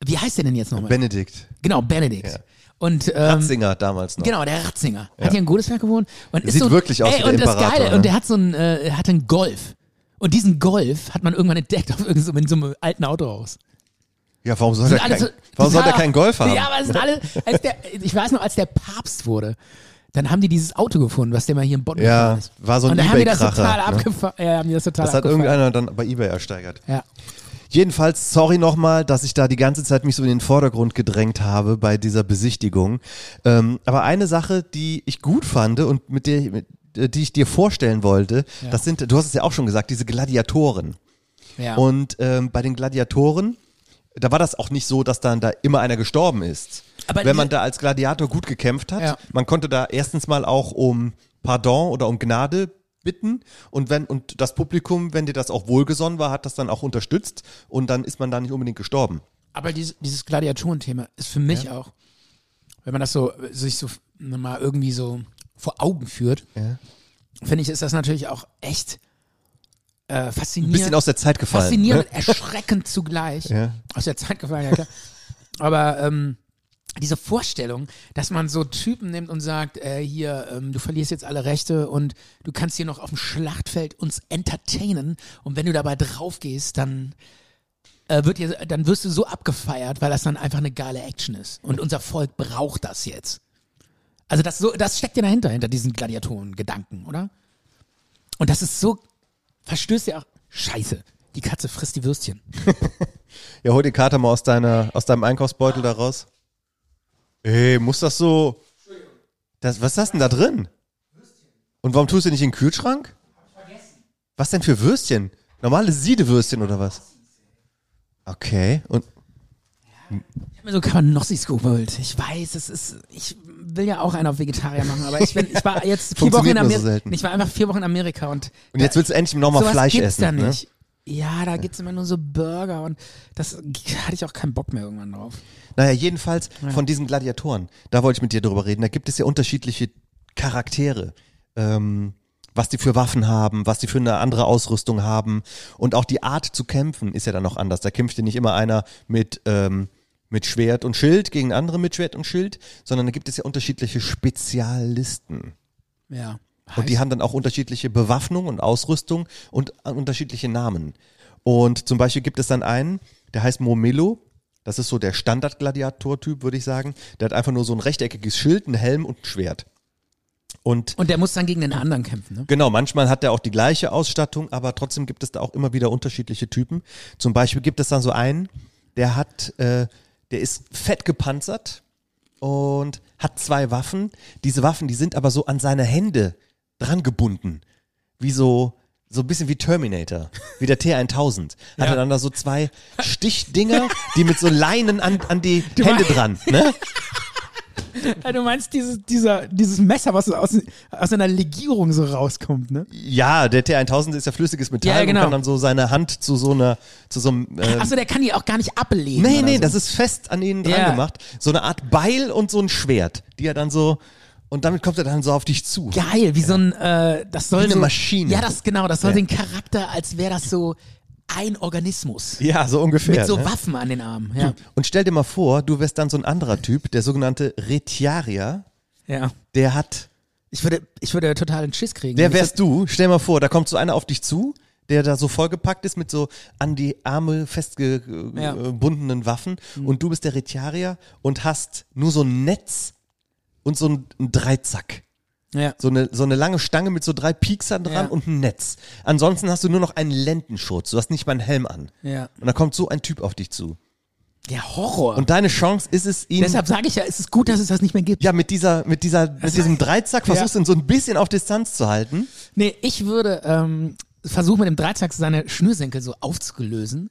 Wie heißt der denn jetzt nochmal? Benedikt. genau, Benedikt. Ja. Und, ähm, Ratzinger damals noch. Genau, der Ratzinger. Ja. Hat hier in Godesberg gewohnt. Und ist Sieht so, wirklich aus ey, wie der und Imperator, Das Geile, ne? Und der hat so einen, äh, hat einen Golf. Und diesen Golf hat man irgendwann entdeckt auf irgend so, in so einem alten Autohaus. Ja, warum soll, Sind der alle kein, so- warum soll der total- keinen Golf haben? Ja, aber es sind alle, als der, ich weiß noch, als der Papst wurde, dann haben die dieses Auto gefunden, was der mal hier in Bonn Ja, gefahren ist. war so ein Und dann haben die das Ebay-Kracher, total ne? abgefahren. Ja, haben die das total Das hat abgefahren. irgendeiner dann bei eBay ersteigert. Ja. Jedenfalls, sorry nochmal, dass ich da die ganze Zeit mich so in den Vordergrund gedrängt habe bei dieser Besichtigung. Ähm, aber eine Sache, die ich gut fand und mit der, mit, äh, die ich dir vorstellen wollte, Ja. das sind, du hast es ja auch schon gesagt, diese Gladiatoren. Ja. Und ähm, bei den Gladiatoren, da war das auch nicht so, dass dann da immer einer gestorben ist. Aber wenn man diese- da als Gladiator gut gekämpft hat. Ja. Man konnte da erstens mal auch um Pardon oder um Gnade bitten und wenn und das Publikum, wenn dir das auch wohlgesonnen war, hat das dann auch unterstützt und dann ist man da nicht unbedingt gestorben. Aber dieses, dieses Gladiatoren-Thema ist für mich auch, wenn man das so sich so mal irgendwie so vor Augen führt, finde ich, ist das natürlich auch echt äh, Ein faszinierend. bisschen aus der Zeit gefallen. Faszinierend, ne? erschreckend zugleich. Ja. Aus der Zeit gefallen, ja klar. Aber ähm, diese Vorstellung, dass man so Typen nimmt und sagt, äh, hier, ähm, du verlierst jetzt alle Rechte und du kannst hier noch auf dem Schlachtfeld uns entertainen und wenn du dabei draufgehst, dann äh, wird dir, dann wirst du so abgefeiert, weil das dann einfach eine geile Action ist. Und unser Volk braucht das jetzt. Also das so, das steckt ja dahinter, hinter diesen Gladiatoren-Gedanken, oder? Und das ist so, verstößt ja auch, scheiße, die Katze frisst die Würstchen. Ja, hol die Karte mal aus deiner aus deinem Einkaufsbeutel da raus. Ey, muss das so das, was ist das denn da drin? Und warum tust du nicht in den Kühlschrank? Was denn für Würstchen? Normale Siedewürstchen oder was? Okay, und Ich habe mir so Kanossis geholt. Ich weiß, es ist, ich will ja auch einen auf Vegetarier machen, aber ich, bin, ich war jetzt vier Wochen in Funktioniert nur so Amerika. selten. ich war einfach vier Wochen in Amerika und, Und jetzt willst du endlich nochmal sowas Fleisch gibt's essen, Da ne? nicht. Ja, da gibt's immer nur so Burger und das hatte ich auch keinen Bock mehr irgendwann drauf. Naja, jedenfalls von diesen Gladiatoren. Da wollte ich mit dir drüber reden. Da gibt es ja unterschiedliche Charaktere. Ähm, was die für Waffen haben, was die für eine andere Ausrüstung haben. Und auch die Art zu kämpfen ist ja dann noch anders. Da kämpft ja nicht immer einer mit, ähm, mit Schwert und Schild gegen andere mit Schwert und Schild, sondern da gibt es ja unterschiedliche Spezialisten. Ja. Und die haben dann auch unterschiedliche Bewaffnung und Ausrüstung und äh, unterschiedliche Namen. Und zum Beispiel gibt es dann einen, der heißt Momelo. Das ist so der Standard-Gladiator-Typ, würde ich sagen. Der hat einfach nur so ein rechteckiges Schild, einen Helm und ein Schwert. Und, und der muss dann gegen den anderen kämpfen, ne? Genau, manchmal hat er auch die gleiche Ausstattung, aber trotzdem gibt es da auch immer wieder unterschiedliche Typen. Zum Beispiel gibt es dann so einen, der hat, äh, der ist fett gepanzert und hat zwei Waffen. Diese Waffen, die sind aber so an seine Hände dran gebunden. Wie so, so ein bisschen wie Terminator, wie der T1000. Hat er dann da so zwei Stichdinger, die mit so Leinen an, an die Hände dran, ne? Du meinst dieses, dieser, dieses Messer, was aus, aus einer Legierung so rauskommt, ne? Ja, der T1000 ist ja flüssiges Metall Ja, genau. und kann dann so seine Hand zu so einer, zu so einem, ähm, Achso, der kann die auch gar nicht ablegen. Nee, oder nee, so. das ist fest an ihnen dran Ja. gemacht. So eine Art Beil und so ein Schwert, die er dann so. Und damit kommt er dann so auf dich zu. geil, wie so ein, äh, das soll Wie eine so, Maschine. Ja, das genau, das soll Ja. den Charakter, als wäre das so ein Organismus. Ja, so ungefähr. Mit so ne? Waffen an den Armen, ja. Und stell dir mal vor, du wärst dann so ein anderer Typ, der sogenannte Retiarier, ja. der hat. Ich würde, ich würde total einen Schiss kriegen. Der wenn ich wärst du, stell mal vor, da kommt so einer auf dich zu, der da so vollgepackt ist mit so an die Arme Ja. festgebundenen Waffen Mhm. und du bist der Retiarier und hast nur so ein Netz und so ein, ein Dreizack. das- Ja. So eine, so eine lange Stange mit so drei Pieksern Ja. dran und ein Netz. Ansonsten hast du nur noch einen Lendenschutz. Du hast nicht mal einen Helm an. Ja. Und da kommt so ein Typ auf dich zu. Der Horror. Und deine Chance ist es, ihn. Deshalb Also, sage ich ja, es ist gut, dass es das nicht mehr gibt. ja, mit dieser, mit dieser, mit diesem Dreizack versuchst du ihn so ein bisschen auf Distanz zu halten. Nee, ich würde ähm, versuchen, mit dem Dreizack seine Schnürsenkel so aufzulösen,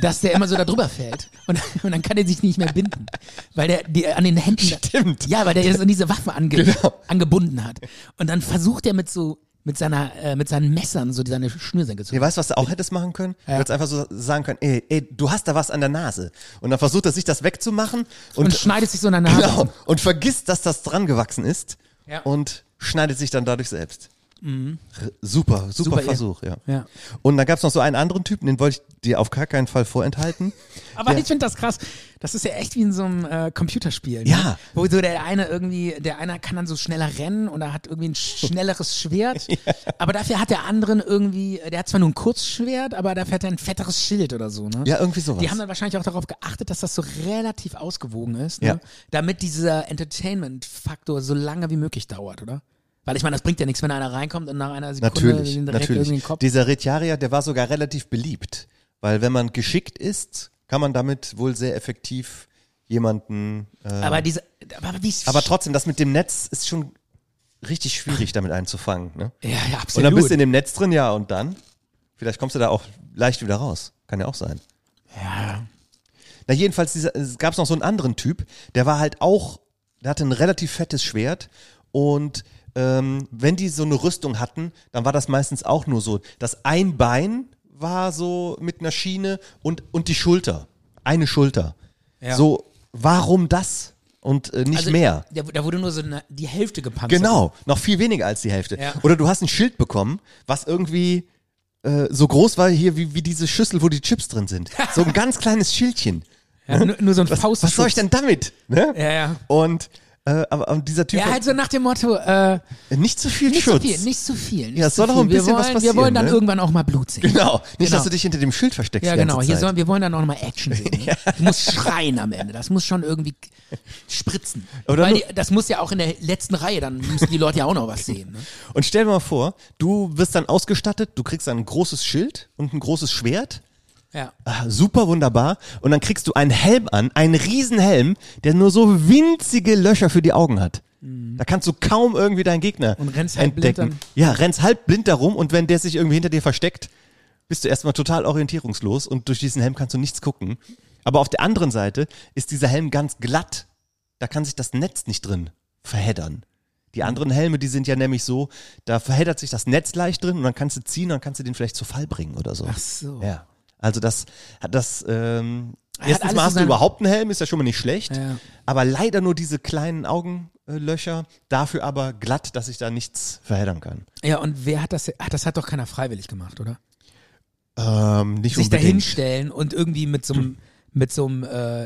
dass der immer so da drüber fällt. Und, und dann kann er sich nicht mehr binden. Weil der die, an den Händen. Stimmt. Genau. Ja, weil der jetzt an diese Waffe ange, angebunden hat. Und dann versucht er mit so. Mit, seiner, äh, mit seinen Messern so seine Schnürsenkel zu. Ihr weißt, was du auch hättest machen können? Du hättest einfach so sagen können, ey, ey, du hast da was an der Nase. Und dann versucht er sich das wegzumachen und, Und schneidet sich so in der Nase. genau, und vergisst, dass das dran gewachsen ist Ja. und schneidet sich dann dadurch selbst. Mhm. R- Super, super, Super, ja. Versuch, ja. Ja. Und da gab es noch so einen anderen Typen, den wollte ich dir auf gar keinen Fall vorenthalten. Aber Der- ich finde das krass. Das ist ja echt wie in so einem äh, Computerspiel. Ne? Ja. Wo so der eine irgendwie, der eine kann dann so schneller rennen oder hat irgendwie ein sch- schnelleres Schwert. Aber dafür hat der anderen irgendwie, der hat zwar nur ein Kurzschwert, aber dafür hat er ein fetteres Schild oder so. Ne? Ja, irgendwie sowas. Die haben dann wahrscheinlich auch darauf geachtet, dass das so relativ ausgewogen ist, ne? Ja. damit dieser Entertainment-Faktor so lange wie möglich dauert, oder? Weil ich meine, das bringt ja nichts, wenn einer reinkommt und nach einer Sekunde natürlich, den direkt irgendwie in natürlich. den Kopf. Dieser Retiarier, der war sogar relativ beliebt, weil wenn man geschickt ist, kann man damit wohl sehr effektiv jemanden. Äh, aber diese, aber wie aber trotzdem, das mit dem Netz ist schon richtig schwierig, damit einzufangen. Ne? ja, ja, absolut. Und dann bist du in dem Netz drin, ja, und dann? Vielleicht kommst du da auch leicht wieder raus. Kann ja auch sein. ja. Na, jedenfalls dieser, es gab noch so einen anderen Typ, der war halt auch, der hatte ein relativ fettes Schwert und ähm, wenn die so eine Rüstung hatten, dann war das meistens auch nur so, dass ein Bein war so mit einer Schiene und, und die Schulter. Eine Schulter. Ja. So, warum das und äh, nicht Also, mehr? Da, da wurde nur so eine, die Hälfte gepanzert. Genau, noch viel weniger als die Hälfte. Ja. Oder du hast ein Schild bekommen, was irgendwie äh, so groß war hier wie, wie diese Schüssel, wo die Chips drin sind. So ein ganz kleines Schildchen. Ja, nur, nur so ein was, was soll ich denn damit? Ne? Ja, ja. Und äh, aber, aber dieser Typ Ja, halt so nach dem Motto, äh, hat nicht zu viel nicht Schutz. zu viel, nicht zu viel. Nicht Ja, es zu soll doch viel. ein bisschen wir wollen, was passieren, Wir wollen dann ne? irgendwann auch mal Blut sehen. Genau, nicht, Genau. dass du dich hinter dem Schild versteckst. Ja, die ganze genau. Hier Zeit. sollen, wir wollen dann auch nochmal Action sehen. Ne? Du musst schreien am Ende. Das muss schon irgendwie spritzen. Oder Weil nur- die, das muss ja auch in der letzten Reihe, dann müssen die Leute ja auch noch was sehen. Ne? Und stell dir mal vor, du wirst dann ausgestattet, du kriegst dann ein großes Schild und ein großes Schwert. Ja. Ah, Super wunderbar. Und dann kriegst du einen Helm an, einen Riesenhelm, der nur so winzige Löcher für die Augen hat. Da kannst du kaum irgendwie deinen Gegner Mhm. Und rennst halb blind entdecken. ja, rennst halb blind darum und wenn der sich irgendwie hinter dir versteckt, bist du erstmal total orientierungslos und durch diesen Helm kannst du nichts gucken. Aber auf der anderen Seite ist dieser Helm ganz glatt. Da kann sich das Netz nicht drin verheddern. Die Mhm. anderen Helme, die sind ja nämlich so, da verheddert sich das Netz leicht drin und dann kannst du ziehen, dann kannst du den vielleicht zu Fall bringen oder so. Ach so. Ja. Also das hat das ähm, Hat erstens alles mal so hast du seine- überhaupt einen Helm, ist ja schon mal nicht schlecht. Ja. Aber leider nur diese kleinen Augenlöcher, dafür aber glatt, dass ich da nichts verheddern kann. Ja, und wer hat das? Ach, das hat doch keiner freiwillig gemacht, oder? Ähm, nicht Sich unbedingt. dahinstellen und irgendwie mit so einem mit so einem äh,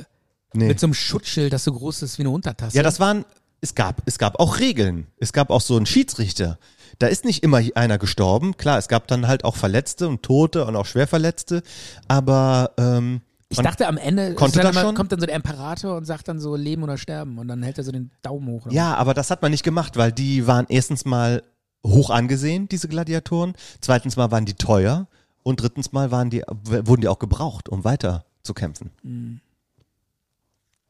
Nee. mit so einem Schutzschild, das so groß ist wie eine Untertasse. Ja, das waren, es gab, es gab auch Regeln. Es gab auch so einen Schiedsrichter. Da ist nicht immer einer gestorben. Klar, es gab dann halt auch Verletzte und Tote und auch Schwerverletzte. Aber ähm, ich man- dachte am Ende ist Konnte dann das immer- schon? kommt dann so der Imperator und sagt dann so Leben oder Sterben und dann hält er so den Daumen hoch. Oder Ja, aber das hat man nicht gemacht, weil die waren erstens mal hoch angesehen, diese Gladiatoren. Zweitens mal waren die teuer. Und drittens mal waren die, w- wurden die auch gebraucht, um weiter zu kämpfen.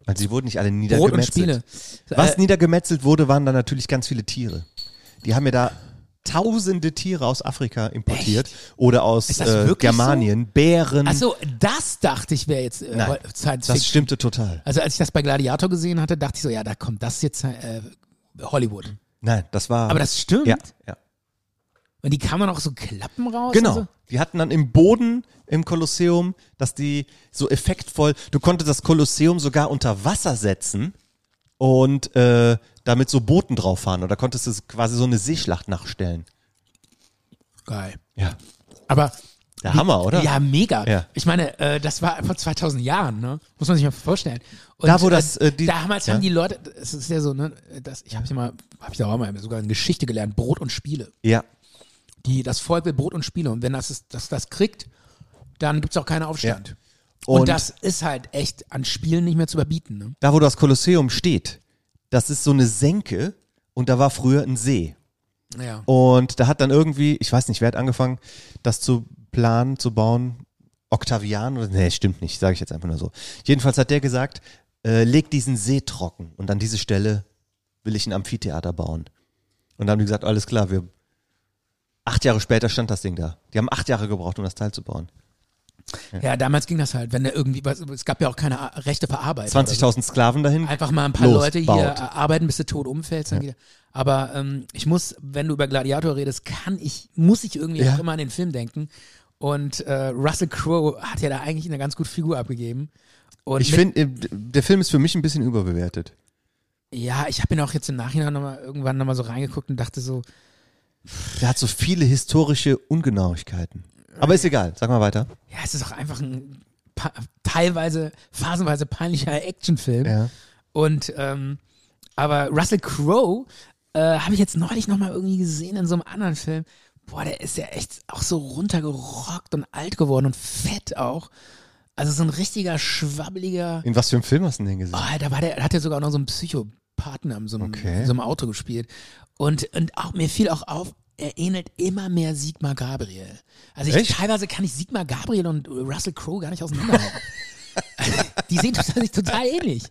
Also sie wurden nicht alle was. Mhm. Brot und niedergemetzelt. Spiele. Was äh, niedergemetzelt wurde, waren dann natürlich ganz viele Tiere. Die haben ja da tausende Tiere aus Afrika importiert oder aus Ist das äh, wirklich Germanien, Bären. Achso, das dachte ich wäre jetzt äh, Nein, Science das Fiction. stimmte total. Also als ich das bei Gladiator gesehen hatte, dachte ich so, ja, da kommt das ist jetzt äh, Hollywood. Nein, das war. Aber das stimmt. Ja, ja. Und die kann man auch so Klappen raus. Genau. und So? Die hatten dann im Boden im Kolosseum, dass die so effektvoll, du konntest das Kolosseum sogar unter Wasser setzen und äh, damit so Booten drauf fahren oder konntest du quasi so eine Seeschlacht nachstellen. Geil. Ja. Aber Der Hammer, oder? ja, mega. Ja. Ich meine, äh, das war vor 2000 Jahren, ne? Muss man sich mal vorstellen. Und, Da, wo das, äh, die- damals ja. haben die Leute, es ist ja so, ne? Das, ich habe ja mal, habe ich da auch mal sogar in Geschichte gelernt, Brot und Spiele. Ja. Die, das Volk will Brot und Spiele. Und wenn das, ist, das, das kriegt, dann gibt's auch keinen Aufstand. Ja. Und, Und- das ist halt echt an Spielen nicht mehr zu überbieten. Ne? Da, wo das Kolosseum steht, das ist so eine Senke und da war früher ein See. Ja. Und da hat dann irgendwie, ich weiß nicht, wer hat angefangen, das zu planen, zu bauen? Octavian oder nee, stimmt nicht, sage ich jetzt einfach nur so. Jedenfalls hat der gesagt, äh, leg diesen See trocken und an diese Stelle will ich ein Amphitheater bauen. Und dann haben die gesagt, alles klar, wir acht Jahre später stand das Ding da. Die haben acht Jahre gebraucht, um das Teil zu bauen. ja. damals ging das halt, wenn da irgendwie was, es gab ja auch keine A- rechte Verarbeitung. oder so. 20.000 Sklaven dahin. Einfach mal ein paar Los, Leute hier baut. äh, arbeiten, bis du tot umfällst. Dann wieder. Aber ähm, ich muss, wenn du über Gladiator redest, kann ich, muss ich irgendwie Ja. auch immer an den Film denken. Und äh, Russell Crowe hat ja da eigentlich eine ganz gute Figur abgegeben. Und Ich mit- finde, der Film ist für mich ein bisschen überbewertet. Ja, ich habe ihn auch jetzt im Nachhinein nochmal irgendwann nochmal so reingeguckt und dachte so, Der hat so viele historische Ungenauigkeiten. Aber ist egal, sag mal weiter. ja, es ist auch einfach ein pa- teilweise, phasenweise peinlicher Actionfilm. Und ähm, aber Russell Crowe äh, habe ich jetzt neulich noch mal irgendwie gesehen in so einem anderen Film. Boah, der ist ja echt auch so runtergerockt und alt geworden und fett auch. Also so ein richtiger schwabbeliger. In was für einem Film hast du denn den gesehen? Oh, da war der, hat er sogar noch so einen Psychopathen in so einem, Okay. in so einem Auto gespielt. Und, und auch mir fiel auch auf, er ähnelt immer mehr Sigmar Gabriel. Also ich, Echt? teilweise kann ich Sigmar Gabriel und Russell Crowe gar nicht auseinanderhalten. Die sehen total- sich total ähnlich.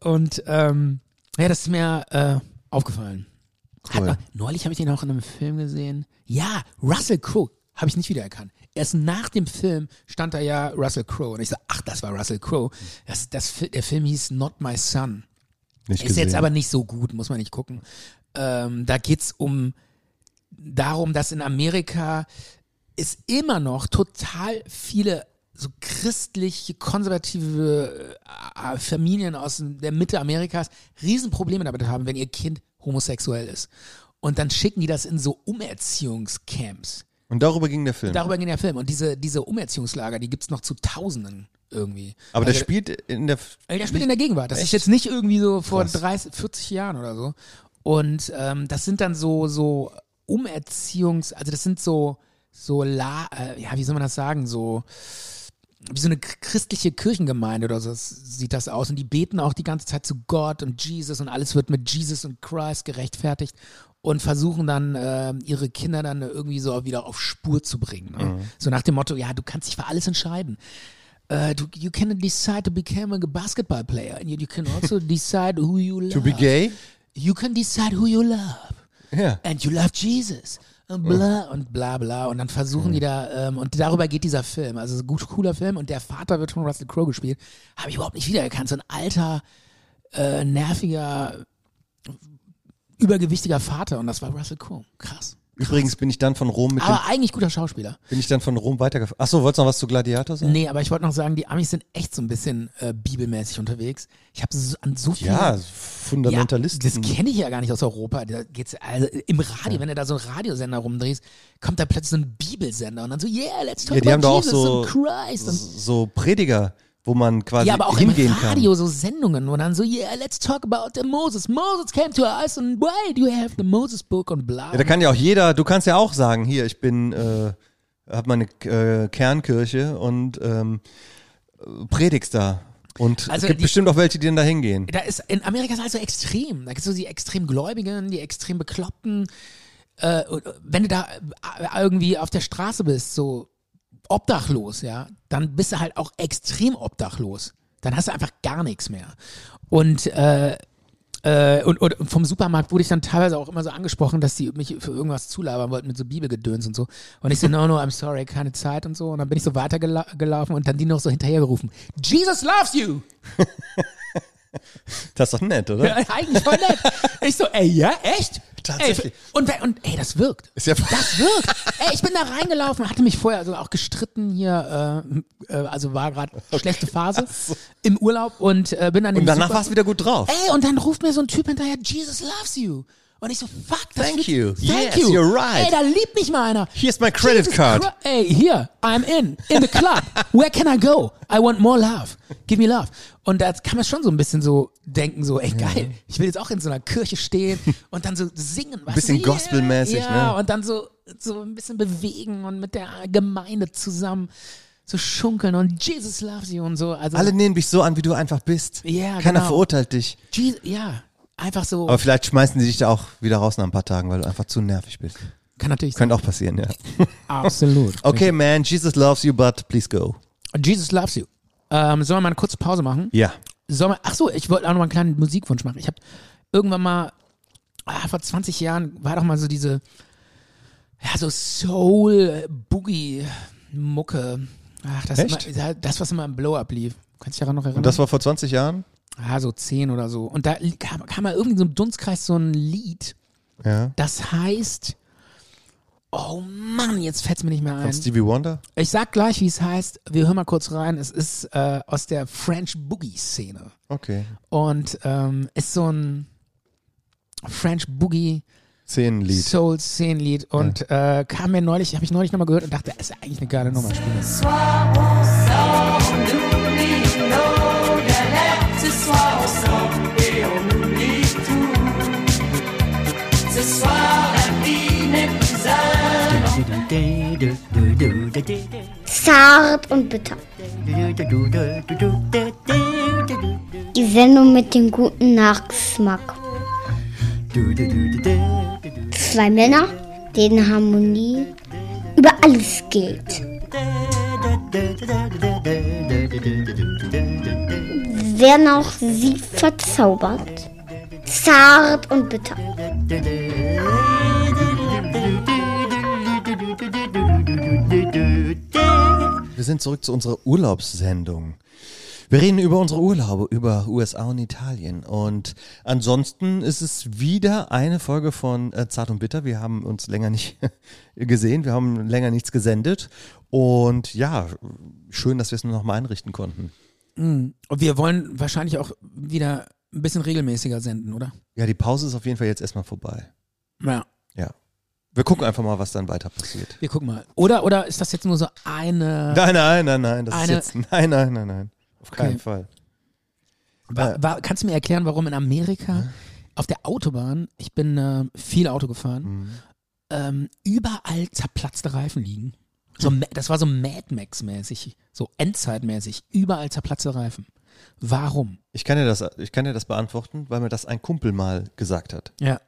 Und ähm, ja, das ist mir äh, aufgefallen. Hat Cool. man- neulich habe ich den auch in einem Film gesehen. Ja, Russell Crowe habe ich nicht wiedererkannt. Erst nach dem Film stand da ja Russell Crowe. Und ich so, ach, das war Russell Crowe. Das, das, der Film hieß Not My Son. Nicht ist gesehen. jetzt aber nicht so gut, muss man nicht gucken. Ähm, da geht's um darum, dass in Amerika es immer noch total viele so christliche, konservative äh, äh, Familien aus der Mitte Amerikas Riesenprobleme damit haben, wenn ihr Kind homosexuell ist. Und dann schicken die das in so Umerziehungscamps. Und darüber ging der Film. Darüber ging der Film. Und diese, diese Umerziehungslager, die gibt's noch zu Tausenden irgendwie. aber Also- das spielt in der. Ey, Der spielt in der Gegenwart. Das ist jetzt nicht irgendwie so vor 30, 40 Jahren oder so. Und ähm, das sind dann so, so Umerziehungs-, also das sind so, so La, äh, ja, wie soll man das sagen, so, wie so eine k- christliche Kirchengemeinde oder so das sieht das aus. Und die beten auch die ganze Zeit zu Gott und Jesus und alles wird mit Jesus und Christ gerechtfertigt und versuchen dann, äh, ihre Kinder dann irgendwie so wieder auf Spur zu bringen. Ne? Mhm. So nach dem Motto, ja, du kannst dich für alles entscheiden. Äh, du, you can decide to become a basketball player and you, you can also decide who you love. To be gay? You can decide who you love. Ja. And you love Jesus. Und bla und bla bla. Und dann versuchen die da, ähm, und darüber geht dieser Film. Also es ist ein gut cooler Film und der Vater wird von Russell Crowe gespielt. Habe ich überhaupt nicht wiedererkannt. So ein alter, äh, nerviger, übergewichtiger Vater. Und das war Russell Crowe. Krass. Übrigens bin ich dann von Rom mit dem, Aber eigentlich guter Schauspieler. bin ich dann von Rom weitergefahren. Achso, wolltest du noch was zu Gladiator sagen? Nee, aber ich wollte noch sagen, die Amis sind echt so ein bisschen äh, bibelmäßig unterwegs. Ich habe so, an so vielen Ja, Fundamentalisten. Ja, das kenne ich ja gar nicht aus Europa. Da geht's, also im Radio, wenn du da so einen Radiosender rumdrehst, kommt da plötzlich so ein Bibelsender und dann so, yeah, let's talk Ja, die haben about da auch Jesus so, and Christ. Und, so Prediger, wo man quasi ja, aber auch im hingehen Radio so Sendungen, wo dann so, yeah, let's talk about the Moses. Moses came to us and why do you have the Moses book und bla. kann. Ja, da kann ja auch jeder, du kannst ja auch sagen, hier, ich bin, äh, hab meine äh, Kernkirche und ähm, äh, predigst da. Und Also es gibt die- bestimmt auch welche, die dann da hingehen. Da ist, in Amerika ist alles so extrem. Da gibt es so die extrem Gläubigen, die extrem Bekloppten. Äh, und wenn du da äh, irgendwie auf der Straße bist, so obdachlos, ja, dann bist du halt auch extrem obdachlos. Dann hast du einfach gar nichts mehr. Und, äh, äh, und, und vom Supermarkt wurde ich dann teilweise auch immer so angesprochen, dass die mich für irgendwas zulabern wollten mit so Bibelgedöns und so. Und ich so, no, no, I'm sorry, keine Zeit und so. Und dann bin ich so weitergelaufen und dann die noch so hinterhergerufen. Jesus loves you! Das ist doch nett, oder? Ja, eigentlich voll nett. Ich so, ey, ja, echt? Tatsächlich. Ey, und, wer- und ey, das wirkt. Ist ja Das wirkt. ey, ich bin da reingelaufen, hatte mich vorher also auch gestritten hier, äh, äh, also war gerade schlechte Phase im Urlaub und äh, bin dann Und danach war's wieder gut drauf. Ey, und dann ruft mir so ein Typ hinterher, Jesus loves you. Und ich so, fuck, das Thank wird- you. Thank Yes, you. you're right. Ey, da liebt mich mal einer. Here's my credit Jesus card. Christ, Ey, hier, I'm in, in the club. Where can I go? I want more love. Give me love. Und da kann man schon so ein bisschen so denken, so, ey, geil, ich will jetzt auch in so einer Kirche stehen und dann so singen. Ein bisschen gospelmäßig, ja, ne? und dann so, so ein bisschen bewegen und mit der Gemeinde zusammen so schunkeln und Jesus loves you und so. Also, Alle nehmen dich so an, wie du einfach bist. Ja, Keiner genau. verurteilt dich. Jesus, ja, einfach so. Aber vielleicht schmeißen sie dich da auch wieder raus nach ein paar Tagen, weil du einfach zu nervig bist. kann natürlich sein. Könnte auch passieren, ja. Absolut. Okay, man, Jesus loves you, but please go. Jesus loves you. Ähm, sollen wir mal eine kurze Pause machen? Ja. Soll man, ach so, ich wollte auch noch mal einen kleinen Musikwunsch machen. Ich habe irgendwann mal, ah, vor 20 Jahren war doch mal so diese, ja, so Soul-Boogie-Mucke. Ach, das, Echt? immer, das, was immer im Blow-Up lief. Kannst du dich daran noch erinnern? Und das war vor 20 Jahren? ja, so 10 oder so. Und da li- kam, kam mal irgendwie so im Dunstkreis so ein Lied, Ja. das heißt, oh Mann, jetzt fällt's mir nicht mehr Von ein. Stevie Wonder? Ich sag gleich, wie es heißt. Wir hören mal kurz rein. Es ist äh, aus der French Boogie-Szene. Okay. und ähm, ist so ein French Boogie Szenenlied. Soul Szenenlied und äh, kam mir neulich, habe ich neulich nochmal gehört und dachte, das ist eigentlich eine geile Nummer. Spiel das. Ce soir ensemble et on oublie tout. Ce soir la vie n'est plus un Zart und bitter. Die Sendung mit dem guten Nachgeschmack. Zwei Männer, denen Harmonie über alles gilt. Werden auch sie verzaubert. Zart und bitter. sind zurück zu unserer Urlaubssendung. Wir reden über unsere Urlaube, über USA und Italien. Und ansonsten ist es wieder eine Folge von äh, Zart und Bitter. Wir haben uns länger nicht gesehen, wir haben länger nichts gesendet. Und ja, schön, dass wir es nur noch mal einrichten konnten. Mhm. Und wir wollen wahrscheinlich auch wieder ein bisschen regelmäßiger senden, oder? Ja, die Pause ist auf jeden Fall jetzt erstmal vorbei. Ja. Ja. Wir gucken einfach mal, was dann weiter passiert. Wir gucken mal. Oder, oder ist das jetzt nur so eine. Nein, nein, nein, nein. Das Eine- ist jetzt. Nein, nein, nein, nein. Auf Okay. keinen Fall. Wa- wa- kannst du mir erklären, warum in Amerika auf der Autobahn, ich bin äh, viel Auto gefahren, Mhm. ähm, überall zerplatzte Reifen liegen? So, Ma- das war so Mad Max-mäßig, so Endzeitmäßig, überall zerplatzte Reifen. Warum? Ich kann, dir das, ich kann dir das beantworten, weil mir das ein Kumpel mal gesagt hat, Ja.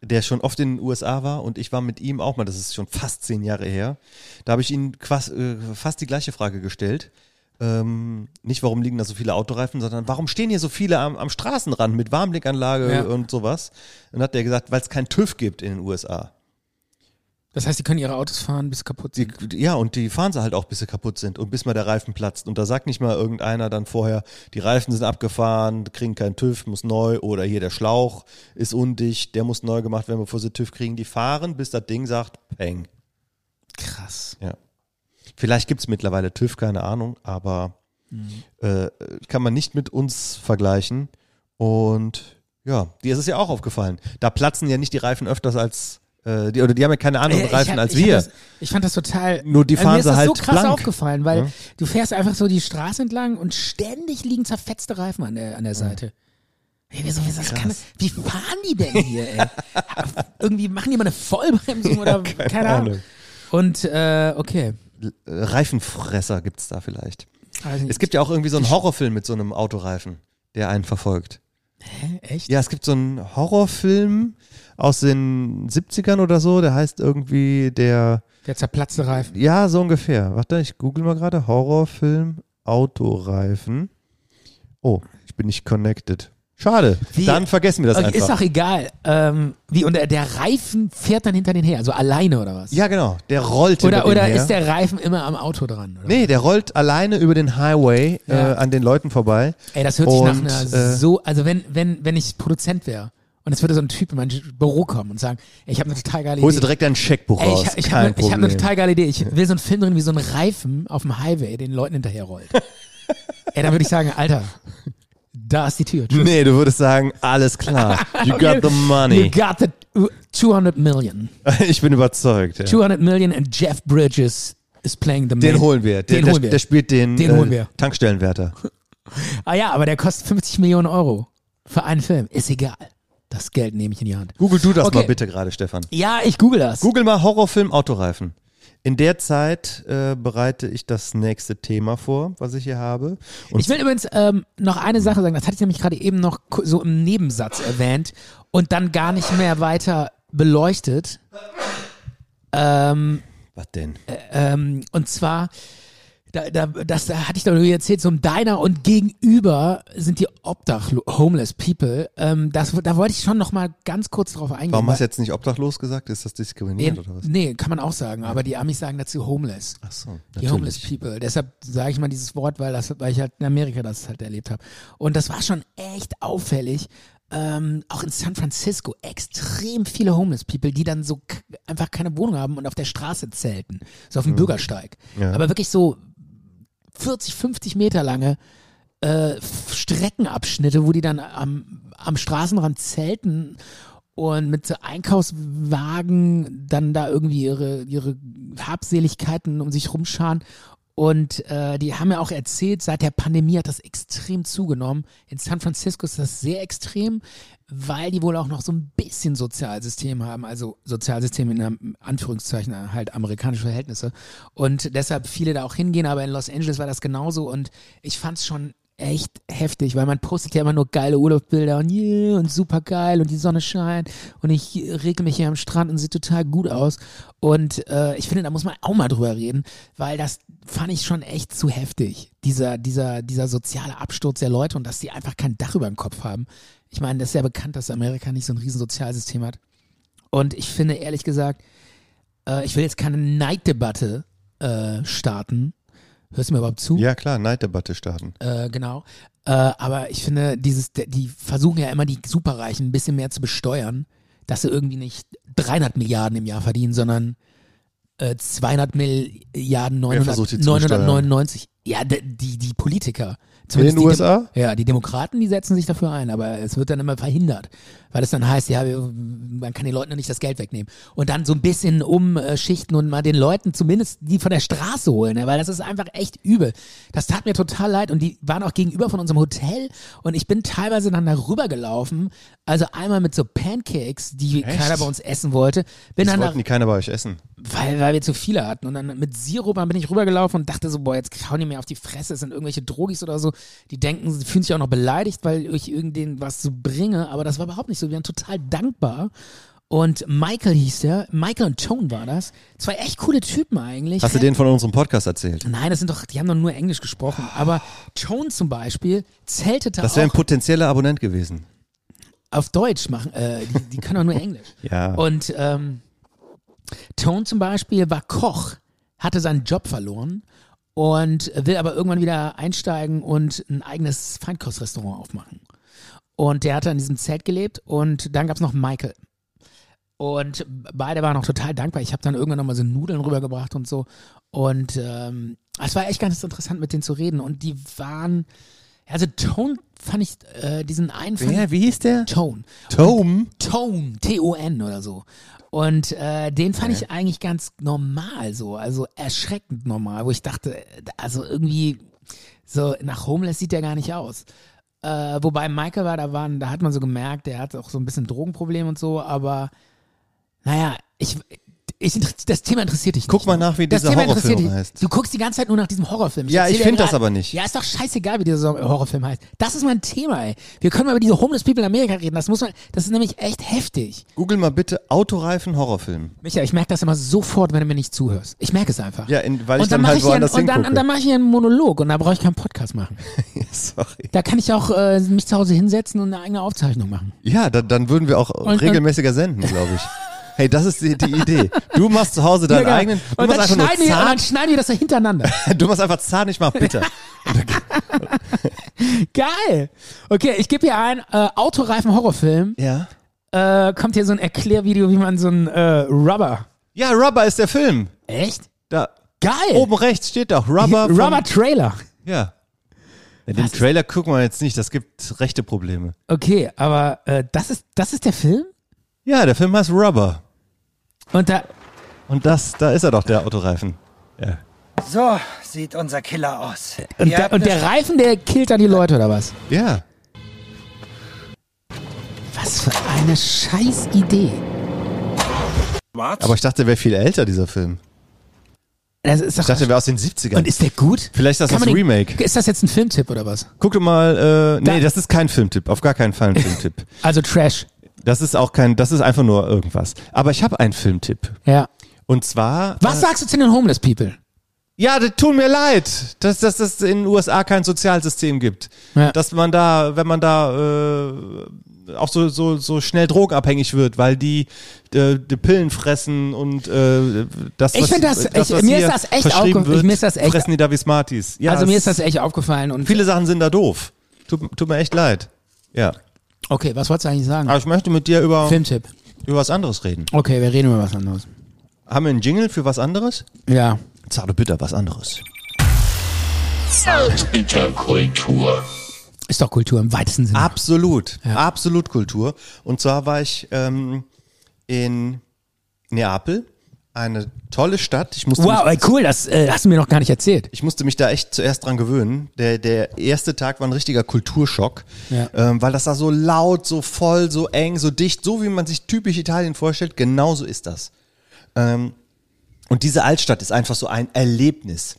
der schon oft in den USA war und ich war mit ihm auch mal, das ist schon fast zehn Jahre her, da habe ich ihm quas, äh, fast die gleiche Frage gestellt. Ähm, nicht, warum liegen da so viele Autoreifen, sondern warum stehen hier so viele am, am Straßenrand mit Warmblickanlage Ja. und sowas? Und hat der gesagt, weil es keinen TÜV gibt in den USA. Das heißt, die können ihre Autos fahren bis kaputt Die, sind. ja, und die fahren sie halt auch, bis sie kaputt sind und bis mal der Reifen platzt. Und da sagt nicht mal irgendeiner dann vorher, die Reifen sind abgefahren, kriegen keinen TÜV, muss neu. Oder hier der Schlauch ist undicht, der muss neu gemacht werden, bevor sie TÜV kriegen. Die fahren, bis das Ding sagt, peng. Krass. Ja. Vielleicht gibt es mittlerweile TÜV, keine Ahnung, aber Mhm. äh, kann man nicht mit uns vergleichen. Und ja, dir ist es ja auch aufgefallen. Da platzen ja nicht die Reifen öfters als, äh, die, oder die haben ja keine anderen Äh, ich Reifen hab- als ich hab wir. das- Ich fand das total. Nur die äh, fahren mir ist sie das so halt krass blank. aufgefallen, weil Ja. du fährst einfach so die Straße entlang und ständig liegen zerfetzte Reifen an der, an der Seite. Ey, wieso, wieso, das kann, Krass. wie fahren die denn hier, ey? Irgendwie machen die mal eine Vollbremsung oder keine, Ahnung. Und, äh, okay. L- äh, Reifenfresser gibt es da vielleicht. Also, Es gibt ja auch irgendwie so einen Horrorfilm mit so einem Autoreifen, der einen verfolgt. Hä? Echt? Ja, es gibt so einen Horrorfilm aus den 70ern oder so, der heißt irgendwie der. Der zerplatzte Reifen. Ja, so ungefähr. Warte, ich google mal gerade. Horrorfilm Autoreifen. Oh, ich bin nicht connected. Schade. Wie- Dann vergessen wir das Okay, einfach. Ist doch egal. Ähm, wie, und der, der Reifen fährt dann hinter den her, also alleine oder was? ja, genau. Der rollt Oder, hinter oder dem her. ist der Reifen immer am Auto dran? Oder? Nee, der rollt alleine über den Highway Ja. äh, an den Leuten vorbei. Ey, das hört sich nach Und, einer äh, so, also wenn, wenn, wenn ich Produzent wäre und es würde so ein Typ in mein Büro kommen und sagen, ey, ich habe eine total geile Holst du Idee. direkt dein Scheckbuch Ey, raus. ich, ich Kein habe hab eine Problem. total geile Idee. Ich will so einen Film drin, wie so ein Reifen auf dem Highway den Leuten hinterher rollt. ey, dann würde ich sagen, Alter, da ist die Tür. Tschüss. Nee, du würdest sagen, alles klar. You got the You money. got the 200 million. Ich bin überzeugt. Ja. 200 million and Jeff Bridges is playing the Den main- holen wir. Der, Den der, holen wir. der spielt den, Den äh, holen wir. Tankstellenwärter. Ah ja, aber der kostet 50 Millionen Euro für einen Film. Ist egal. Das Geld nehme ich in die Hand. Google du das Okay. mal bitte gerade, Stefan. Ja, ich google das. Google mal Horrorfilm Autoreifen. In der Zeit äh, bereite ich das nächste Thema vor, was ich hier habe. Und ich will übrigens ähm, noch eine Sache sagen, das hatte ich nämlich gerade eben noch ku- so im Nebensatz erwähnt und dann gar nicht mehr weiter beleuchtet. Ähm, was denn? ähm, und zwar, da, da, das hatte ich doch nur erzählt, so im Diner und gegenüber sind die Obdach-Homeless People. Ähm, das, da wollte ich schon noch mal ganz kurz drauf eingehen. Warum hast du weil- jetzt nicht obdachlos gesagt? Ist das diskriminierend oder was? Nee, kann man auch sagen, aber die Amis sagen dazu Homeless. Ach so, Die Homeless natürlich. People. Deshalb sage ich mal dieses Wort, weil, das, weil ich halt in Amerika das halt erlebt habe. Und das war schon echt auffällig. Ähm, auch in San Francisco extrem viele Homeless People, die dann so k- einfach keine Wohnung haben und auf der Straße zelten. So auf dem Bürgersteig. Mhm. Ja. Aber wirklich so 40, 50 Meter lange äh, F- Streckenabschnitte, wo die dann am, am Straßenrand zelten und mit so Einkaufswagen dann da irgendwie ihre, ihre Habseligkeiten um sich rumscharen. Und äh, die haben ja auch erzählt, seit der Pandemie hat das extrem zugenommen. In San Francisco ist das sehr extrem, weil die wohl auch noch so ein bisschen Sozialsystem haben, also Sozialsystem in Am- Anführungszeichen halt amerikanische Verhältnisse. Und deshalb viele da auch hingehen, aber in Los Angeles war das genauso und ich fand es schon echt heftig, weil man postet ja immer nur geile Urlaubsbilder und yeah, und super geil und die Sonne scheint und ich regle mich hier am Strand und sehe total gut aus und äh, ich finde, da muss man auch mal drüber reden, weil das fand ich schon echt zu heftig, dieser, dieser, dieser soziale Absturz der Leute und dass die einfach kein Dach über dem Kopf haben. Ich meine, das ist ja bekannt, dass Amerika nicht so ein riesen Sozialsystem hat und ich finde, ehrlich gesagt, äh, ich will jetzt keine Neiddebatte äh, starten, Hörst du mir überhaupt zu? Ja, klar, Neiddebatte starten. Äh, genau. Äh, aber ich finde, dieses, der- die versuchen ja immer, die Superreichen ein bisschen mehr zu besteuern, dass sie irgendwie nicht 300 Milliarden im Jahr verdienen, sondern äh, 200 Milliarden Wer versucht, die zu 999. Ja, d- die, die Politiker. den die USA? Dem, ja, die Demokraten, die setzen sich dafür ein, aber es wird dann immer verhindert, weil es dann heißt, ja, wir, man kann den Leuten nicht das Geld wegnehmen. Und dann so ein bisschen umschichten und mal den Leuten zumindest die von der Straße holen, ne? weil das ist einfach echt übel. Das tat mir total leid und die waren auch gegenüber von unserem Hotel und ich bin teilweise dann darüber gelaufen, also einmal mit so Pancakes, die Echt? keiner bei uns essen wollte, bin Das dann da wollten die keiner bei euch essen. weil, weil wir zu viele hatten. Und dann mit Sirup dann bin ich rübergelaufen und dachte so, boah, jetzt hauen die mir auf die Fresse, es sind irgendwelche Drogis oder so. Die denken, sie fühlen sich auch noch beleidigt, weil ich irgenddenen was so bringe. Aber das war überhaupt nicht so. Wir waren total dankbar. Und Michael hieß der. Michael und Tone war das. Zwei echt coole Typen eigentlich. Hast du denen von unserem Podcast erzählt? Nein, das sind doch, die haben doch nur Englisch gesprochen. Aber Tone zum Beispiel zeltete Das wäre ein auch potenzieller Abonnent gewesen. auf Deutsch machen. Äh, die, die können doch nur Englisch. Ja. Und ähm, Tone zum Beispiel war Koch, hatte seinen Job verloren und will aber irgendwann wieder einsteigen und ein eigenes Feinkostrestaurant aufmachen. Und der hatte in diesem Zelt gelebt und dann gab es noch Michael. Und beide waren auch total dankbar. Ich habe dann irgendwann nochmal so Nudeln rübergebracht und so. Und ähm, es war echt ganz interessant, mit denen zu reden. Und die waren, also Tone fand ich äh, diesen einen Wer? Wie hieß der? Tone. Tome? Tone, T-O-N oder so. Und äh, den fand ich eigentlich ganz normal so, also erschreckend normal, wo ich dachte, äh, also irgendwie so nach Homeless sieht der gar nicht aus. Äh, wobei Michael war, da waren, da hat man so gemerkt, der hat auch so ein bisschen Drogenproblem und so, aber naja, ich, ich das Thema interessiert dich. Guck nicht. ne? mal nach, wie das dieser Thema interessiert Horrorfilm dich. heißt. Du guckst die ganze Zeit nur nach diesem Horrorfilm. Ja, erzähl ich dir find das gerade- aber nicht. Ja, ist doch scheißegal, wie dieser Sor- Horrorfilm heißt. Das ist mein Thema, ey. Wir können mal über diese Homeless People in Amerika reden. Das muss man, das ist nämlich echt heftig. Google mal bitte Autoreifen Horrorfilm. Micha, ich merke das immer sofort, wenn du mir nicht zuhörst. Ich merke es einfach. Ja, in, weil ich und dann, dann, mache halt ich hier einen, woanders und dann, und dann hingucke. mache ich hier einen Monolog und da brauche ich keinen Podcast machen. Sorry. Da kann ich auch äh, mich zu Hause hinsetzen und eine eigene Aufzeichnung machen. Ja, dann, dann würden wir auch Und- regelmäßiger senden, glaube ich. Hey, das ist die, die Idee. Du machst zu Hause Ja, deinen genau. eigenen. Du und, machst dann einfach schneiden wir, nur und dann Zahn. schneiden wir das so hintereinander. Du machst einfach Zahn, ich mach bitte. Geil. Okay, ich gebe hier ein äh, Autoreifen Horrorfilm. Ja. Äh, kommt hier so ein Erklärvideo, wie man so ein äh, Rubber. Ja, Rubber ist der Film. Echt? Da. Geil. Oben rechts steht doch Rubber. von- Rubber Trailer. Ja. Ja, Den Trailer gucken wir jetzt nicht, das gibt rechte Probleme. Okay, aber äh, das ist das ist der Film? Ja, der Film heißt Rubber. Und da. Und das, da ist er doch, der Autoreifen. Ja. So sieht unser Killer aus. Und, Ihr da, habt und der es- Reifen, der killt dann die Leute oder was? Ja. Was für eine scheiß Idee. Aber ich dachte, der wäre viel älter, dieser Film. Das ist doch ich dachte, der wäre aus den 70ern. Und ist der gut? Vielleicht ist das Kann das man den- Remake. Ist das jetzt ein Filmtipp oder was? Guck doch mal, äh, nee, das ist kein Filmtipp, auf gar keinen Fall ein Filmtipp. Also Trash. Das ist auch kein, das ist einfach nur irgendwas. Aber ich habe einen Filmtipp. Ja. Und zwar. äh, Was sagst du zu den Homeless People? Ja, das tut mir leid, dass, dass es in den USA kein Sozialsystem gibt. Ja. Dass man da, wenn man da äh, auch so, so, so schnell drogenabhängig wird, weil die, äh, die Pillen fressen und äh, das, Ich was, find das echt- was mir hier ist das echt verschrieben aufge- wird, mir ist das echt- fressen die da wie Smarties. Ja, also mir es- ist das echt aufgefallen und Viele Sachen sind da doof. Tut, tut mir echt leid. Ja. Okay, was wolltest du eigentlich sagen? Aber ich möchte mit dir über, Filmtipp. über was anderes reden. Okay, wir reden über was anderes. Haben wir einen Jingle für was anderes? Ja. Zart und bitter, was anderes. Interkultur. Ist doch Kultur im weitesten Sinne. Absolut, absolut Kultur. Und zwar war ich ähm, in Neapel, eine tolle Stadt. Ich musste Wow, mich, ey, cool, das äh, hast du mir noch gar nicht erzählt. ich musste mich da echt zuerst dran gewöhnen. Der, der erste Tag war ein richtiger Kulturschock, Ja. ähm, weil das da so laut, so voll, so eng, so dicht, so wie man sich typisch Italien vorstellt, genauso ist das. Ähm, und diese Altstadt ist einfach so ein Erlebnis.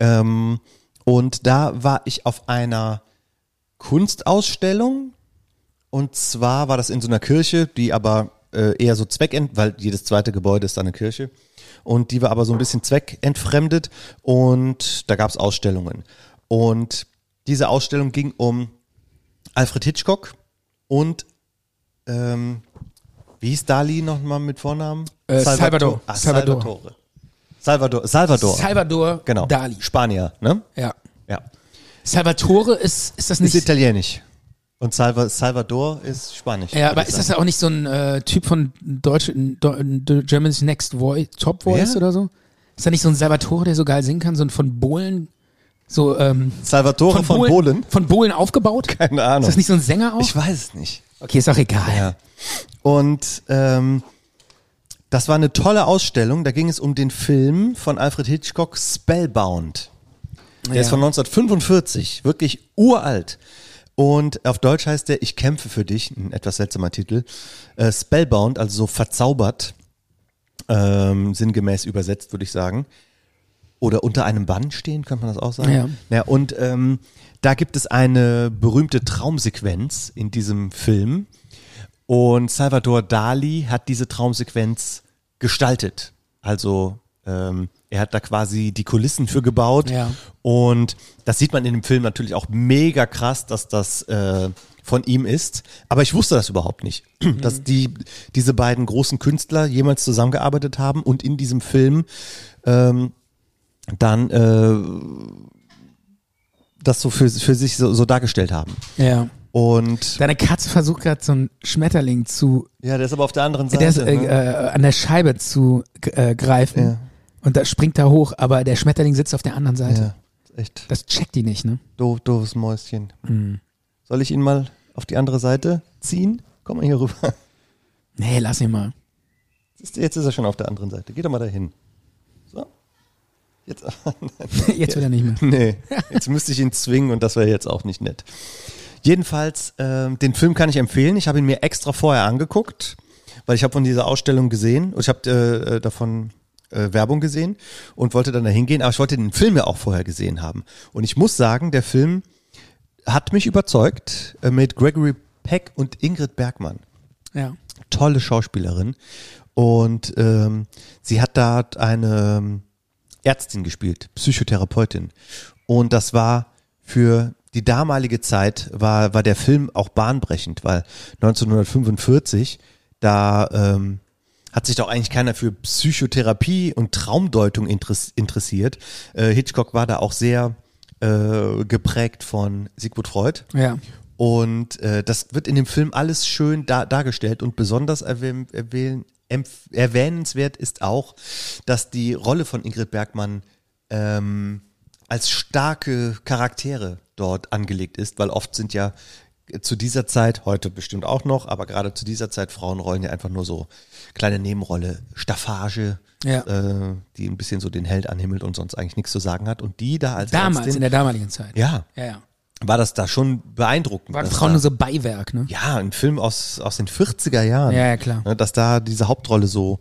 Ähm, und da war ich auf einer Kunstausstellung. Und zwar war das in so einer Kirche, die aber äh, eher so zweckent, weil jedes zweite Gebäude ist eine Kirche. Und die war aber so ein bisschen zweckentfremdet. Und da gab es Ausstellungen. Und diese Ausstellung ging um Alfred Hitchcock und ähm, wie hieß Dali nochmal mit Vornamen? Äh, Salvato- Salvador. Ah, Salvador. Salvatore. Salvador. Salvador. Salvador genau. Dali. Spanier, ne? Ja. Ja. Salvatore ist, ist das nicht. Ist italienisch. Und Salva Salvador ist Spanisch. ja, aber würde ich ist das sagen. auch nicht so ein äh, Typ von Deutsch, Do, Do, Germany's Next Voice, Top Voice Wer? oder so? Ist da nicht so ein Salvatore, der so geil singen kann, so ein von Bohlen, so ähm, Salvatore von, Bohlen? Von Bohlen aufgebaut? Keine Ahnung. Ist das nicht so ein Sänger auch? Ich weiß es nicht. Okay, ist auch egal. Ja. Und ähm, das war eine tolle Ausstellung. Da ging es um den Film von Alfred Hitchcock Spellbound. Der Ja. ist von 1945, wirklich uralt. Und auf Deutsch heißt der Ich kämpfe für dich, ein etwas seltsamer Titel. Äh, Spellbound, also so verzaubert, ähm, sinngemäß übersetzt, würde ich sagen. Oder unter einem Bann stehen, könnte man das auch sagen. Ja. Ja, und ähm, da gibt es eine berühmte Traumsequenz in diesem Film. Und Salvador Dali hat diese Traumsequenz gestaltet. Also ähm, er hat da quasi die Kulissen für gebaut. Ja. Und das sieht man in dem Film natürlich auch mega krass, dass das äh, von ihm ist. Aber ich wusste das überhaupt nicht, dass die, diese beiden großen Künstler jemals zusammengearbeitet haben und in diesem Film ähm, dann äh, das so für, für sich so, so dargestellt haben. Ja. Und Deine Katze versucht gerade so einen Schmetterling zu, ja, der ist aber auf der anderen Seite. der ist, äh, ne? äh, an der Scheibe zu äh, greifen Ja. und da springt er hoch, aber der Schmetterling sitzt auf der anderen Seite. Ja, echt Das checkt die nicht, ne? doof, doofes Mäuschen. Soll ich ihn mal auf die andere Seite ziehen? Komm mal hier rüber. Nee, lass ihn mal. Siehst du, Jetzt ist er schon auf der anderen Seite. Geh doch mal dahin. So. Jetzt. Jetzt will er nicht mehr. Nee, jetzt müsste ich ihn zwingen und das wäre jetzt auch nicht nett. Jedenfalls, ähm, den Film kann ich empfehlen. Ich habe ihn mir extra vorher angeguckt, weil ich habe von dieser Ausstellung gesehen und ich habe äh, äh, davon äh, Werbung gesehen und wollte dann dahin gehen. Aber ich wollte den Film ja auch vorher gesehen haben. Und ich muss sagen, der Film hat mich überzeugt äh, mit Gregory Peck und Ingrid Bergmann Ja. tolle Schauspielerin. Und ähm, sie hat da eine ähm, Ärztin gespielt, Psychotherapeutin. Und das war für die damalige Zeit, war, war der Film auch bahnbrechend, weil 1945, da ähm, hat sich doch eigentlich keiner für Psychotherapie und Traumdeutung interess interessiert. Äh, Hitchcock war da auch sehr äh, geprägt von Sigmund Freud. Ja. Und äh, das wird in dem Film alles schön da, dargestellt und besonders erwähn, erwähn, empf- erwähnenswert ist auch, dass die Rolle von Ingrid Bergmann ähm, als starke Charaktere dort angelegt ist, weil oft sind ja äh, zu dieser Zeit, heute bestimmt auch noch, aber gerade zu dieser Zeit Frauenrollen ja einfach nur so kleine Nebenrolle, Staffage, Ja. äh, die ein bisschen so den Held anhimmelt und sonst eigentlich nichts zu sagen hat. Und die da als Damals, Ärztin, in der damaligen Zeit. ja, Ja, ja. war das da schon beeindruckend. Waren dass Frauen da- nur so Beiwerk, ne? ja, ein Film aus, aus den 40er Jahren. Ja, ja, klar. Ne, Dass da diese Hauptrolle so,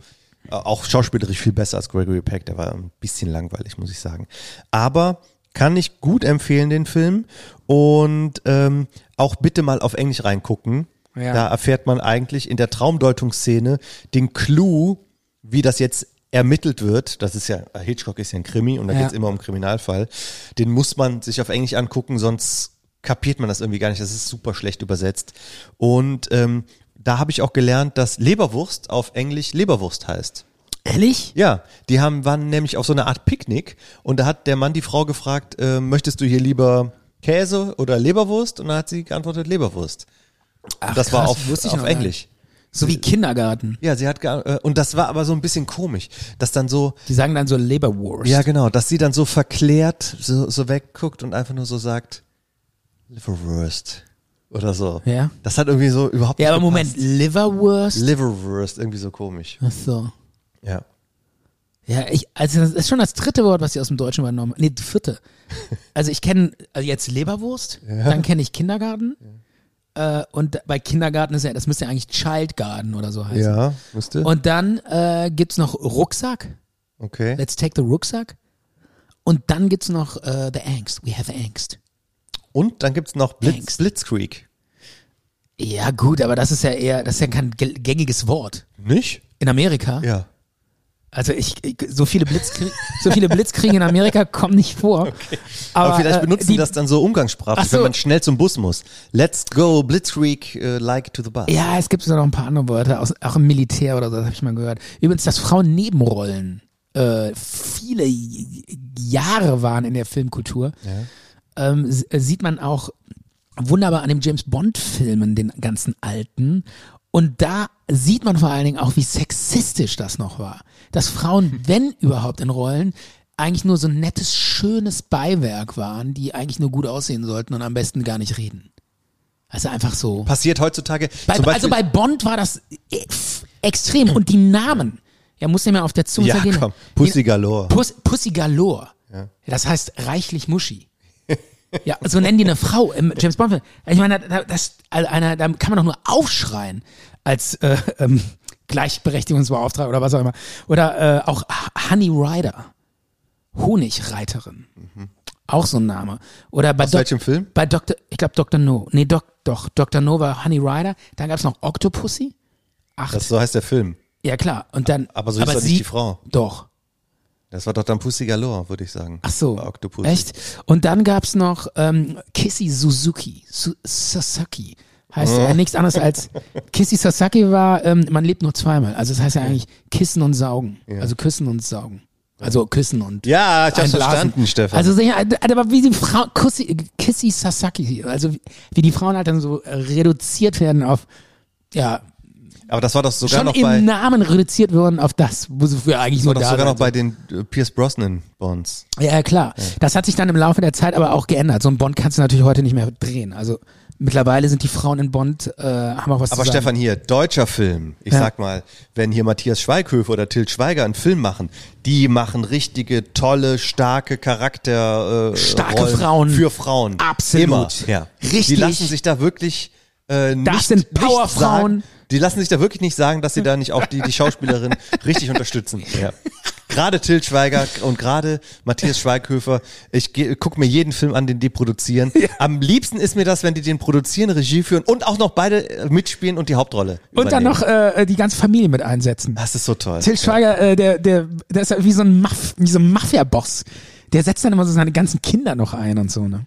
äh, auch schauspielerisch viel besser als Gregory Peck, der war ein bisschen langweilig, muss ich sagen. Aber kann ich gut empfehlen, den Film. Und ähm, auch bitte mal auf Englisch reingucken. Ja. Da erfährt man eigentlich in der Traumdeutungsszene den Clou, wie das jetzt ermittelt wird. Das ist ja, Hitchcock ist ja ein Krimi und da Ja. geht's immer um Kriminalfall. Den muss man sich auf Englisch angucken, sonst kapiert man das irgendwie gar nicht. Das ist super schlecht übersetzt. Und ähm, da habe ich auch gelernt, dass Leberwurst auf Englisch Leberwurst heißt. Ehrlich? Ja, die haben, waren nämlich auf so einer Art Picknick und da hat der Mann die Frau gefragt, äh, möchtest du hier lieber Käse oder Leberwurst? Und dann hat sie geantwortet, Leberwurst. Ach, das war krass, auf, wusste ich auf noch gar Englisch. nicht. So wie Kindergarten. Ja, sie hat gea- äh, und das war aber so ein bisschen komisch, dass dann so Die sagen dann so Leberwurst. ja genau, dass sie dann so verklärt so, so wegguckt und einfach nur so sagt Liverwurst oder so. Ja. Das hat irgendwie so überhaupt Ja, nicht aber Moment, gepasst. Liverwurst? Liverwurst irgendwie so komisch. Ach so. Ja. Ja, ich, also das ist schon das dritte Wort, was sie aus dem Deutschen übernommen haben. Nee, das vierte. Also ich kenne also jetzt Leberwurst, dann kenne ich Kindergarten. Äh, und bei Kindergarten ist ja, das müsste ja eigentlich Childgarten oder so heißen. Ja, müsste. Und dann äh, gibt's noch Rucksack. okay. Let's take the Rucksack. Und dann gibt's noch äh, The Angst. We have Angst. Und dann gibt's noch Blitz, Angst. Blitzkrieg. Ja, gut, aber das ist ja eher, das ist ja kein gäl- gängiges Wort. Nicht? In Amerika. Ja. Also ich, ich so viele Blitzkriege, so viele Blitzkriege in Amerika kommen nicht vor. Aber, vielleicht äh, benutzen die, die- das dann so umgangssprachlich, Ach so. wenn man schnell zum Bus muss. Let's go, Blitzkrieg, äh, like to the bus. Ja, es gibt so noch ein paar andere Wörter, aus, auch im Militär oder so, das habe ich mal gehört. Übrigens, dass Frauen Nebenrollen äh, viele J- Jahre waren in der Filmkultur, ähm, s- äh, sieht man auch wunderbar an den James Bond-Filmen, den ganzen alten. Und da sieht man vor allen Dingen auch, wie sexistisch das noch war. Dass Frauen, wenn überhaupt in Rollen, eigentlich nur so ein nettes, schönes Beiwerk waren, die eigentlich nur gut aussehen sollten und am besten gar nicht reden. Also einfach so. Passiert heutzutage. Bei, zum Beispiel, also bei Bond war das e- extrem. Und die Namen. Er muss nicht mehr auf der Zunge ja, zergehen. komm, Pussy Galore. Puss, Pussy Galore. Das heißt reichlich Muschi. Ja, so nennen die eine Frau im James Bond. Ich meine, da, da- das, also einer, da kann man doch nur aufschreien als äh, ähm, Gleichberechtigungsbeauftragter oder was auch immer. Oder äh, auch H- Honey Rider, Honigreiterin. Auch so ein Name. Oder bei Mhm. Aus Doc- welchem Film? Bei Dr. Ich glaube Dr. No. Nee, Doc, doch. Dr. No war Honey Rider. Dann gab's noch Octopussy. Acht. Das, so heißt der Film. ja klar. Und dann. Aber so hieß doch sie- nicht die Frau. Doch. Das war doch dann Pussy Galore, würde ich sagen. Ach so. Bei Octopus. Echt? Und dann gab's noch ähm, Kissy Suzuki. Su Sasaki. Heißt Oh. ja nichts anderes als Kissy Sasaki war, ähm, man lebt nur zweimal. Also das heißt ja eigentlich Kissen und Saugen. Also küssen und saugen. Also küssen und Ja, ich hab's einblasen. verstanden, Stefan. Also sehr- aber wie die Frau Kussi, Kissy Sasaki, also wie- wie die Frauen halt dann so äh, reduziert werden auf ja, Aber das war doch sogar schon noch im bei. Namen reduziert wurden auf das, wo sie früher eigentlich Das war nur doch da sogar waren. noch bei den äh, Pierce Brosnan Bonds. Ja, ja, klar. Das hat sich dann im Laufe der Zeit aber auch geändert. So ein Bond kannst du natürlich heute nicht mehr drehen. Also mittlerweile sind die Frauen in Bond, äh, haben auch was Aber zu sagen. Stefan hier, deutscher Film. Ich Ja. sag mal, wenn hier Matthias Schweighöfer oder Till Schweiger einen Film machen, die machen richtige, tolle, starke Charakter äh, Starke Rollen Frauen. für Frauen. Absolut. Immer. Ja. Die Richtig. lassen sich da wirklich äh, nicht, Das sind nicht Powerfrauen. sagen- Die lassen sich da wirklich nicht sagen, dass sie da nicht auch die, die Schauspielerin richtig unterstützen. Ja. Gerade Till Schweiger und gerade Matthias Schweighöfer. Ich geh- guck mir jeden Film an, den die produzieren. Am liebsten ist mir das, wenn die den produzieren, Regie führen und auch noch beide äh, mitspielen und die Hauptrolle. Und dann übernehmen. noch äh, die ganze Familie mit einsetzen. Das ist so toll. Till Schweiger, äh, der, der, der ist ja wie so ein, Maf wie so ein Mafia-Boss. Der setzt dann immer so seine ganzen Kinder noch ein und so, ne?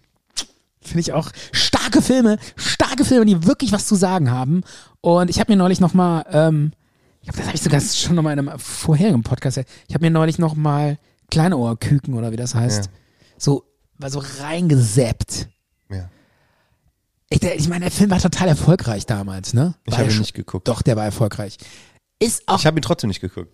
Finde ich auch starke Filme, starke Filme, die wirklich was zu sagen haben. Und ich habe mir neulich nochmal, ähm, ich glaube, das habe ich sogar schon nochmal in einem vorherigen Podcast, erzählt. ich habe mir neulich nochmal Kleinohrküken oder wie das heißt, Ja. so, war so reingesäppt. Ja. Ich, der, ich meine, der Film war total erfolgreich damals, ne? Ich War habe ja ihn schon- nicht geguckt. Doch, der war erfolgreich. Ist auch Ich habe ihn trotzdem nicht geguckt.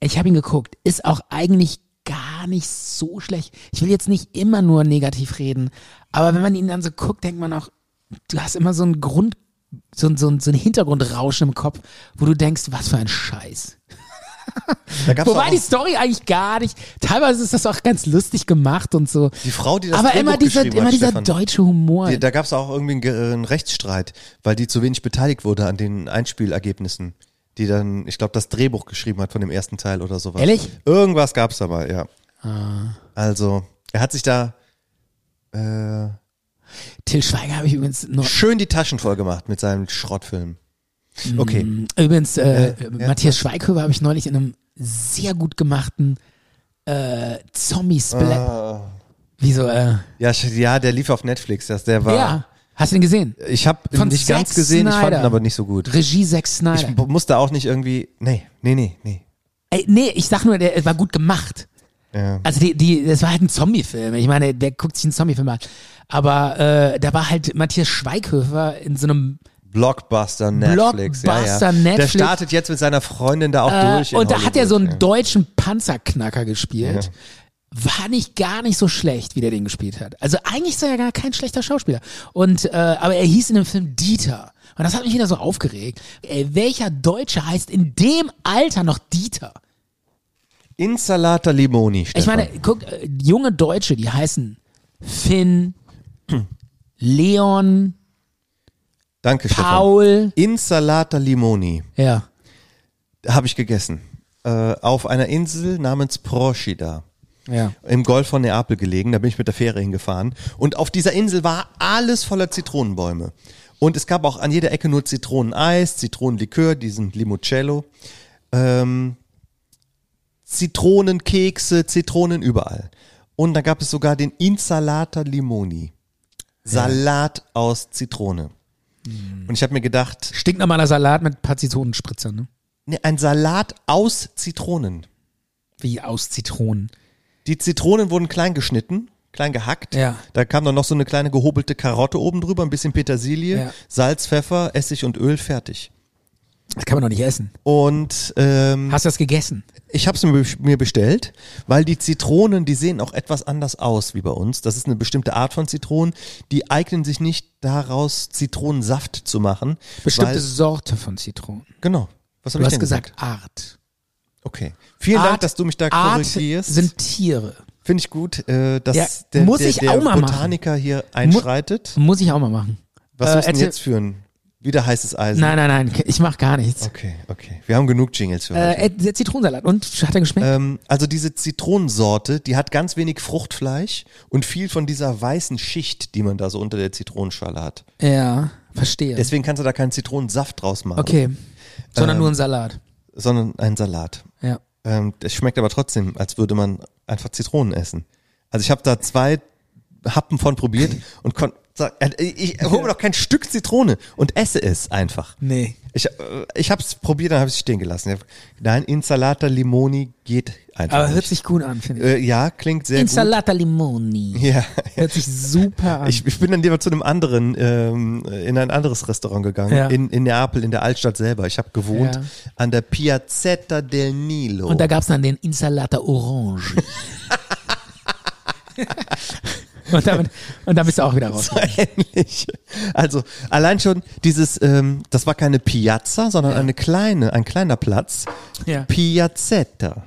ich habe ihn geguckt, ist auch eigentlich gar nicht so schlecht. Ich will jetzt nicht immer nur negativ reden, aber wenn man ihn dann so guckt, denkt man auch, du hast immer so einen Grund, so, ein- so, ein- so ein Hintergrundrauschen im Kopf, wo du denkst, was für ein Scheiß. Da gab's Wobei auch die Story eigentlich gar nicht, teilweise ist das auch ganz lustig gemacht und so. die Frau, die das aber Drehbuch immer, dieser, geschrieben immer hat, dieser Stefan. deutsche Humor. Die, da gab es auch irgendwie einen, Ge- äh, einen Rechtsstreit, weil die zu wenig beteiligt wurde an den Einspielergebnissen, die dann, ich glaube, das Drehbuch geschrieben hat von dem ersten Teil oder sowas. Ehrlich? Irgendwas gab es dabei, ja. Ah. Also, er hat sich da äh, Till Schweiger habe ich übrigens noch. schön die Taschen voll gemacht mit seinem Schrottfilm. Hm. Okay. Übrigens, äh, Ja, ja. Matthias Schweighöfer habe ich neulich in einem sehr gut gemachten äh, Zombie-Splat. Ah. Wieso, äh, Ja, sch- ja, der lief auf Netflix, das, der war. ja. Hast du den gesehen? Ich habe Von nicht Zack ganz gesehen, ich fand ihn Snyder. aber nicht so gut. Regie Zack Snyder. Ich b- musste auch nicht irgendwie. Nee, nee, nee, nee. Ey, nee, ich sag nur, der war gut gemacht. Ja. Also die, die, das war halt ein Zombie-Film. Ich meine, wer guckt sich einen Zombie-Film an? Aber äh, da war halt Matthias Schweighöfer in so einem Blockbuster Netflix. ja, ja. Blockbuster Netflix. Der startet jetzt mit seiner Freundin da auch Äh, durch. in und da hat er so einen Hollywood, deutschen Panzerknacker gespielt. Ja. War nicht gar nicht so schlecht, wie der den gespielt hat. Also eigentlich ist er ja gar kein schlechter Schauspieler. Und äh, aber er hieß in dem Film Dieter. Und das hat mich wieder so aufgeregt. Ey, welcher Deutsche heißt in dem Alter noch Dieter? ja. Insalata Limoni. Stefan. Ich meine, guck, äh, junge Deutsche, die heißen Finn, Leon, Danke, Stefan. Paul. Insalata Limoni Ja. habe ich gegessen. Äh, auf einer Insel namens Procida. Ja. Im Golf von Neapel gelegen, da bin ich mit der Fähre hingefahren. Und auf dieser Insel war alles voller Zitronenbäume. Und es gab auch an jeder Ecke nur Zitroneneis, Zitronenlikör, diesen Limoncello. ähm, Zitronenkekse, Zitronen überall. Und da gab es sogar den Insalata Limoni. Salat aus Zitrone. Und ich habe mir gedacht, Stinknormaler Salat mit ein paar Zitronenspritzern, ne? nee, ein Salat aus Zitronen. Wie aus Zitronen. Die Zitronen wurden klein geschnitten, klein gehackt. Ja. Da kam dann noch so eine kleine gehobelte Karotte oben drüber, ein bisschen Petersilie, Ja. Salz, Pfeffer, Essig und Öl, fertig. Das kann man doch nicht essen. Und ähm, Hast du das gegessen? ich habe es mir, mir bestellt, weil die Zitronen, die sehen auch etwas anders aus wie bei uns. Das ist eine bestimmte Art von Zitronen. Die eignen sich nicht daraus, Zitronensaft zu machen. Bestimmte weil- Sorte von Zitronen. Genau. Was du hab ich hast denn gesagt Art. Okay. Vielen Dank, Art- dass du mich da Art korrigierst. sind Tiere. Finde ich gut, äh, dass Ja, der, muss der, ich der auch mal machen. Botaniker hier einschreitet. Muss ich auch mal machen. Was Äh, muss denn erzähl- jetzt führen? Wieder heißes Eisen. Nein, nein, nein, ich mach gar nichts. Okay, okay. Wir haben genug Jingles für heute. Äh, der Zitronensalat. Und hat er geschmeckt? Ähm, also diese Zitronensorte, die hat ganz wenig Fruchtfleisch und viel von dieser weißen Schicht, die man da so unter der Zitronenschale hat. ja, Äh, verstehe. Deswegen kannst du da keinen Zitronensaft draus machen. okay. Sondern Ähm, nur ein Salat. Sondern einen Salat. Ja. Ähm, das schmeckt aber trotzdem, als würde man einfach Zitronen essen. Also ich habe da zwei Happen von probiert und konnte ich hole mir doch kein Stück Zitrone und esse es einfach. Nee. Ich, äh, ich habe es probiert, dann habe ich es stehen gelassen. Ich hab- Nein, Insalata Limoni geht einfach Aber hört nicht. sich gut an, finde ich. äh, ja, klingt sehr Insalata Limoni. gut. Ja. Hört sich super an. Ich, ich bin dann lieber zu einem anderen, ähm, in ein anderes Restaurant gegangen, Ja. in, in Neapel, in der Altstadt selber. Ich habe gewohnt Ja. an der Piazzetta del Nilo. Und da gab's dann den Insalata Orange. und, damit, und dann bist du auch wieder raus. So ähnlich. Also allein schon dieses, ähm, das war keine Piazza, sondern eine kleine, ein kleiner Platz. Ja. Hm. Piazzetta.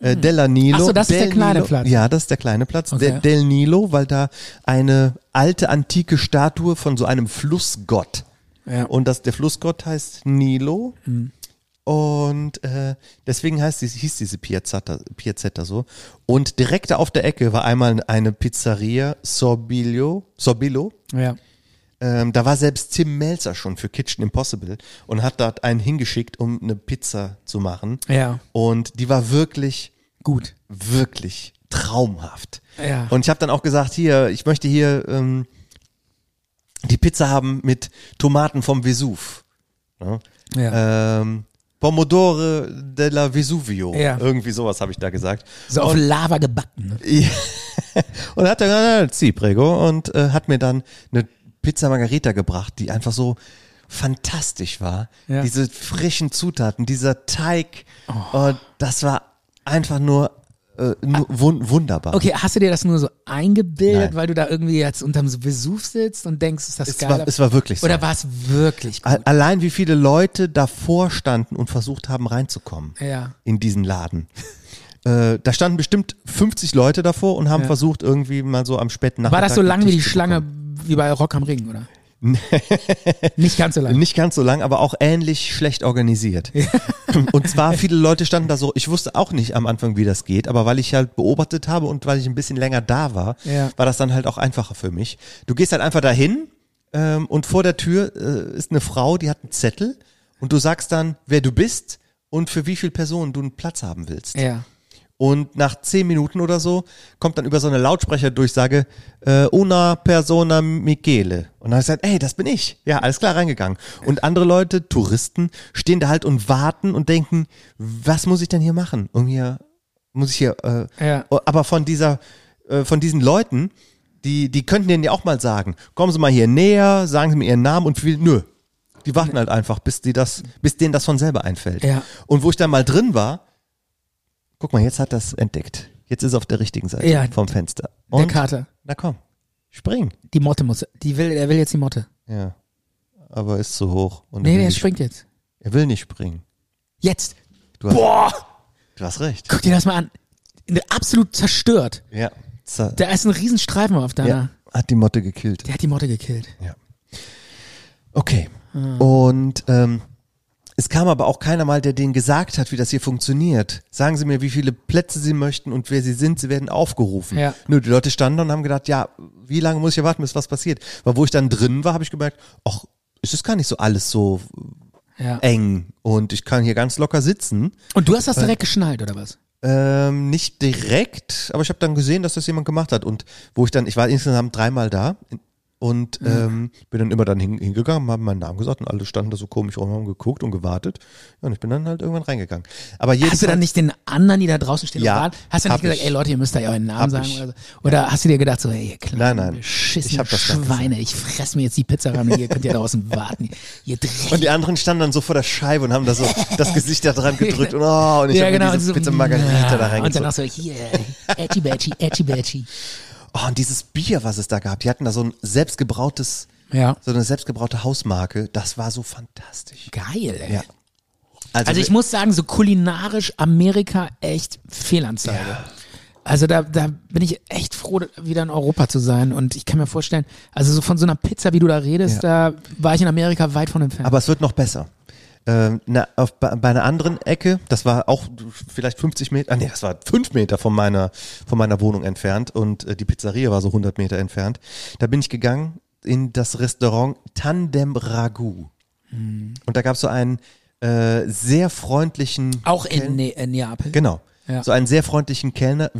Äh, Della Nilo. Ach so, das ist Del der kleine Nilo. Platz. Ja, das ist der kleine Platz. Okay. De, Del Nilo, weil da eine alte antike Statue von so einem Flussgott. Ja. Mhm. Und das, der Flussgott heißt Nilo. Und äh, deswegen heißt, dies- hieß diese Piazzetta, Piazzetta so. Und direkt auf der Ecke war einmal eine Pizzeria Sorbillo, Sorbillo. Ja. Ähm, da war selbst Tim Melzer schon für Kitchen Impossible und hat dort einen hingeschickt, um eine Pizza zu machen. Ja. Und die war wirklich, Gut. wirklich traumhaft. Ja. Und ich habe dann auch gesagt, hier, ich möchte hier ähm, die Pizza haben mit Tomaten vom Vesuv. Ne? Ja. Ähm, Pomodore della Vesuvio. Ja. Irgendwie sowas habe ich da gesagt. So auf Lava gebacken. ne? Ja. und hat dann gesagt, "Äh, zieh prego und äh, hat mir dann eine Pizza Margarita gebracht, die einfach so fantastisch war. Ja. Diese frischen Zutaten, dieser Teig, Oh. und das war einfach nur, äh, nur wun wunderbar. Okay, hast du dir das nur so eingebildet, Nein. weil du da irgendwie jetzt unterm Vesuv sitzt und denkst, ist das Es geil? war- es war wirklich so. Oder war es wirklich A- gut? Allein wie viele Leute davor standen und versucht haben reinzukommen Ja. in diesen Laden. Äh, da standen bestimmt 50 Leute davor und haben Ja. versucht, irgendwie mal so am späten Nachmittag. War das so lang wie die Tisch zu Schlange wie bei Rock am Ring, oder? Nicht ganz so lang. Nicht ganz so lang, aber auch ähnlich schlecht organisiert. und zwar viele Leute standen da so, ich wusste auch nicht am Anfang, wie das geht, aber weil ich halt beobachtet habe und weil ich ein bisschen länger da war, Ja. war das dann halt auch einfacher für mich. Du gehst halt einfach dahin ähm, und vor der Tür äh, ist eine Frau, die hat einen Zettel und du sagst dann, wer du bist und für wie viele Personen du einen Platz haben willst. Ja. Und nach zehn Minuten oder so kommt dann über so eine Lautsprecherdurchsage äh, Una persona Michele. Und dann hab ich gesagt, ey, das bin ich. Ja, alles klar, reingegangen. Und andere Leute, Touristen, stehen da halt und warten und denken, was muss ich denn hier machen? Um hier, muss ich hier, äh, Ja. aber von dieser, äh, von diesen Leuten, die, die könnten denen ja auch mal sagen, kommen Sie mal hier näher, sagen Sie mir Ihren Namen und viel, nö. Die warten halt einfach, bis die das, bis denen das von selber einfällt. Ja. Und wo ich dann mal drin war, guck mal, jetzt hat das entdeckt. Jetzt ist er auf der richtigen Seite Ja, vom Fenster. Der Und, Kater. na komm, spring. Die Motte muss. Die will, er will jetzt die Motte. Ja. Aber ist zu hoch. Und er Nee, will der nicht, springt jetzt. Er will nicht springen. Jetzt! Du hast, Boah! Du hast recht. Guck dir das mal an. Absolut zerstört. Ja. Zer- Da ist ein Riesenstreifen auf deiner. ja. Hat die Motte gekillt. Der hat die Motte gekillt. Okay. Ah. Und ähm, es kam aber auch keiner mal, der denen gesagt hat, wie das hier funktioniert. Sagen Sie mir, wie viele Plätze Sie möchten und wer Sie sind. Sie werden aufgerufen. Ja. Nur die Leute standen da und haben gedacht, ja, wie lange muss ich hier warten, bis was passiert? Weil wo ich dann drin war, habe ich gemerkt, ach, es ist gar nicht so alles so Ja. eng und ich kann hier ganz locker sitzen. Und du hast Äh. das direkt geschnallt, oder was? Ähm, nicht direkt, aber ich habe dann gesehen, dass das jemand gemacht hat. Und wo ich dann, ich war insgesamt dreimal da, in- Mhm. Und ähm, bin dann immer dann hin, hingegangen, haben meinen Namen gesagt und alle standen da so komisch rum, haben geguckt und gewartet. Ja, und ich bin dann halt irgendwann reingegangen. Aber jedes Hast du dann nicht den anderen, die da draußen stehen Ja, und warten? Hast du hab nicht gesagt, ich. ey Leute, ihr müsst da ja euren Namen Hab sagen ich. oder so? Oder hast du dir gedacht, so, ey, ihr kleinen Nein, nein. beschissenen Ich hab das dann Schweine, ich fress mir jetzt die Pizza ran und ihr könnt ja draußen warten. Ihr Dreck. Und die anderen standen dann so vor der Scheibe und haben da so das Gesicht da dran gedrückt und, oh, und ich habe mir genau, und diese so, Pizza Margarita ja, da Und dann reingezogen. auch so, hier, Edgy Badgy, Edgy Badgy. Oh, und dieses Bier, was es da gab, die hatten da so ein selbstgebrautes, Ja. so eine selbstgebraute Hausmarke. Das war so fantastisch. Geil, ey. Ja. Also, ich muss sagen, so kulinarisch Amerika echt Fehlanzeige. Also da, da bin ich echt froh, wieder in Europa zu sein. Und ich kann mir vorstellen, also so von so einer Pizza, wie du da redest, da war ich in Amerika weit von entfernt. Aber es wird noch besser. Ähm, na, auf, bei, bei einer anderen Ecke, das war auch vielleicht 50 Meter, ah nee, das war 5 Meter von meiner, von meiner Wohnung entfernt und äh, die Pizzeria war so 100 Meter entfernt. Da bin ich gegangen in das Restaurant Tandem Ragout. Hm. Und da gab es so einen äh, sehr freundlichen. Auch Kellner- in, ne in Neapel. Genau. Ja. So einen sehr freundlichen Kellner,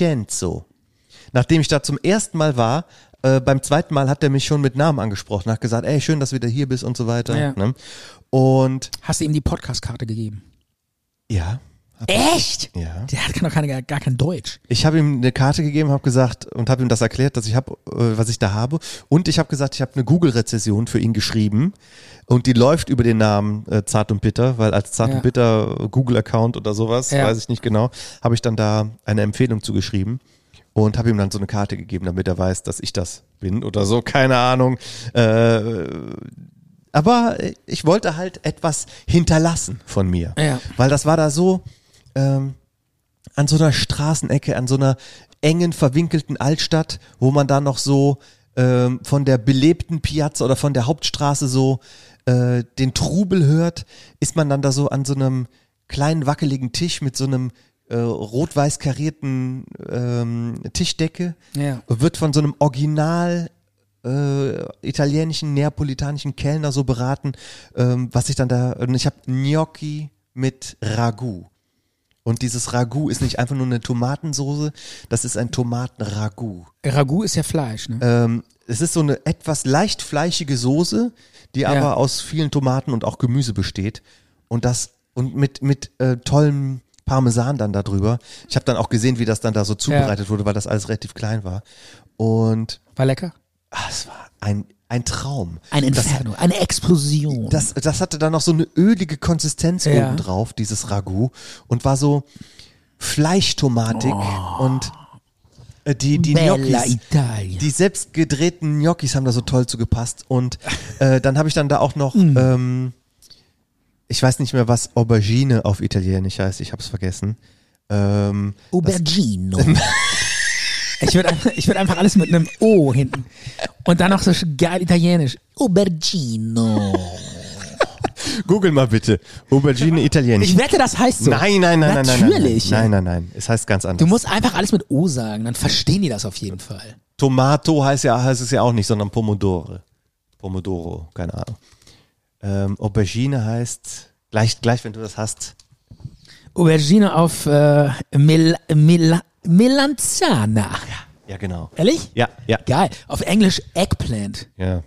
Vincenzo. Nachdem ich da zum ersten Mal war, äh, beim zweiten Mal hat er mich schon mit Namen angesprochen, hat gesagt, ey, schön, dass du wieder hier bist und so weiter. Ja. Ne? Und Hast du ihm die Podcast-Karte gegeben? ja, Echt? ja. Der hat noch keine, gar, gar kein Deutsch. Ich habe ihm eine Karte gegeben, habe gesagt und habe ihm das erklärt, dass ich habe, äh, was ich da habe. Und ich habe gesagt, ich habe eine Google-Rezession für ihn geschrieben und die läuft über den Namen äh, Zart und Bitter, weil als Zart Ja. und Bitter äh, Google-Account oder sowas, Ja. weiß ich nicht genau, habe ich dann da eine Empfehlung zugeschrieben und habe ihm dann so eine Karte gegeben, damit er weiß, dass ich das bin oder so, keine Ahnung. Äh, aber ich wollte halt etwas hinterlassen von mir, Ja. weil das war da so. Ähm, an so einer Straßenecke, an so einer engen, verwinkelten Altstadt, wo man da noch so ähm, von der belebten Piazza oder von der Hauptstraße so äh, den Trubel hört, ist man dann da so an so einem kleinen, wackeligen Tisch mit so einem äh, rot-weiß karierten ähm, Tischdecke, Ja. wird von so einem original äh, italienischen, neapolitanischen Kellner so beraten, ähm, was ich dann da, und ich habe Gnocchi mit Ragout. Und dieses Ragout ist nicht einfach nur eine Tomatensoße, das ist ein Tomatenragout. Ragout ist ja Fleisch, ne? Ähm, es ist so eine etwas leicht fleischige Soße, die aber aus vielen Tomaten und auch Gemüse besteht. Und das und mit mit äh, tollem Parmesan dann darüber. Ich habe dann auch gesehen, wie das dann da so zubereitet wurde, weil das alles relativ klein war. Und War lecker? ah, es war ein ein Traum. Ein Das- Inferno, eine Explosion. das, das hatte dann noch so eine ölige Konsistenz Ja. oben drauf, dieses Ragout. Und war so Fleischtomatik und äh, die, die Oh. Bella Gnocchis, Italia. die selbst gedrehten Gnocchis haben da so toll zugepasst. Und äh, dann habe ich dann da auch noch, Hm. ähm, ich weiß nicht mehr, was Aubergine auf Italienisch heißt, ich habe es vergessen. Ähm, das- Aubergino. ich würde einfach, ich würd einfach alles mit einem O hinten. Und dann noch so geil italienisch. Aubergino. Google mal bitte. Aubergine Italienisch. Ich wette, das heißt so. Nein, nein, nein, nein, nein, nein. Natürlich. Nein, nein, nein. Es heißt ganz anders. Du musst einfach alles mit O sagen, dann verstehen die das auf jeden Fall. Tomato heißt ja heißt es ja auch nicht, sondern Pomodoro. Pomodoro, keine Ahnung. Ähm, Aubergine heißt gleich gleich, wenn du das hast. Aubergine auf äh, Mel Mel Melanzana. Ja, genau. Ehrlich? Ja, ja, Geil. Auf Englisch Eggplant. ja.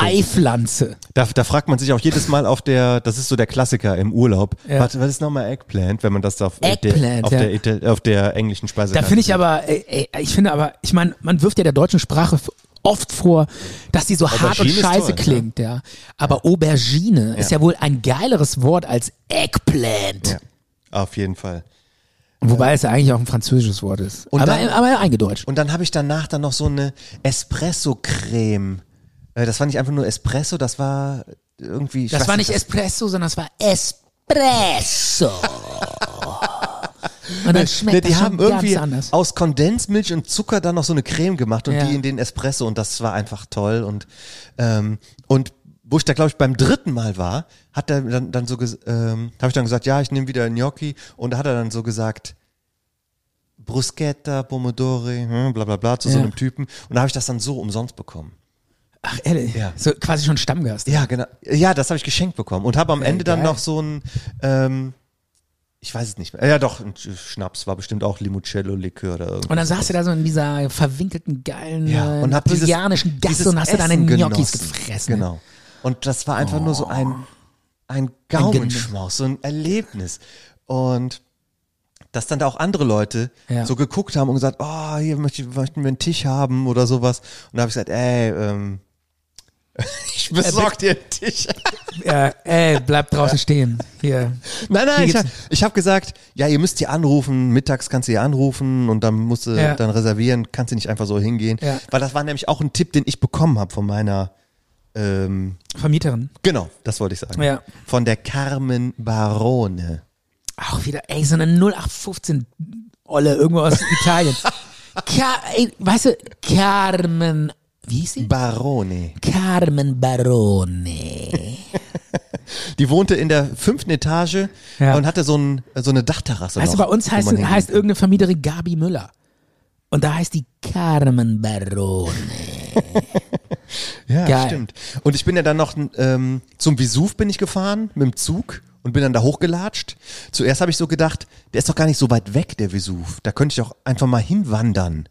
Eipflanze. Da, da fragt man sich auch jedes Mal auf der, das ist so der Klassiker im Urlaub. Ja. Was, was ist nochmal Eggplant, wenn man das da auf, Eggplant, der, auf, ja. der, Ital- auf der englischen Speisekarte Da finde ich sieht? aber, äh, äh, ich finde aber, ich meine, man wirft ja der deutschen Sprache f- oft vor, dass die so hart und Aubergine ist scheiße toll, klingt, ja. Aber Aubergine ist ja Ja. wohl ein geileres Wort als Eggplant. Ja, auf jeden Fall. Wobei es ja eigentlich auch ein französisches Wort ist. Und aber, dann- aber eingedeutscht. Und dann habe ich danach dann noch so eine Espresso-Creme. Äh, Das war nicht einfach nur Espresso, das war irgendwie. ich Das weiß war nicht was- Espresso, sondern das war Espresso. und dann schmeckt Ne, das die schon haben ganz irgendwie anders. aus Kondensmilch und Zucker dann noch so eine Creme gemacht und Ja. die in den Espresso und das war einfach toll und ähm, und wo ich da glaube ich beim dritten Mal war, hat er dann, dann so ges- ähm, habe ich dann gesagt, ja, ich nehme wieder Gnocchi und da hat er dann so gesagt Bruschetta, Pomodori, hm, bla bla bla zu so Ja. einem Typen und da habe ich das dann so umsonst bekommen. Ach, ehrlich. Ja. So quasi schon Stammgast. Ja, genau. Ja, das habe ich geschenkt bekommen und habe am Ende dann geil. noch so ein ähm, Ich weiß es nicht mehr. Ja, doch, ein Sch- Schnaps war bestimmt auch Limoncello, Likör oder irgendwas. Und dann saß du da so in dieser verwinkelten, geilen, Ja, ja, und hab dieses- äh, brasilianischen dieses Gasse und hast du deine Essen Gnocchis genossen. gefressen. Oh. Genau. Und das war einfach nur so ein, ein Ein Gen- Gaumenschmaus, so ein Erlebnis. Und dass dann da auch andere Leute Ja. so geguckt haben und gesagt, oh, hier möchte, möchten wir einen Tisch haben oder sowas. Und da habe ich gesagt, ey, ähm, Äh, ich besorge dir einen Tisch. Ja, ey, Äh, bleib draußen stehen. Hier. Hier Nein, nein, ich, geht's- hab- ich habe gesagt, ja, ihr müsst hier anrufen, mittags kannst du hier anrufen und dann musst du Ja. dann reservieren, kannst du nicht einfach so hingehen. Ja. Weil das war nämlich auch ein Tipp, den ich bekommen habe von meiner ähm, Vermieterin. Genau, das wollte ich sagen. Ja. Von der Carmen Barone. Auch wieder, ey, so eine 0815 Olle irgendwo aus Italien. Ka ey, weißt du, Carmen, wie hieß sie? Barone. Carmen Barone. Die wohnte in der fünften Etage Ja. und hatte so, ein, so eine Dachterrasse. Weißt du, noch, bei uns wo heißt, man es- hingehen heißt kann. irgendeine Vermieterin Gabi Müller. Und da heißt die Carmen Barone. Ja, Geil. stimmt. Und ich bin ja dann noch ähm, zum Vesuv bin ich gefahren mit dem Zug und bin dann da hochgelatscht. Zuerst habe ich so gedacht, der ist doch gar nicht so weit weg, der Vesuv. Da könnte ich doch einfach mal hinwandern.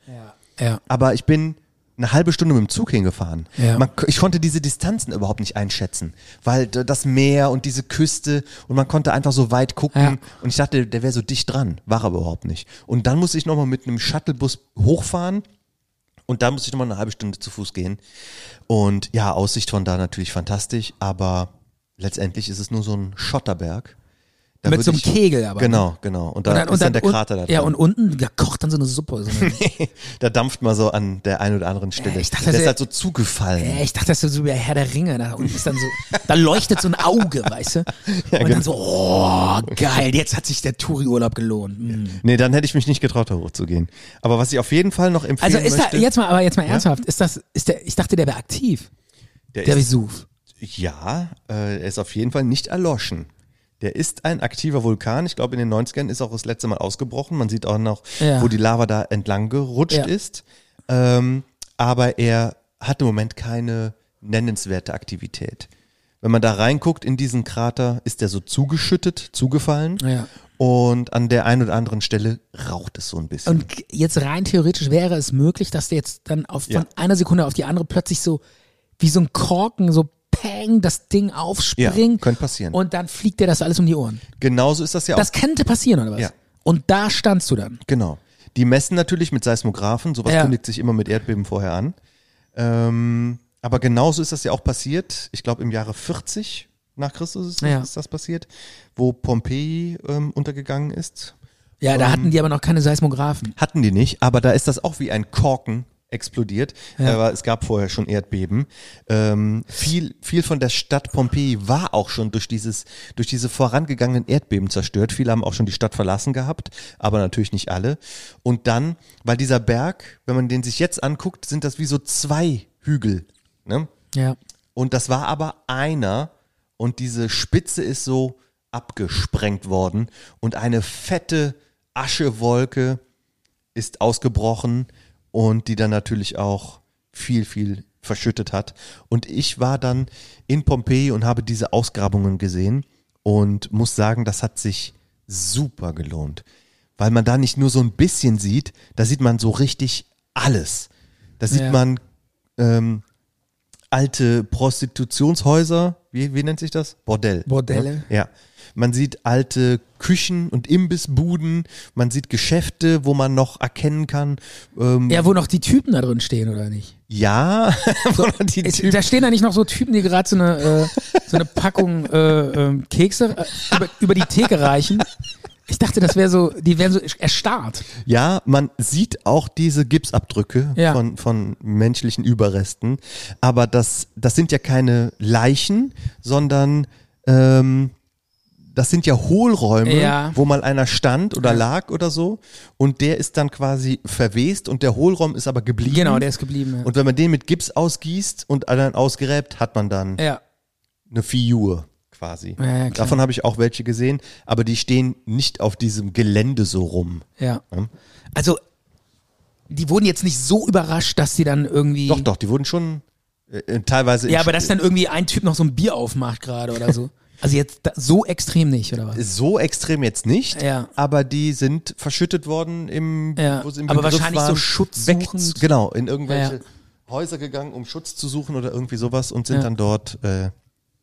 Ja. Aber ich bin eine halbe Stunde mit dem Zug hingefahren. Ja. Man, ich konnte diese Distanzen überhaupt nicht einschätzen, weil d- das Meer und diese Küste und man konnte einfach so weit gucken Ja. und ich dachte, der wäre so dicht dran, war er überhaupt nicht. Und dann musste ich nochmal mit einem Shuttlebus hochfahren und dann musste ich nochmal eine halbe Stunde zu Fuß gehen. Und ja, Aussicht von da natürlich fantastisch, aber letztendlich ist es nur so ein Schotterberg. Da Mit würde so einem Kegel aber. ne? Genau, genau. Und da ist dann der und- Krater da drin. Ja, und unten da kocht dann so eine Suppe. So eine, da dampft mal so an der einen oder anderen Stelle. dachte, der ist der- halt so zugefallen. Äh, ich dachte, das ist so wie der Herr der Ringe. Da unten ist dann so, da leuchtet so ein Auge, weißt du? Und genau. dann so, oh, geil, jetzt hat sich der Touri-Urlaub gelohnt. Mm. Nee, dann hätte ich mich nicht getraut, da hochzugehen. Aber was ich auf jeden Fall noch empfehlen Also ist da, möchte, jetzt mal, aber jetzt mal Ja? ernsthaft, ist das, ist der, ich dachte, der wäre aktiv. der, Der ist, Vesuv. ja, äh, er ist auf jeden Fall nicht erloschen. Der ist ein aktiver Vulkan. Ich glaube, in den 90ern ist auch das letzte Mal ausgebrochen. Man sieht auch noch, Ja. wo die Lava da entlang gerutscht Ja. ist. Ähm, aber er hat im Moment keine nennenswerte Aktivität. Wenn man da reinguckt in diesen Krater, ist der so zugeschüttet, zugefallen. Ja. Und an der einen oder anderen Stelle raucht es so ein bisschen. Und jetzt rein theoretisch wäre es möglich, dass der jetzt dann auf, von Ja. einer Sekunde auf die andere plötzlich so wie so ein Korken, so peng, das Ding aufspringt. Ja, könnte passieren. Und dann fliegt dir das alles um die Ohren. Genauso ist das ja Das auch. könnte passieren, oder was? Ja. Und da standst du dann. Genau. Die messen natürlich mit Seismographen, sowas Ja. kündigt sich immer mit Erdbeben vorher an. Ähm, aber genauso ist das ja auch passiert, ich glaube im Jahre 40 nach Christus ist, Ja. ist das passiert, wo Pompeji ähm, untergegangen ist. Ja, da Ähm, hatten die aber noch keine Seismographen. Hatten die nicht, aber da ist das auch wie ein Korken explodiert. Ja. Aber es gab vorher schon Erdbeben. Ähm, viel, viel von der Stadt Pompeji war auch schon durch dieses, durch diese vorangegangenen Erdbeben zerstört. Viele haben auch schon die Stadt verlassen gehabt, aber natürlich nicht alle. Und dann, weil dieser Berg, wenn man den sich jetzt anguckt, sind das wie so zwei Hügel. Ne? Ja. Und das war aber einer und diese Spitze ist so abgesprengt worden und eine fette Aschewolke ist ausgebrochen und die dann natürlich auch viel, viel verschüttet hat. Und ich war dann in Pompeji und habe diese Ausgrabungen gesehen und muss sagen, das hat sich super gelohnt, weil man da nicht nur so ein bisschen sieht, da sieht man so richtig alles. Da sieht Ja. man ähm, alte Prostitutionshäuser, wie, wie nennt sich das? Bordell. Bordelle. Ja. Man sieht alte Küchen und Imbissbuden, man sieht Geschäfte, wo man noch erkennen kann. Ähm, Ja, wo noch die Typen da drin stehen, oder nicht? ja, wo noch die Es, Typen- da stehen da nicht noch so Typen, die gerade so eine, äh, so eine Packung äh, ähm, Kekse äh, über, über die Theke reichen. Ich dachte, das wäre so, die wären so erstarrt. ja, man sieht auch diese Gipsabdrücke Ja. von, von menschlichen Überresten. Aber das, das sind ja keine Leichen, sondern ähm, das sind ja Hohlräume, Ja. wo mal einer stand oder lag oder so. Und der ist dann quasi verwest und der Hohlraum ist aber geblieben. Genau, der ist geblieben. Und wenn man den mit Gips ausgießt und dann ausgräbt, hat man dann Ja. ja. eine Figur quasi. Ja, ja, klar. Davon habe ich auch welche gesehen, aber die stehen nicht auf diesem Gelände so rum. Ja. Also, die wurden jetzt nicht so überrascht, dass die dann irgendwie. Doch, doch, die wurden schon äh, äh, teilweise. Ja, in- aber dass dann irgendwie ein Typ noch so ein Bier aufmacht gerade oder so. Also jetzt da, so extrem nicht, oder was? So extrem jetzt nicht, Ja. aber die sind verschüttet worden im, Ja, wo sie im aber Begriff wahrscheinlich so waren, schutzsuchend. wegzu- Genau, in irgendwelche Ja. Häuser gegangen, um Schutz zu suchen oder irgendwie sowas und sind Ja. dann dort äh,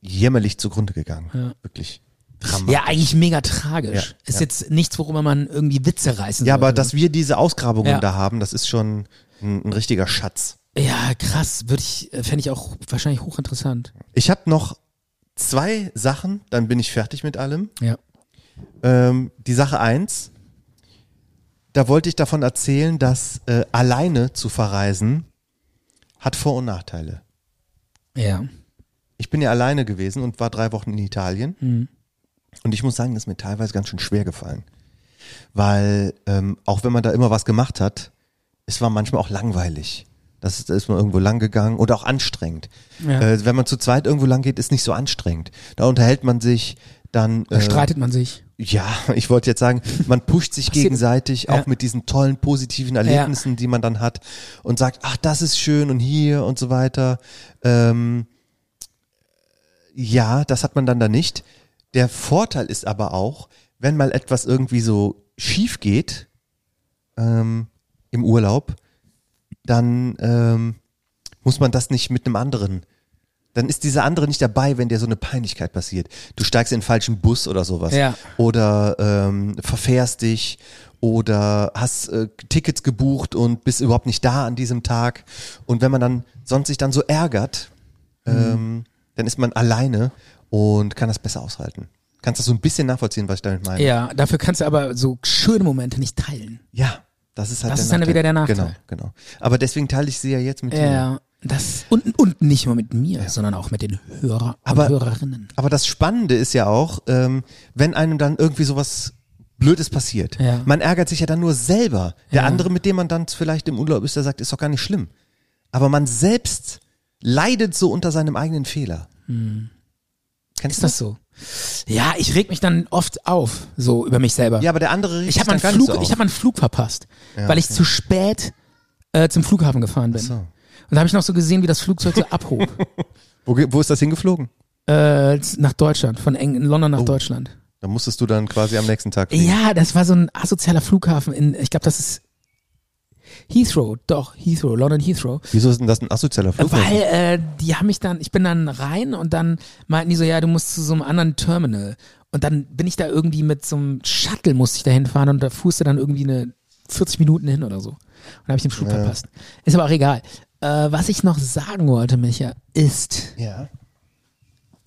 jämmerlich zugrunde gegangen. Ja. Wirklich. Dramatisch. Ja, eigentlich mega tragisch. Ja, Ist ja. jetzt nichts, worüber man irgendwie Witze reißen Ja, sollte. aber dass wir diese Ausgrabungen also Ja. da haben, das ist schon ein, ein richtiger Schatz. Ja, krass. Würde ich, äh, fände ich auch wahrscheinlich hochinteressant. Ich habe noch zwei Sachen, dann bin ich fertig mit allem. Ja. Ähm, die Sache eins, da wollte ich davon erzählen, dass äh, alleine zu verreisen hat Vor- und Nachteile. Ja. Ich bin ja alleine gewesen und war drei Wochen in Italien. Mhm. Und ich muss sagen, das ist mir teilweise ganz schön schwer gefallen. Weil ähm, auch wenn man da immer was gemacht hat, es war manchmal auch langweilig. Das ist, da ist man irgendwo lang gegangen und auch anstrengend. Ja. Äh, wenn man zu zweit irgendwo lang geht, ist nicht so anstrengend. Da unterhält man sich, dann äh, Da streitet man sich. Ja, ich wollte jetzt sagen, man pusht sich Passiert. gegenseitig, Ja. auch mit diesen tollen positiven Erlebnissen, die man dann hat und sagt, ach, das ist schön und hier und so weiter. Ähm, ja, das hat man dann da nicht. Der Vorteil ist aber auch, wenn mal etwas irgendwie so schief geht ähm, im Urlaub, dann ähm, muss man das nicht mit einem anderen. Dann ist dieser andere nicht dabei, wenn dir so eine Peinlichkeit passiert. Du steigst in den falschen Bus oder sowas. Ja. Oder ähm, verfährst dich oder hast äh, Tickets gebucht und bist überhaupt nicht da an diesem Tag. Und wenn man dann sonst sich dann so ärgert, Mhm. ähm, dann ist man alleine und kann das besser aushalten. Kannst das so ein bisschen nachvollziehen, was ich damit meine? Ja, dafür kannst du aber so schöne Momente nicht teilen. Ja, das ist halt Das der ist dann Nachteil. wieder der Nachteil. Genau, genau. Aber deswegen teile ich sie ja jetzt mit dir. Ja, das und, und nicht nur mit mir, sondern auch mit den Hörer Aber- und Hörerinnen. Aber das Spannende ist ja auch, ähm, wenn einem dann irgendwie sowas Blödes passiert. Ja. Man ärgert sich ja dann nur selber. Der Ja. andere, mit dem man dann vielleicht im Urlaub ist, der sagt, ist doch gar nicht schlimm. Aber man selbst leidet so unter seinem eigenen Fehler. Hm. Kennst Ist du das so? Ja, ich reg mich dann oft auf, so über mich selber. Ja, aber der andere regt ich sich habe meinen dann gar nicht Flug, so auf. ich habe meinen Flug verpasst, Ja, weil ich okay. zu spät äh, zum Flughafen gefahren bin. so. Und da habe ich noch so gesehen, wie das Flugzeug so abhob wo, ge- wo ist das hingeflogen? äh, nach Deutschland, von Eng London Oh. nach Deutschland. Da musstest du dann quasi am nächsten Tag. fliegen. Ja, das war so ein asozialer Flughafen in, ich glaube, das ist Heathrow, doch, Heathrow, London Heathrow. Wieso ist denn das ein asozialer Flughafen? Weil äh, die haben mich dann, ich bin dann rein und dann meinten die so, ja, du musst zu so einem anderen Terminal. Und dann bin ich da irgendwie mit so einem Shuttle musste ich da hinfahren und da fuhrst du dann irgendwie eine 40 Minuten hin oder so. Und da habe ich den Flug Ja. verpasst. Ist aber auch egal. Äh, was ich noch sagen wollte, Micha, ist, ja.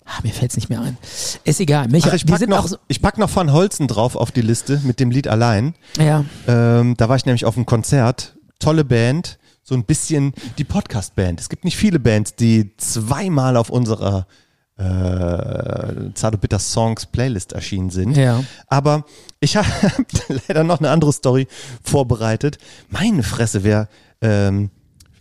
ah, mir fällt es nicht mehr ein. Ist egal, Micha, Ach, ich wir pack, sind noch, auch so, ich pack noch Van Holzen drauf auf die Liste mit dem Lied allein. ja, Ähm, da war ich nämlich auf einem Konzert. Tolle Band. So ein bisschen die Podcast-Band. Es gibt nicht viele Bands, die zweimal auf unserer äh, Zart und Bitter Songs Playlist erschienen sind. Ja. Aber ich habe leider noch eine andere Story vorbereitet. Meine Fresse, wer ähm,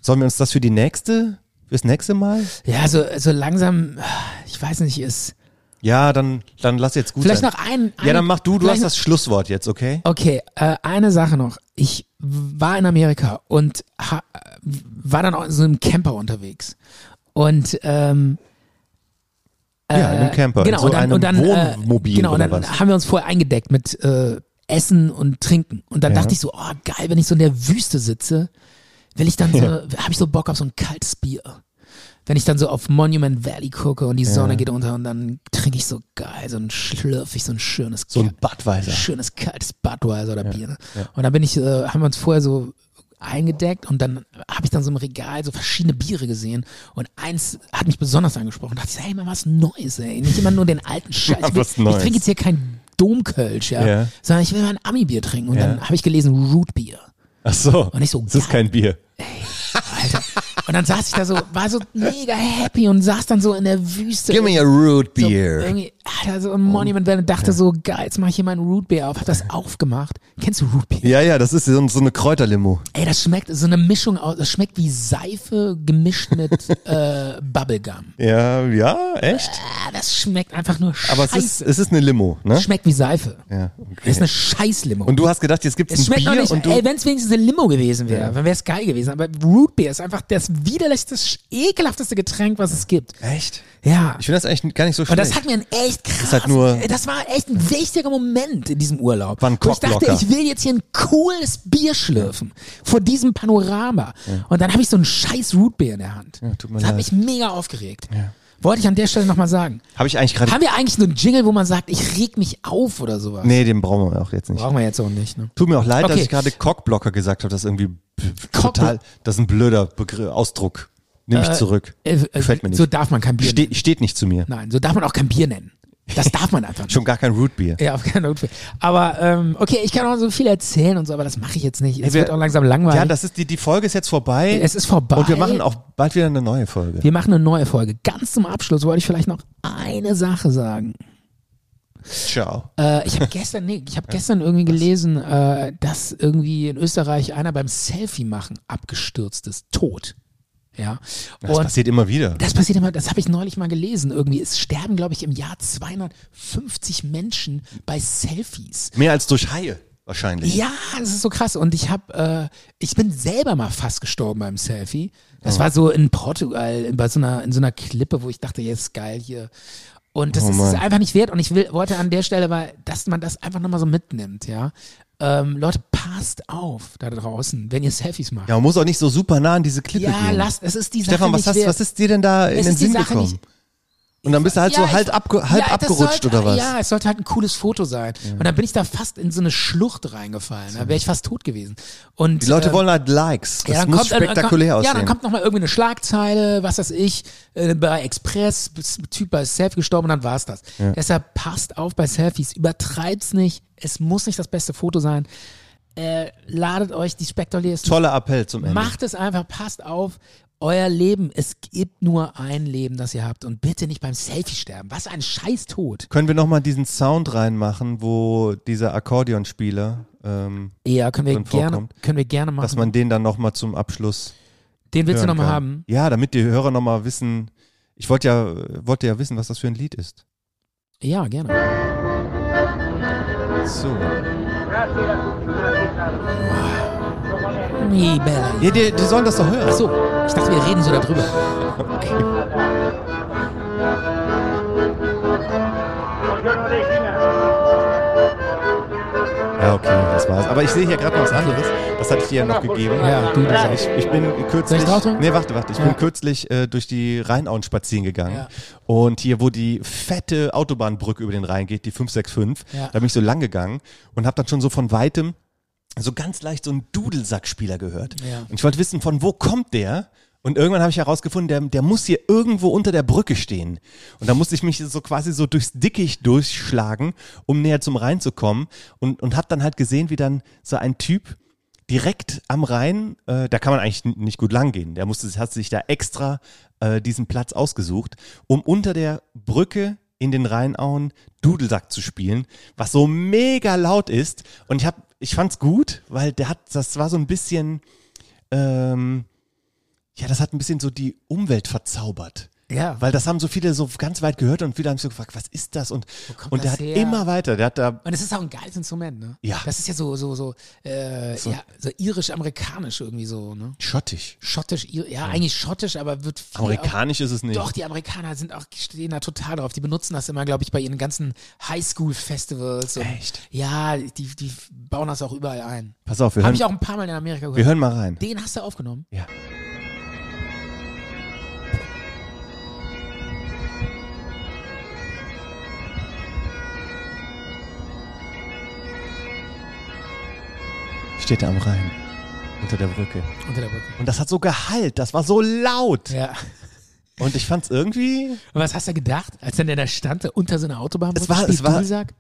sollen wir uns das für die nächste, fürs nächste Mal? ja, so, so langsam, ich weiß nicht, ist, Ja, dann, dann lass jetzt gut Vielleicht sein. noch einen- Ja, einen- dann mach du, du vielleicht hast noch- das Schlusswort jetzt, okay? Okay, äh, eine Sache noch. Ich war in Amerika und ha war dann auch in so einem Camper unterwegs. Und ähm, ja, in einem Camper, genau, in so und dann, einem und dann, äh, Wohnmobil genau, und oder dann was. haben wir uns vorher eingedeckt mit äh, Essen und Trinken. Und dann Ja. dachte ich so, oh geil, wenn ich so in der Wüste sitze, will ich dann so, Ja. habe ich so Bock auf so ein kaltes Bier. Wenn ich dann so auf Monument Valley gucke und die Sonne Ja. geht unter und dann trinke ich so geil, so ein schlürf ich so ein schönes So ein Budweiser. schönes kaltes Budweiser oder Bier. Ne? Also. ja. Und dann bin ich, äh, haben wir uns vorher so eingedeckt und dann habe ich dann so im Regal so verschiedene Biere gesehen und eins hat mich besonders angesprochen. Da dachte ich, so, hey, mal was Neues, ey. Nicht immer nur den alten Scheiß. Mal Ich, will, was Neues. ich trinke jetzt hier kein Domkölsch, ja, Ja. sondern ich will mal ein Ami-Bier trinken. Und Ja. dann habe ich gelesen Rootbier. Ach so. Und ich so, Es ist kein Bier. Und dann saß ich da so, war so mega happy und saß dann so in der Wüste. Give me a root beer. Oh. So irgendwie hat er so ein Monument Valley und dachte so, geil, jetzt mache ich hier meinen Rootbeer auf. Hat das aufgemacht. Kennst du Rootbeer? ja, ja, das ist so, so eine Kräuterlimo. Ey, das schmeckt so eine Mischung aus, das schmeckt wie Seife gemischt mit äh, Bubblegum. Ja, ja, echt? Ah, das schmeckt einfach nur scheiße. Aber es ist, es ist eine Limo, ne? schmeckt wie Seife. Ja, okay. Das ist eine Scheißlimo. Und du hast gedacht, jetzt gibt's es ein schmeckt Bier noch nicht, und du... ey, wenn es wenigstens eine Limo gewesen wäre, Ja. dann wäre es geil gewesen. Aber Root Beer ist einfach das widerlichstes, ekelhafteste Getränk, was es gibt. Echt? Ja. Ich finde das eigentlich gar nicht so Und schlecht. das hat mir ein echt krass. Ist halt nur- das war echt ein wichtiger Moment in diesem Urlaub. War ein Wo ich dachte, Cockblocker. ich will jetzt hier ein cooles Bier schlürfen vor diesem Panorama. Und dann habe ich so ein scheiß Rootbeer in der Hand. ja, tut mir Das hat mich leid. mega aufgeregt. Ja. Wollte ich an der Stelle nochmal sagen. Habe ich eigentlich gerade. Haben wir eigentlich nur einen Jingle, wo man sagt, ich reg mich auf oder sowas? Nee, den brauchen wir auch jetzt nicht. Brauchen wir jetzt auch nicht, ne? Tut mir auch leid, dass Okay. ich gerade Cockblocker gesagt habe. Das ist irgendwie b- total. Das ist ein blöder Begr Ausdruck. Nehme ich Äh, zurück. äh, äh, Gefällt mir nicht. so darf man kein Bier Ste steht nicht zu mir. Nein, so darf man auch kein Bier nennen. Das darf man einfach nicht. Schon gar kein Rootbier. Ja, auf keinen Fall. Aber ähm, okay, ich kann auch so viel erzählen und so, aber das mache ich jetzt nicht. Es wir- wird auch langsam langweilig. Ja, das ist die, die Folge ist jetzt vorbei. Es ist vorbei. Und wir machen auch bald wieder eine neue Folge. Wir machen eine neue Folge. Ganz zum Abschluss wollte ich vielleicht noch eine Sache sagen. Ciao. Äh, ich habe gestern, nee, ich habe gestern irgendwie gelesen, äh, dass irgendwie in Österreich einer beim Selfie machen abgestürzt ist, tot. Ja. Das passiert immer wieder. Das passiert immer, das habe ich neulich mal gelesen. Irgendwie, es sterben, glaube ich, im Jahr 250 Menschen bei Selfies. Mehr als durch Haie wahrscheinlich. Ja, das ist so krass. Und ich habe, äh, ich bin selber mal fast gestorben beim Selfie. Das Oh. war so in Portugal, in, bei so einer, in so einer Klippe, wo ich dachte, jetzt geil hier. Und das Oh ist es Mann. einfach nicht wert. Und ich will, wollte an der Stelle, weil, dass man das einfach nochmal so mitnimmt, ja. Ähm, Leute, passt auf da draußen, wenn ihr Selfies macht. Ja, man muss auch nicht so super nah an diese Klippe Ja, gehen. lasst- es ist die Stefan, Sache was, nicht hast, wert. was ist dir denn da in Es den ist die Sinn Sache gekommen? nicht- Und dann bist du halt so ich- halb, abge halb ja, das abgerutscht sollte, oder was? Ja, es sollte halt ein cooles Foto sein. Und dann bin ich da fast in so eine Schlucht reingefallen. Da wäre ich fast tot gewesen. Und, Die Leute ähm, wollen halt Likes. Das ja, dann muss kommt, spektakulär dann, kommt, Ja, aussehen. dann kommt nochmal irgendwie eine Schlagzeile, was weiß ich, äh, bei Express, bis- Typ bei Selfie gestorben und dann war's das. Ja. Deshalb passt auf bei Selfies, übertreibt's nicht, es muss nicht das beste Foto sein. Äh, ladet euch die spektakulärsten. Toller Appell zum Ende. Macht es einfach, passt auf. Euer Leben, es gibt nur ein Leben, das ihr habt und bitte nicht beim Selfie sterben. Was ein Scheißtod. Können wir nochmal diesen Sound reinmachen, wo dieser Akkordeonspieler ähm, Ja, können wir drin gerne, vorkommt? können wir gerne Dass machen. man den dann nochmal zum Abschluss. Den willst du hören nochmal kann. haben? Ja, damit die Hörer nochmal wissen. Ich wollte ja, wollte ja wissen, was das für ein Lied ist. Ja, gerne. So. Nee, Bella. Ja, die, die sollen das doch hören. Ach so, ich dachte, wir reden so darüber. Ja, okay, das war's. Aber ich sehe hier gerade noch was anderes. Das hatte ich dir ja noch gegeben. Ja, du- Also ich, ich bin Soll kürzlich. ich drauf drücken? Nee, warte, warte. Ich Ja. bin kürzlich äh, durch die Rheinauen spazieren gegangen. Ja. Und hier, wo die fette Autobahnbrücke über den Rhein geht, die 565, Ja. da bin ich so lang gegangen und habe dann schon so von weitem so ganz leicht so einen Dudelsackspieler gehört. Ja. Und ich wollte wissen, von wo kommt der? Und irgendwann habe ich herausgefunden, der, der muss hier irgendwo unter der Brücke stehen. Und da musste ich mich so quasi so durchs Dickicht durchschlagen, um näher zum Rhein zu kommen. Und, und habe dann halt gesehen, wie dann so ein Typ direkt am Rhein, äh, da kann man eigentlich n- nicht gut lang gehen. Der musste, hat sich da extra äh, diesen Platz ausgesucht, um unter der Brücke in den Rheinauen Dudelsack zu spielen, was so mega laut ist. Und ich hab, ich fand's gut, weil der hat, das war so ein bisschen, ähm, ja, das hat ein bisschen so die Umwelt verzaubert. Ja. Weil das haben so viele so ganz weit gehört und viele haben sich so gefragt, was ist das? Und, kommt und der das hat her? immer weiter, der hat da Und es ist auch ein geiles Instrument, ne? Ja. Das ist ja so, so, so, äh, ja, so irisch-amerikanisch irgendwie so, ne? schottisch. Schottisch, ir ja, eigentlich schottisch, aber wird viel Amerikanisch ist es Auch, nicht. doch, die Amerikaner sind auch, stehen da total drauf. Die benutzen das immer, glaube ich, bei ihren ganzen Highschool-Festivals. und- Echt? Ja, die, die bauen das auch überall ein. Pass auf, wir Habe hören, ich auch ein paar Mal in Amerika gehört. wir hören mal rein. Den hast du aufgenommen? Ja. Steht er am Rhein, unter der Brücke. Unter der Brücke. Und das hat so geheilt, das war so laut. Ja. Und ich fand's irgendwie, Und was hast du gedacht, als dann der da stand, da unter so einer Autobahn? Es war- es war- Dudelsack?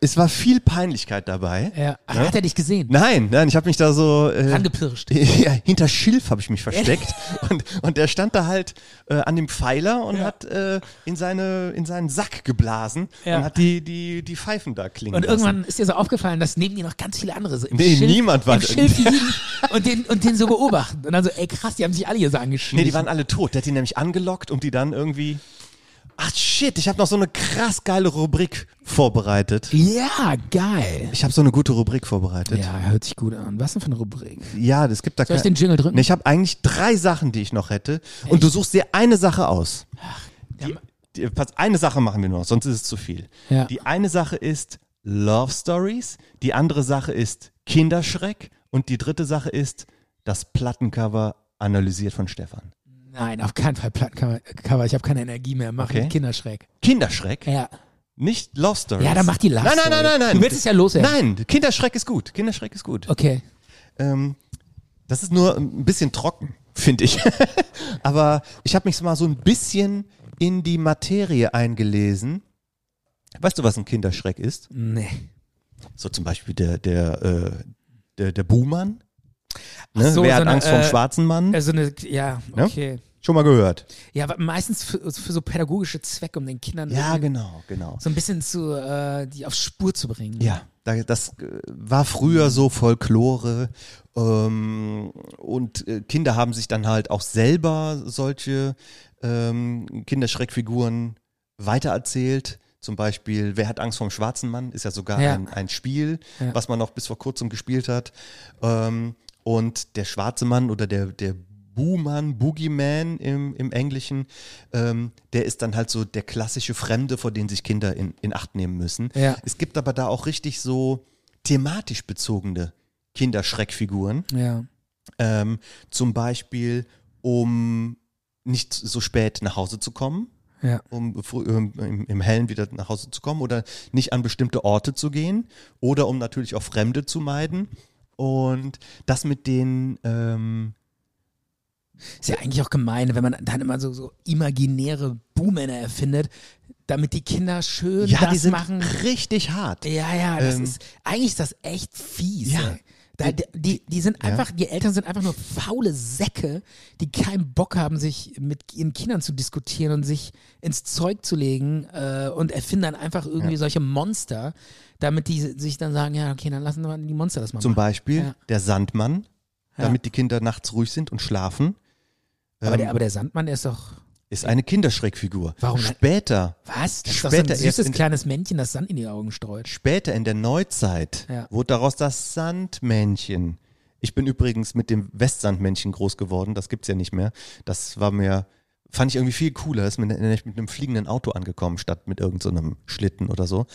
es war viel Peinlichkeit dabei. Ja. Ach, Ja. Hat er dich gesehen? Nein, nein, ich habe mich da so äh, Angepirscht. ja, hinter Schilf habe ich mich versteckt und, und der stand da halt äh, an dem Pfeiler und hat äh, in seine in seinen Sack geblasen Ja. und hat die die die Pfeifen da klingen Und lassen. irgendwann ist dir so aufgefallen, dass neben dir noch ganz viele andere so im Nee, Schilf, niemand war im drin. Schilf liegen und den, und den so beobachten. Und dann so, ey krass, die haben sich alle hier so angeschrieben. Nee, die waren alle tot. Der hat die nämlich angelockt, um die dann irgendwie. Ach shit, ich habe noch so eine krass geile Rubrik vorbereitet. Ja, geil. Ich habe so eine gute Rubrik vorbereitet. Ja, hört sich gut an. Was denn für eine Rubrik? Ja, es gibt da Soll ich kein- den Jingle drücken? Nee, ich habe eigentlich drei Sachen, die ich noch hätte. Und du suchst dir eine Sache aus. Die, die, pass, eine Sache machen wir nur noch, sonst ist es zu viel. Ja. Die eine Sache ist Love Stories, die andere Sache ist Kinderschreck und die dritte Sache ist das Plattencover analysiert von Stefan. Nein, auf keinen Fall Plattencover. Ich habe keine Energie mehr. Mach Okay. okay. Kinderschreck. Kinderschreck? Ja. Nicht Love Stories. Ja, dann mach die Love Nein, nein, nein, Story. nein, nein. Du willst es ja loswerden. Nein, Kinderschreck ist gut. Kinderschreck ist gut. Okay. Ähm, das ist nur ein bisschen trocken, finde ich. Aber ich habe mich mal so ein bisschen in die Materie eingelesen. Weißt du, was ein Kinderschreck ist? Nee. Hm? So zum Beispiel der, der, äh, der, der Buhmann. Ach Ne? so, Wer hat so eine, Angst vor dem äh, schwarzen Mann? Also eine, ja, Ne? okay. Schon mal gehört. Ja, aber meistens für, also für so pädagogische Zwecke, um den Kindern Ja, irgendwie genau, genau. so ein bisschen zu, äh, die auf Spur zu bringen. Ja, da- das äh, war früher so Folklore ähm, und äh, Kinder haben sich dann halt auch selber solche ähm, Kinderschreckfiguren weitererzählt. Zum Beispiel, wer hat Angst vorm schwarzen Mann? Ist ja sogar Ja. Ein, ein Spiel, Ja. was man noch bis vor kurzem gespielt hat. Ähm, und der schwarze Mann oder der, der Buhmann, Boogeyman im, im Englischen, ähm, der ist dann halt so der klassische Fremde, vor den sich Kinder in, in Acht nehmen müssen. Ja. Es gibt aber da auch richtig so thematisch bezogene Kinderschreckfiguren. Ja. Ähm, zum Beispiel, um nicht so spät nach Hause zu kommen, Ja. um früh, ähm, im, im Hellen wieder nach Hause zu kommen oder nicht an bestimmte Orte zu gehen oder um natürlich auch Fremde zu meiden. Und das mit den, ähm, Ist ja eigentlich auch gemein, wenn man dann immer so, so imaginäre Buhmänner erfindet, damit die Kinder schön ja, das die sind machen. richtig hart. Ja, ja, das Ähm, ist, eigentlich ist das echt fies. Ja. ey. Da, die, die, die sind Ja. einfach, die Eltern sind einfach nur faule Säcke, die keinen Bock haben, sich mit ihren Kindern zu diskutieren und sich ins Zeug zu legen äh, und erfinden dann einfach irgendwie Ja. solche Monster, damit die sich dann sagen, ja, okay, dann lassen wir die Monster das mal Zum machen. Beispiel Ja. der Sandmann, Ja. damit die Kinder nachts ruhig sind und schlafen. Aber, Ähm, der, aber der Sandmann, der ist doch, ist eine Kinderschreckfigur. Warum? Später, was? Das ist doch so ein Später erst süßes in- kleines Männchen, das Sand in die Augen streut. später in der Neuzeit Ja. wurde daraus das Sandmännchen. Ich bin übrigens mit dem Westsandmännchen groß geworden, das gibt's ja nicht mehr. Das war mir, fand ich irgendwie viel cooler, ist mir nämlich mit einem fliegenden Auto angekommen, statt mit irgendeinem so einem Schlitten oder so.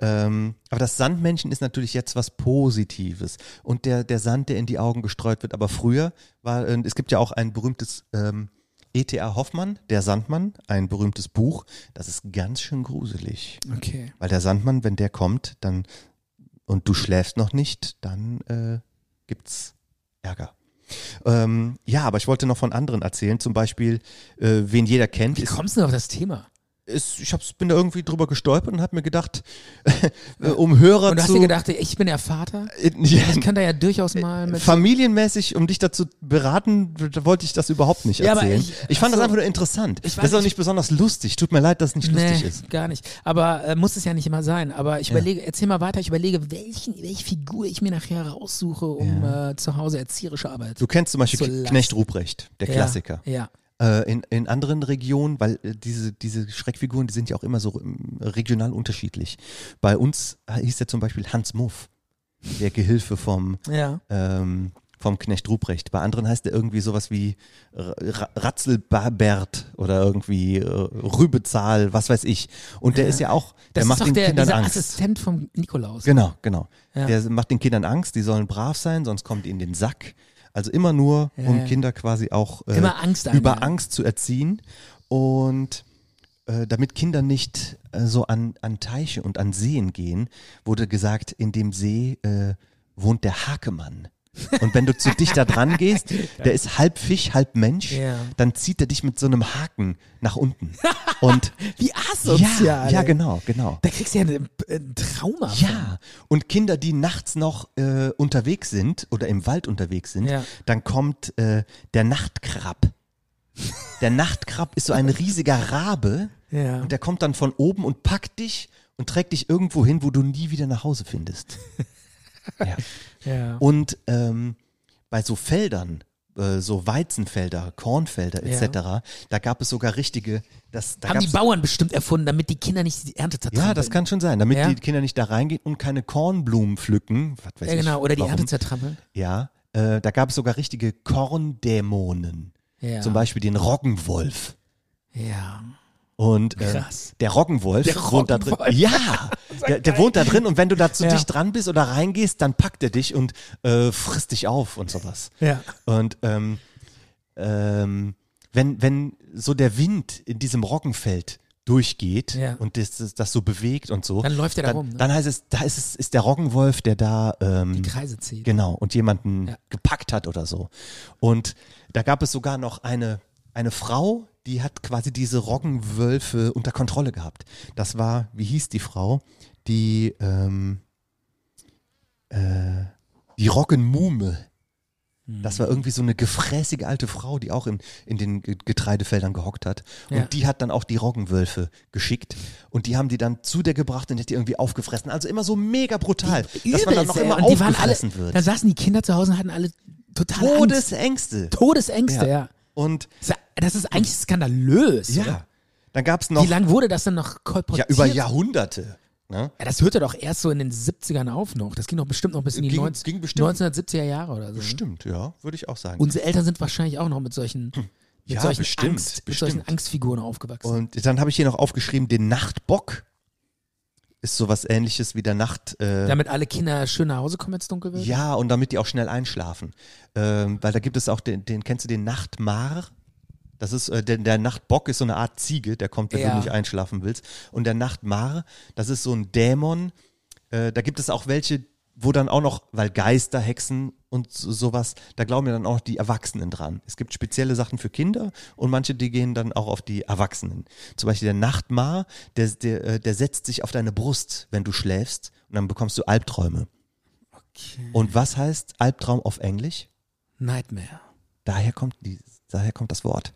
Ähm, aber das Sandmännchen ist natürlich jetzt was Positives. Und der, der Sand, der in die Augen gestreut wird, aber früher war, äh, es gibt ja auch ein berühmtes ähm, E.T.A. Hoffmann, der Sandmann, ein berühmtes Buch. Das ist ganz schön gruselig. Okay. Weil der Sandmann, wenn der kommt, dann und du schläfst noch nicht, dann äh, gibt's Ärger. Ähm, ja, aber ich wollte noch von anderen erzählen. Zum Beispiel, äh, wen jeder kennt. Wie ist- kommst du denn auf das Thema? ist, ich hab's, bin da irgendwie drüber gestolpert und habe mir gedacht, äh, um Hörer Und du zu. hast dir gedacht, ich bin ja Vater, Äh, ja, ich könnte ja durchaus mal mit familienmäßig, um dich dazu beraten, w- wollte ich das überhaupt nicht Ja, aber erzählen. ich- ich, fand das achso. einfach nur interessant. Ich weiß das ist auch nicht. nicht besonders lustig. Tut mir leid, dass es nicht lustig ist. gar nicht. Aber äh, muss es ja nicht immer sein. Aber ich überlege, erzähl mal weiter, ich überlege, welchen, welche Figur ich mir nachher raussuche, um äh, zu Hause erzieherische Arbeit. Du kennst zum Beispiel Zur Last. Knecht Ruprecht, der Ja, Klassiker. Ja. Äh, in, in anderen Regionen, weil äh, diese, diese Schreckfiguren, die sind ja auch immer so ähm, regional unterschiedlich. Bei uns hieß der zum Beispiel Hans Muff, der Gehilfe vom, Ja. ähm, vom Knecht Ruprecht. Bei anderen heißt er irgendwie sowas wie R- Ra- Ratzelbabert oder irgendwie äh, Rübezahl, was weiß ich. Und der ist ja auch, der Das ist macht doch den der Kindern dieser Angst. Assistent vom Nikolaus. Genau, genau. Ja. Der macht den Kindern Angst, die sollen brav sein, sonst kommt ihnen den Sack. Also immer nur, Ja, um ja. Kinder quasi auch äh, Immer Angst einjagen. über Angst zu erziehen. Und äh, damit Kinder nicht äh, so an, an Teiche und an Seen gehen, wurde gesagt, in dem See äh, wohnt der Hakemann. Und wenn du zu dicht da dran gehst, der ist halb Fisch, halb Mensch, Ja. dann zieht er dich mit so einem Haken nach unten. Und Wie asozial. ja, ja, ey. genau, genau. Da kriegst du ja ein, ein Trauma. von. Ja, und Kinder, die nachts noch äh, unterwegs sind oder im Wald unterwegs sind, Ja. dann kommt äh, der Nachtkrab. Der Nachtkrab ist so ein riesiger Rabe Ja. und der kommt dann von oben und packt dich und trägt dich irgendwo hin, wo du nie wieder nach Hause findest. ja. ja. Oh, Und ähm, bei so Feldern, äh, so Weizenfelder, Kornfelder etc. Da gab es sogar richtige. Das, da Haben die gab's- Bauern bestimmt erfunden, damit die Kinder nicht die Ernte zertrampeln. Ja, das kann schon sein, damit Ja. die Kinder nicht da reingehen und keine Kornblumen pflücken. Was weiß Ja, genau, ich, oder die warum. Ernte zertrampeln. Ja, äh, da gab es sogar richtige Korndämonen. Ja. Zum Beispiel den Roggenwolf. Ja. Und äh, Krass. der Roggenwolf Der wohnt da drin. Roggenwolf. Ja, der, der wohnt da drin und wenn du da zu Ja. dicht dran bist oder reingehst, dann packt er dich und äh, frisst dich auf und sowas. Ja. Und ähm, ähm, wenn, wenn so der Wind in diesem Roggenfeld durchgeht Ja. und das, das, das so bewegt und so. Dann läuft er da dann, rum, ne? Dann heißt es, da ist es, ist der Roggenwolf, der da ähm, Die Kreise zieht. Genau, und jemanden gepackt hat oder so. Und da gab es sogar noch eine, eine Frau, die hat quasi diese Roggenwölfe unter Kontrolle gehabt. Das war, wie hieß die Frau? Die, ähm, äh, die Roggenmuhme. Hm. Das war irgendwie so eine gefräßige alte Frau, die auch in, in den Ge- Getreidefeldern gehockt hat. Und Ja. die hat dann auch die Roggenwölfe geschickt. Und die haben die dann zu der gebracht und hat die irgendwie aufgefressen. Also immer so mega brutal, dass man dann noch ey. immer Und die waren alle, aufgefressen wird. Da saßen die Kinder zu Hause und hatten alle total Todesängste. Angst. Todesängste, ja. Und das ist eigentlich skandalös. Ja. Oder? Dann gab es noch Wie lange wurde das denn noch kolportiert? ja, über Jahrhunderte. Ne? Ja, das hörte doch erst so in den 70ern auf noch. Das ging doch bestimmt noch bis in die Ging- 90, ging bestimmt. 1970er Jahre oder so. ne? Bestimmt, ja, würde ich auch sagen. Unsere Eltern sind wahrscheinlich auch noch mit solchen, mit Hm. Ja, solchen, bestimmt, Angst, Mit solchen bestimmt. Angstfiguren aufgewachsen. Und äh, dann habe ich hier noch aufgeschrieben, den Nachtbock. Ist sowas ähnliches wie der Nacht. Äh, Damit alle Kinder schön nach Hause kommen, wenn es dunkel wird? ja, und damit die auch schnell einschlafen. Ähm, weil da gibt es auch den, den, kennst du den Nachtmar? Das ist, äh, der, der Nachtbock ist so eine Art Ziege, der kommt, wenn Ja. du nicht einschlafen willst. Und der Nachtmar, das ist so ein Dämon. Äh, da gibt es auch welche, wo dann auch noch, weil Geister, Hexen und so, sowas, da glauben ja dann auch die Erwachsenen dran. Es gibt spezielle Sachen für Kinder und manche, die gehen dann auch auf die Erwachsenen. Zum Beispiel der Nachtmar, der, der, äh, der setzt sich auf deine Brust, wenn du schläfst und dann bekommst du Albträume. Und was heißt Albtraum auf Englisch? Nightmare. Daher kommt, die, daher kommt das Wort.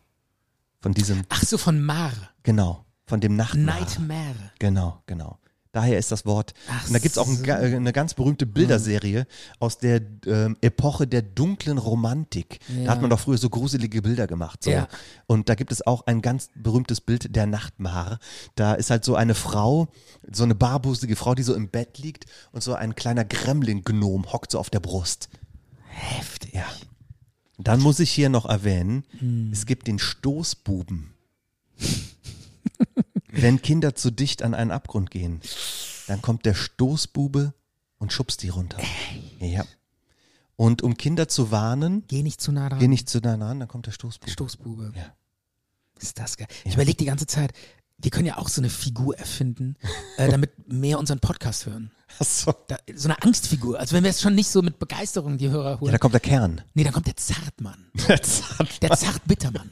Von diesem, Ach so, von Mar. genau, von dem Nachtmar. Nightmare. Genau, genau. Daher ist das Wort. Ach Mhm. und da gibt's auch ein, ga- äh, eine ganz berühmte Bilderserie aus der ähm, Epoche der dunklen Romantik. Ja. Da hat man doch früher so gruselige Bilder gemacht. So. Ja. Und da gibt es auch ein ganz berühmtes Bild der Nachtmar. Da ist halt so eine Frau, so eine barbusige Frau, die so im Bett liegt und so ein kleiner Gremlin-Gnom hockt so auf der Brust. Heftig. Ja. Dann muss ich hier noch erwähnen, es gibt den Stoßbuben. Wenn Kinder zu dicht an einen Abgrund gehen, dann kommt der Stoßbube und schubst die runter. Ja. Und um Kinder zu warnen, Geh nicht zu nah dran. geh nicht zu nah ran, dann kommt der Stoßbube. Stoßbube. Ja. Ist das geil. Ich überlege die ganze Zeit, wir können ja auch so eine Figur erfinden, äh, damit mehr unseren Podcast hören. Ach so. Da, so eine Angstfigur. Also wenn wir es schon nicht so mit Begeisterung die Hörer holen. ja, da kommt der Kern. nee, dann kommt der Zartmann. Der Zart- Der Zartbittermann.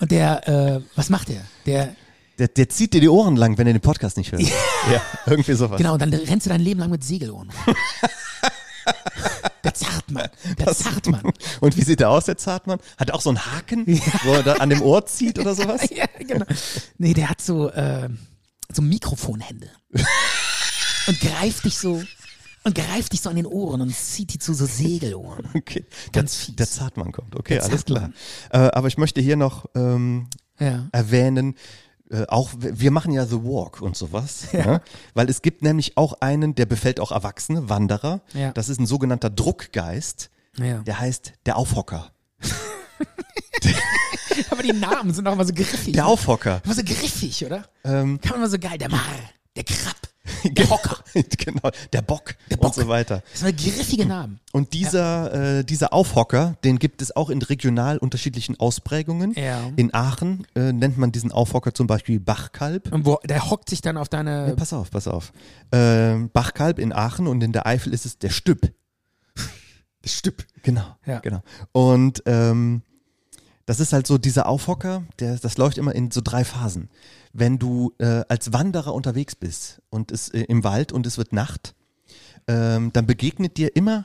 Und der, äh, was macht der? Der, Der, der zieht dir die Ohren lang, wenn du den Podcast nicht hörst. ja, irgendwie sowas. genau, und dann rennst du dein Leben lang mit Segelohren. rum. der Zartmann. Der Zartmann. Und wie sieht der aus, der Zartmann? Hat er auch so einen Haken, wo er dann an dem Ohr zieht oder sowas? ja, genau. Nee, der hat so, äh, so Mikrofonhände. und greift dich so, und greift dich so an den Ohren und zieht die zu so Segelohren. Okay. Ganz der, fies. Der Zartmann kommt, okay, Der alles klar. Zartmann. Äh, aber ich möchte hier noch ähm, Ja. erwähnen, äh, auch w- wir machen ja The Walk und sowas, ne? weil es gibt nämlich auch einen, der befällt auch Erwachsene, Wanderer. Ja. Das ist ein sogenannter Druckgeist, Ja. der heißt der Aufhocker. Aber die Namen sind auch immer so griffig. Der Aufhocker. Immer so griffig, oder? Ähm, Kann man immer so geil. Der Mar, der Krapp, der Hocker. genau, der Bock, und so weiter. Das sind immer griffige Namen. Und dieser, äh, dieser Aufhocker, den gibt es auch in regional unterschiedlichen Ausprägungen. Ja. In Aachen äh, nennt man diesen Aufhocker zum Beispiel Bachkalb. Und wo, der hockt sich dann auf deine. Ja, pass auf, pass auf. Ähm, Bachkalb in Aachen und in der Eifel ist es der Stüpp. Der Stüpp. Genau. Ja. genau. Und ähm, das ist halt so dieser Aufhocker, der, das läuft immer in so drei Phasen. Wenn du äh, als Wanderer unterwegs bist und es äh, im Wald und es wird Nacht, ähm, dann begegnet dir immer,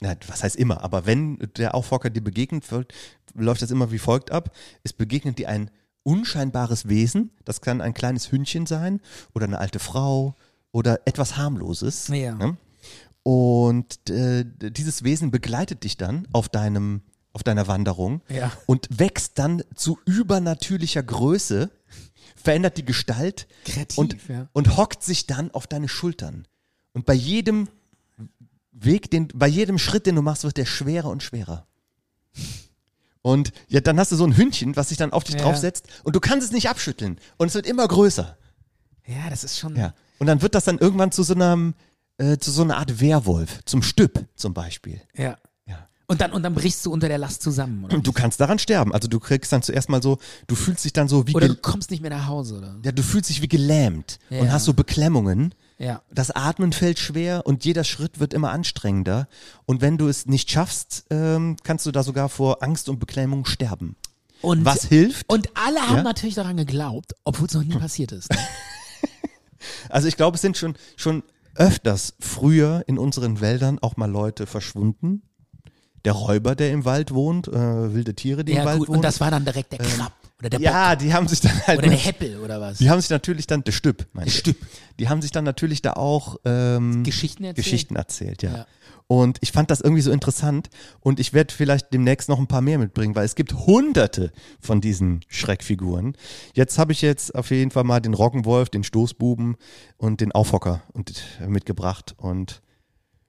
na, was heißt immer, aber wenn der Aufhocker dir begegnet wird, läuft das immer wie folgt ab. Es begegnet dir ein unscheinbares Wesen, das kann ein kleines Hündchen sein oder eine alte Frau oder etwas harmloses. Ja. Ne? Und äh, dieses Wesen begleitet dich dann auf deinem auf deiner Wanderung Ja. und wächst dann zu übernatürlicher Größe, verändert die Gestalt und, ja. und hockt sich dann auf deine Schultern. Und bei jedem Weg, den, bei jedem Schritt, den du machst, wird der schwerer und schwerer. Und ja, dann hast du so ein Hündchen, was sich dann auf dich Ja. draufsetzt und du kannst es nicht abschütteln. Und es wird immer größer. Ja, das ist schon. Ja. Und dann wird das dann irgendwann zu so einem, äh, zu so einer Art Werwolf, zum Stüpp zum Beispiel. Ja. Und dann, und dann brichst du unter der Last zusammen, oder? Du kannst daran sterben. Also du kriegst dann zuerst mal so, du fühlst dich dann so wie Oder du gel- kommst nicht mehr nach Hause, oder? ja, du fühlst dich wie gelähmt und Ja. hast so Beklemmungen. Ja. Das Atmen fällt schwer und jeder Schritt wird immer anstrengender. Und wenn du es nicht schaffst, ähm, kannst du da sogar vor Angst und Beklemmung sterben. Und- was hilft? Und alle haben Ja? Hm. natürlich daran geglaubt, obwohl es noch nie passiert ist. Ne? Also ich glaube, es sind schon, schon öfters früher in unseren Wäldern auch mal Leute verschwunden. Der Räuber, der im Wald wohnt, äh, wilde Tiere, die im ja, Wald gut. wohnen. Und das war dann direkt der Ähm, Krabb oder der Bock ja, die haben sich dann halt oder der mit- Heppel oder was. Die haben sich natürlich dann, der Stüpp, meinst Der du? Die haben sich dann natürlich da auch ähm, Geschichten erzählt. Geschichten erzählt, ja. Ja. Und ich fand das irgendwie so interessant und ich werde vielleicht demnächst noch ein paar mehr mitbringen, weil es gibt hunderte von diesen Schreckfiguren. Jetzt habe ich jetzt auf jeden Fall mal den Roggenwolf, den Stoßbuben und den Aufhocker und, äh, mitgebracht und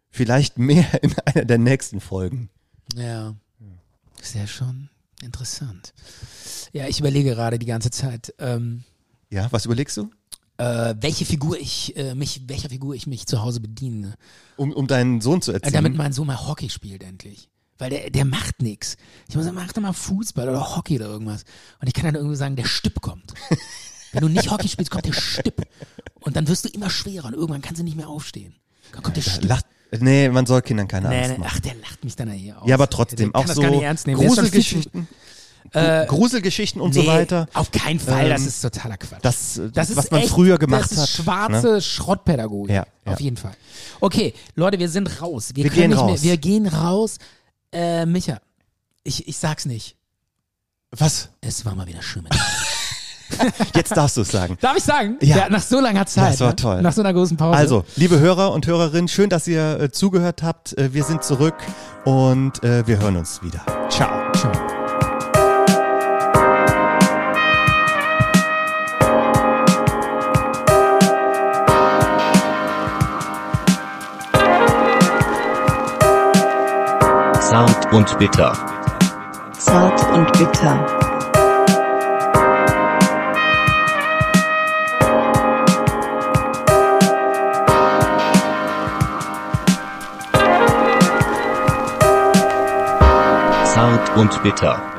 vielleicht mehr in einer der nächsten Folgen. Ja. Ist ja schon interessant. Ja, ich überlege gerade die ganze Zeit, ähm, Ja, was überlegst du? äh, welche Figur ich äh, mich, welcher Figur ich mich zu Hause bediene. Äh, Um, um deinen Sohn zu erzählen. Damit mein Sohn mal Hockey spielt endlich. Weil der, der macht nichts. Ich muss sagen, mach doch mal Fußball oder Hockey oder irgendwas. Und ich kann dann irgendwie sagen, der Stipp kommt. Wenn du nicht Hockey spielst, kommt der Stipp. Und dann wirst du immer schwerer und irgendwann kannst du nicht mehr aufstehen. Dann kommt der Stipp. Lacht, nee, man soll Kindern keine Nee, Angst nee, machen. ach, der lacht mich dann ja eh aus. Ja, aber Der trotzdem, kann auch das so gar nicht ernst nehmen. Der ist schon viel zu- Gruselgeschichten. Äh, Gruselgeschichten und so nee, weiter. Auf keinen Fall, das Ähm, ist totaler Quatsch. Das, äh, Das ist was man echt, früher gemacht das ist hat. Schwarze ne? Schrottpädagogik. Ja, ja. Auf jeden Fall. Okay, Leute, wir sind raus. Wir, Wir können gehen nicht raus. Mehr, wir gehen raus. Äh, Micha, ich, ich sag's nicht. Was? Es war mal wieder schön mit dir. Jetzt darfst du es sagen. Darf ich sagen? Ja. Nach so langer Zeit. Das war ne? toll. Nach so einer großen Pause. Also, liebe Hörer und Hörerinnen, schön, dass ihr äh, zugehört habt. Äh, wir sind zurück und äh, wir hören uns wieder. Ciao. Ciao. Zart und bitter. Zart und bitter. Zart und bitter.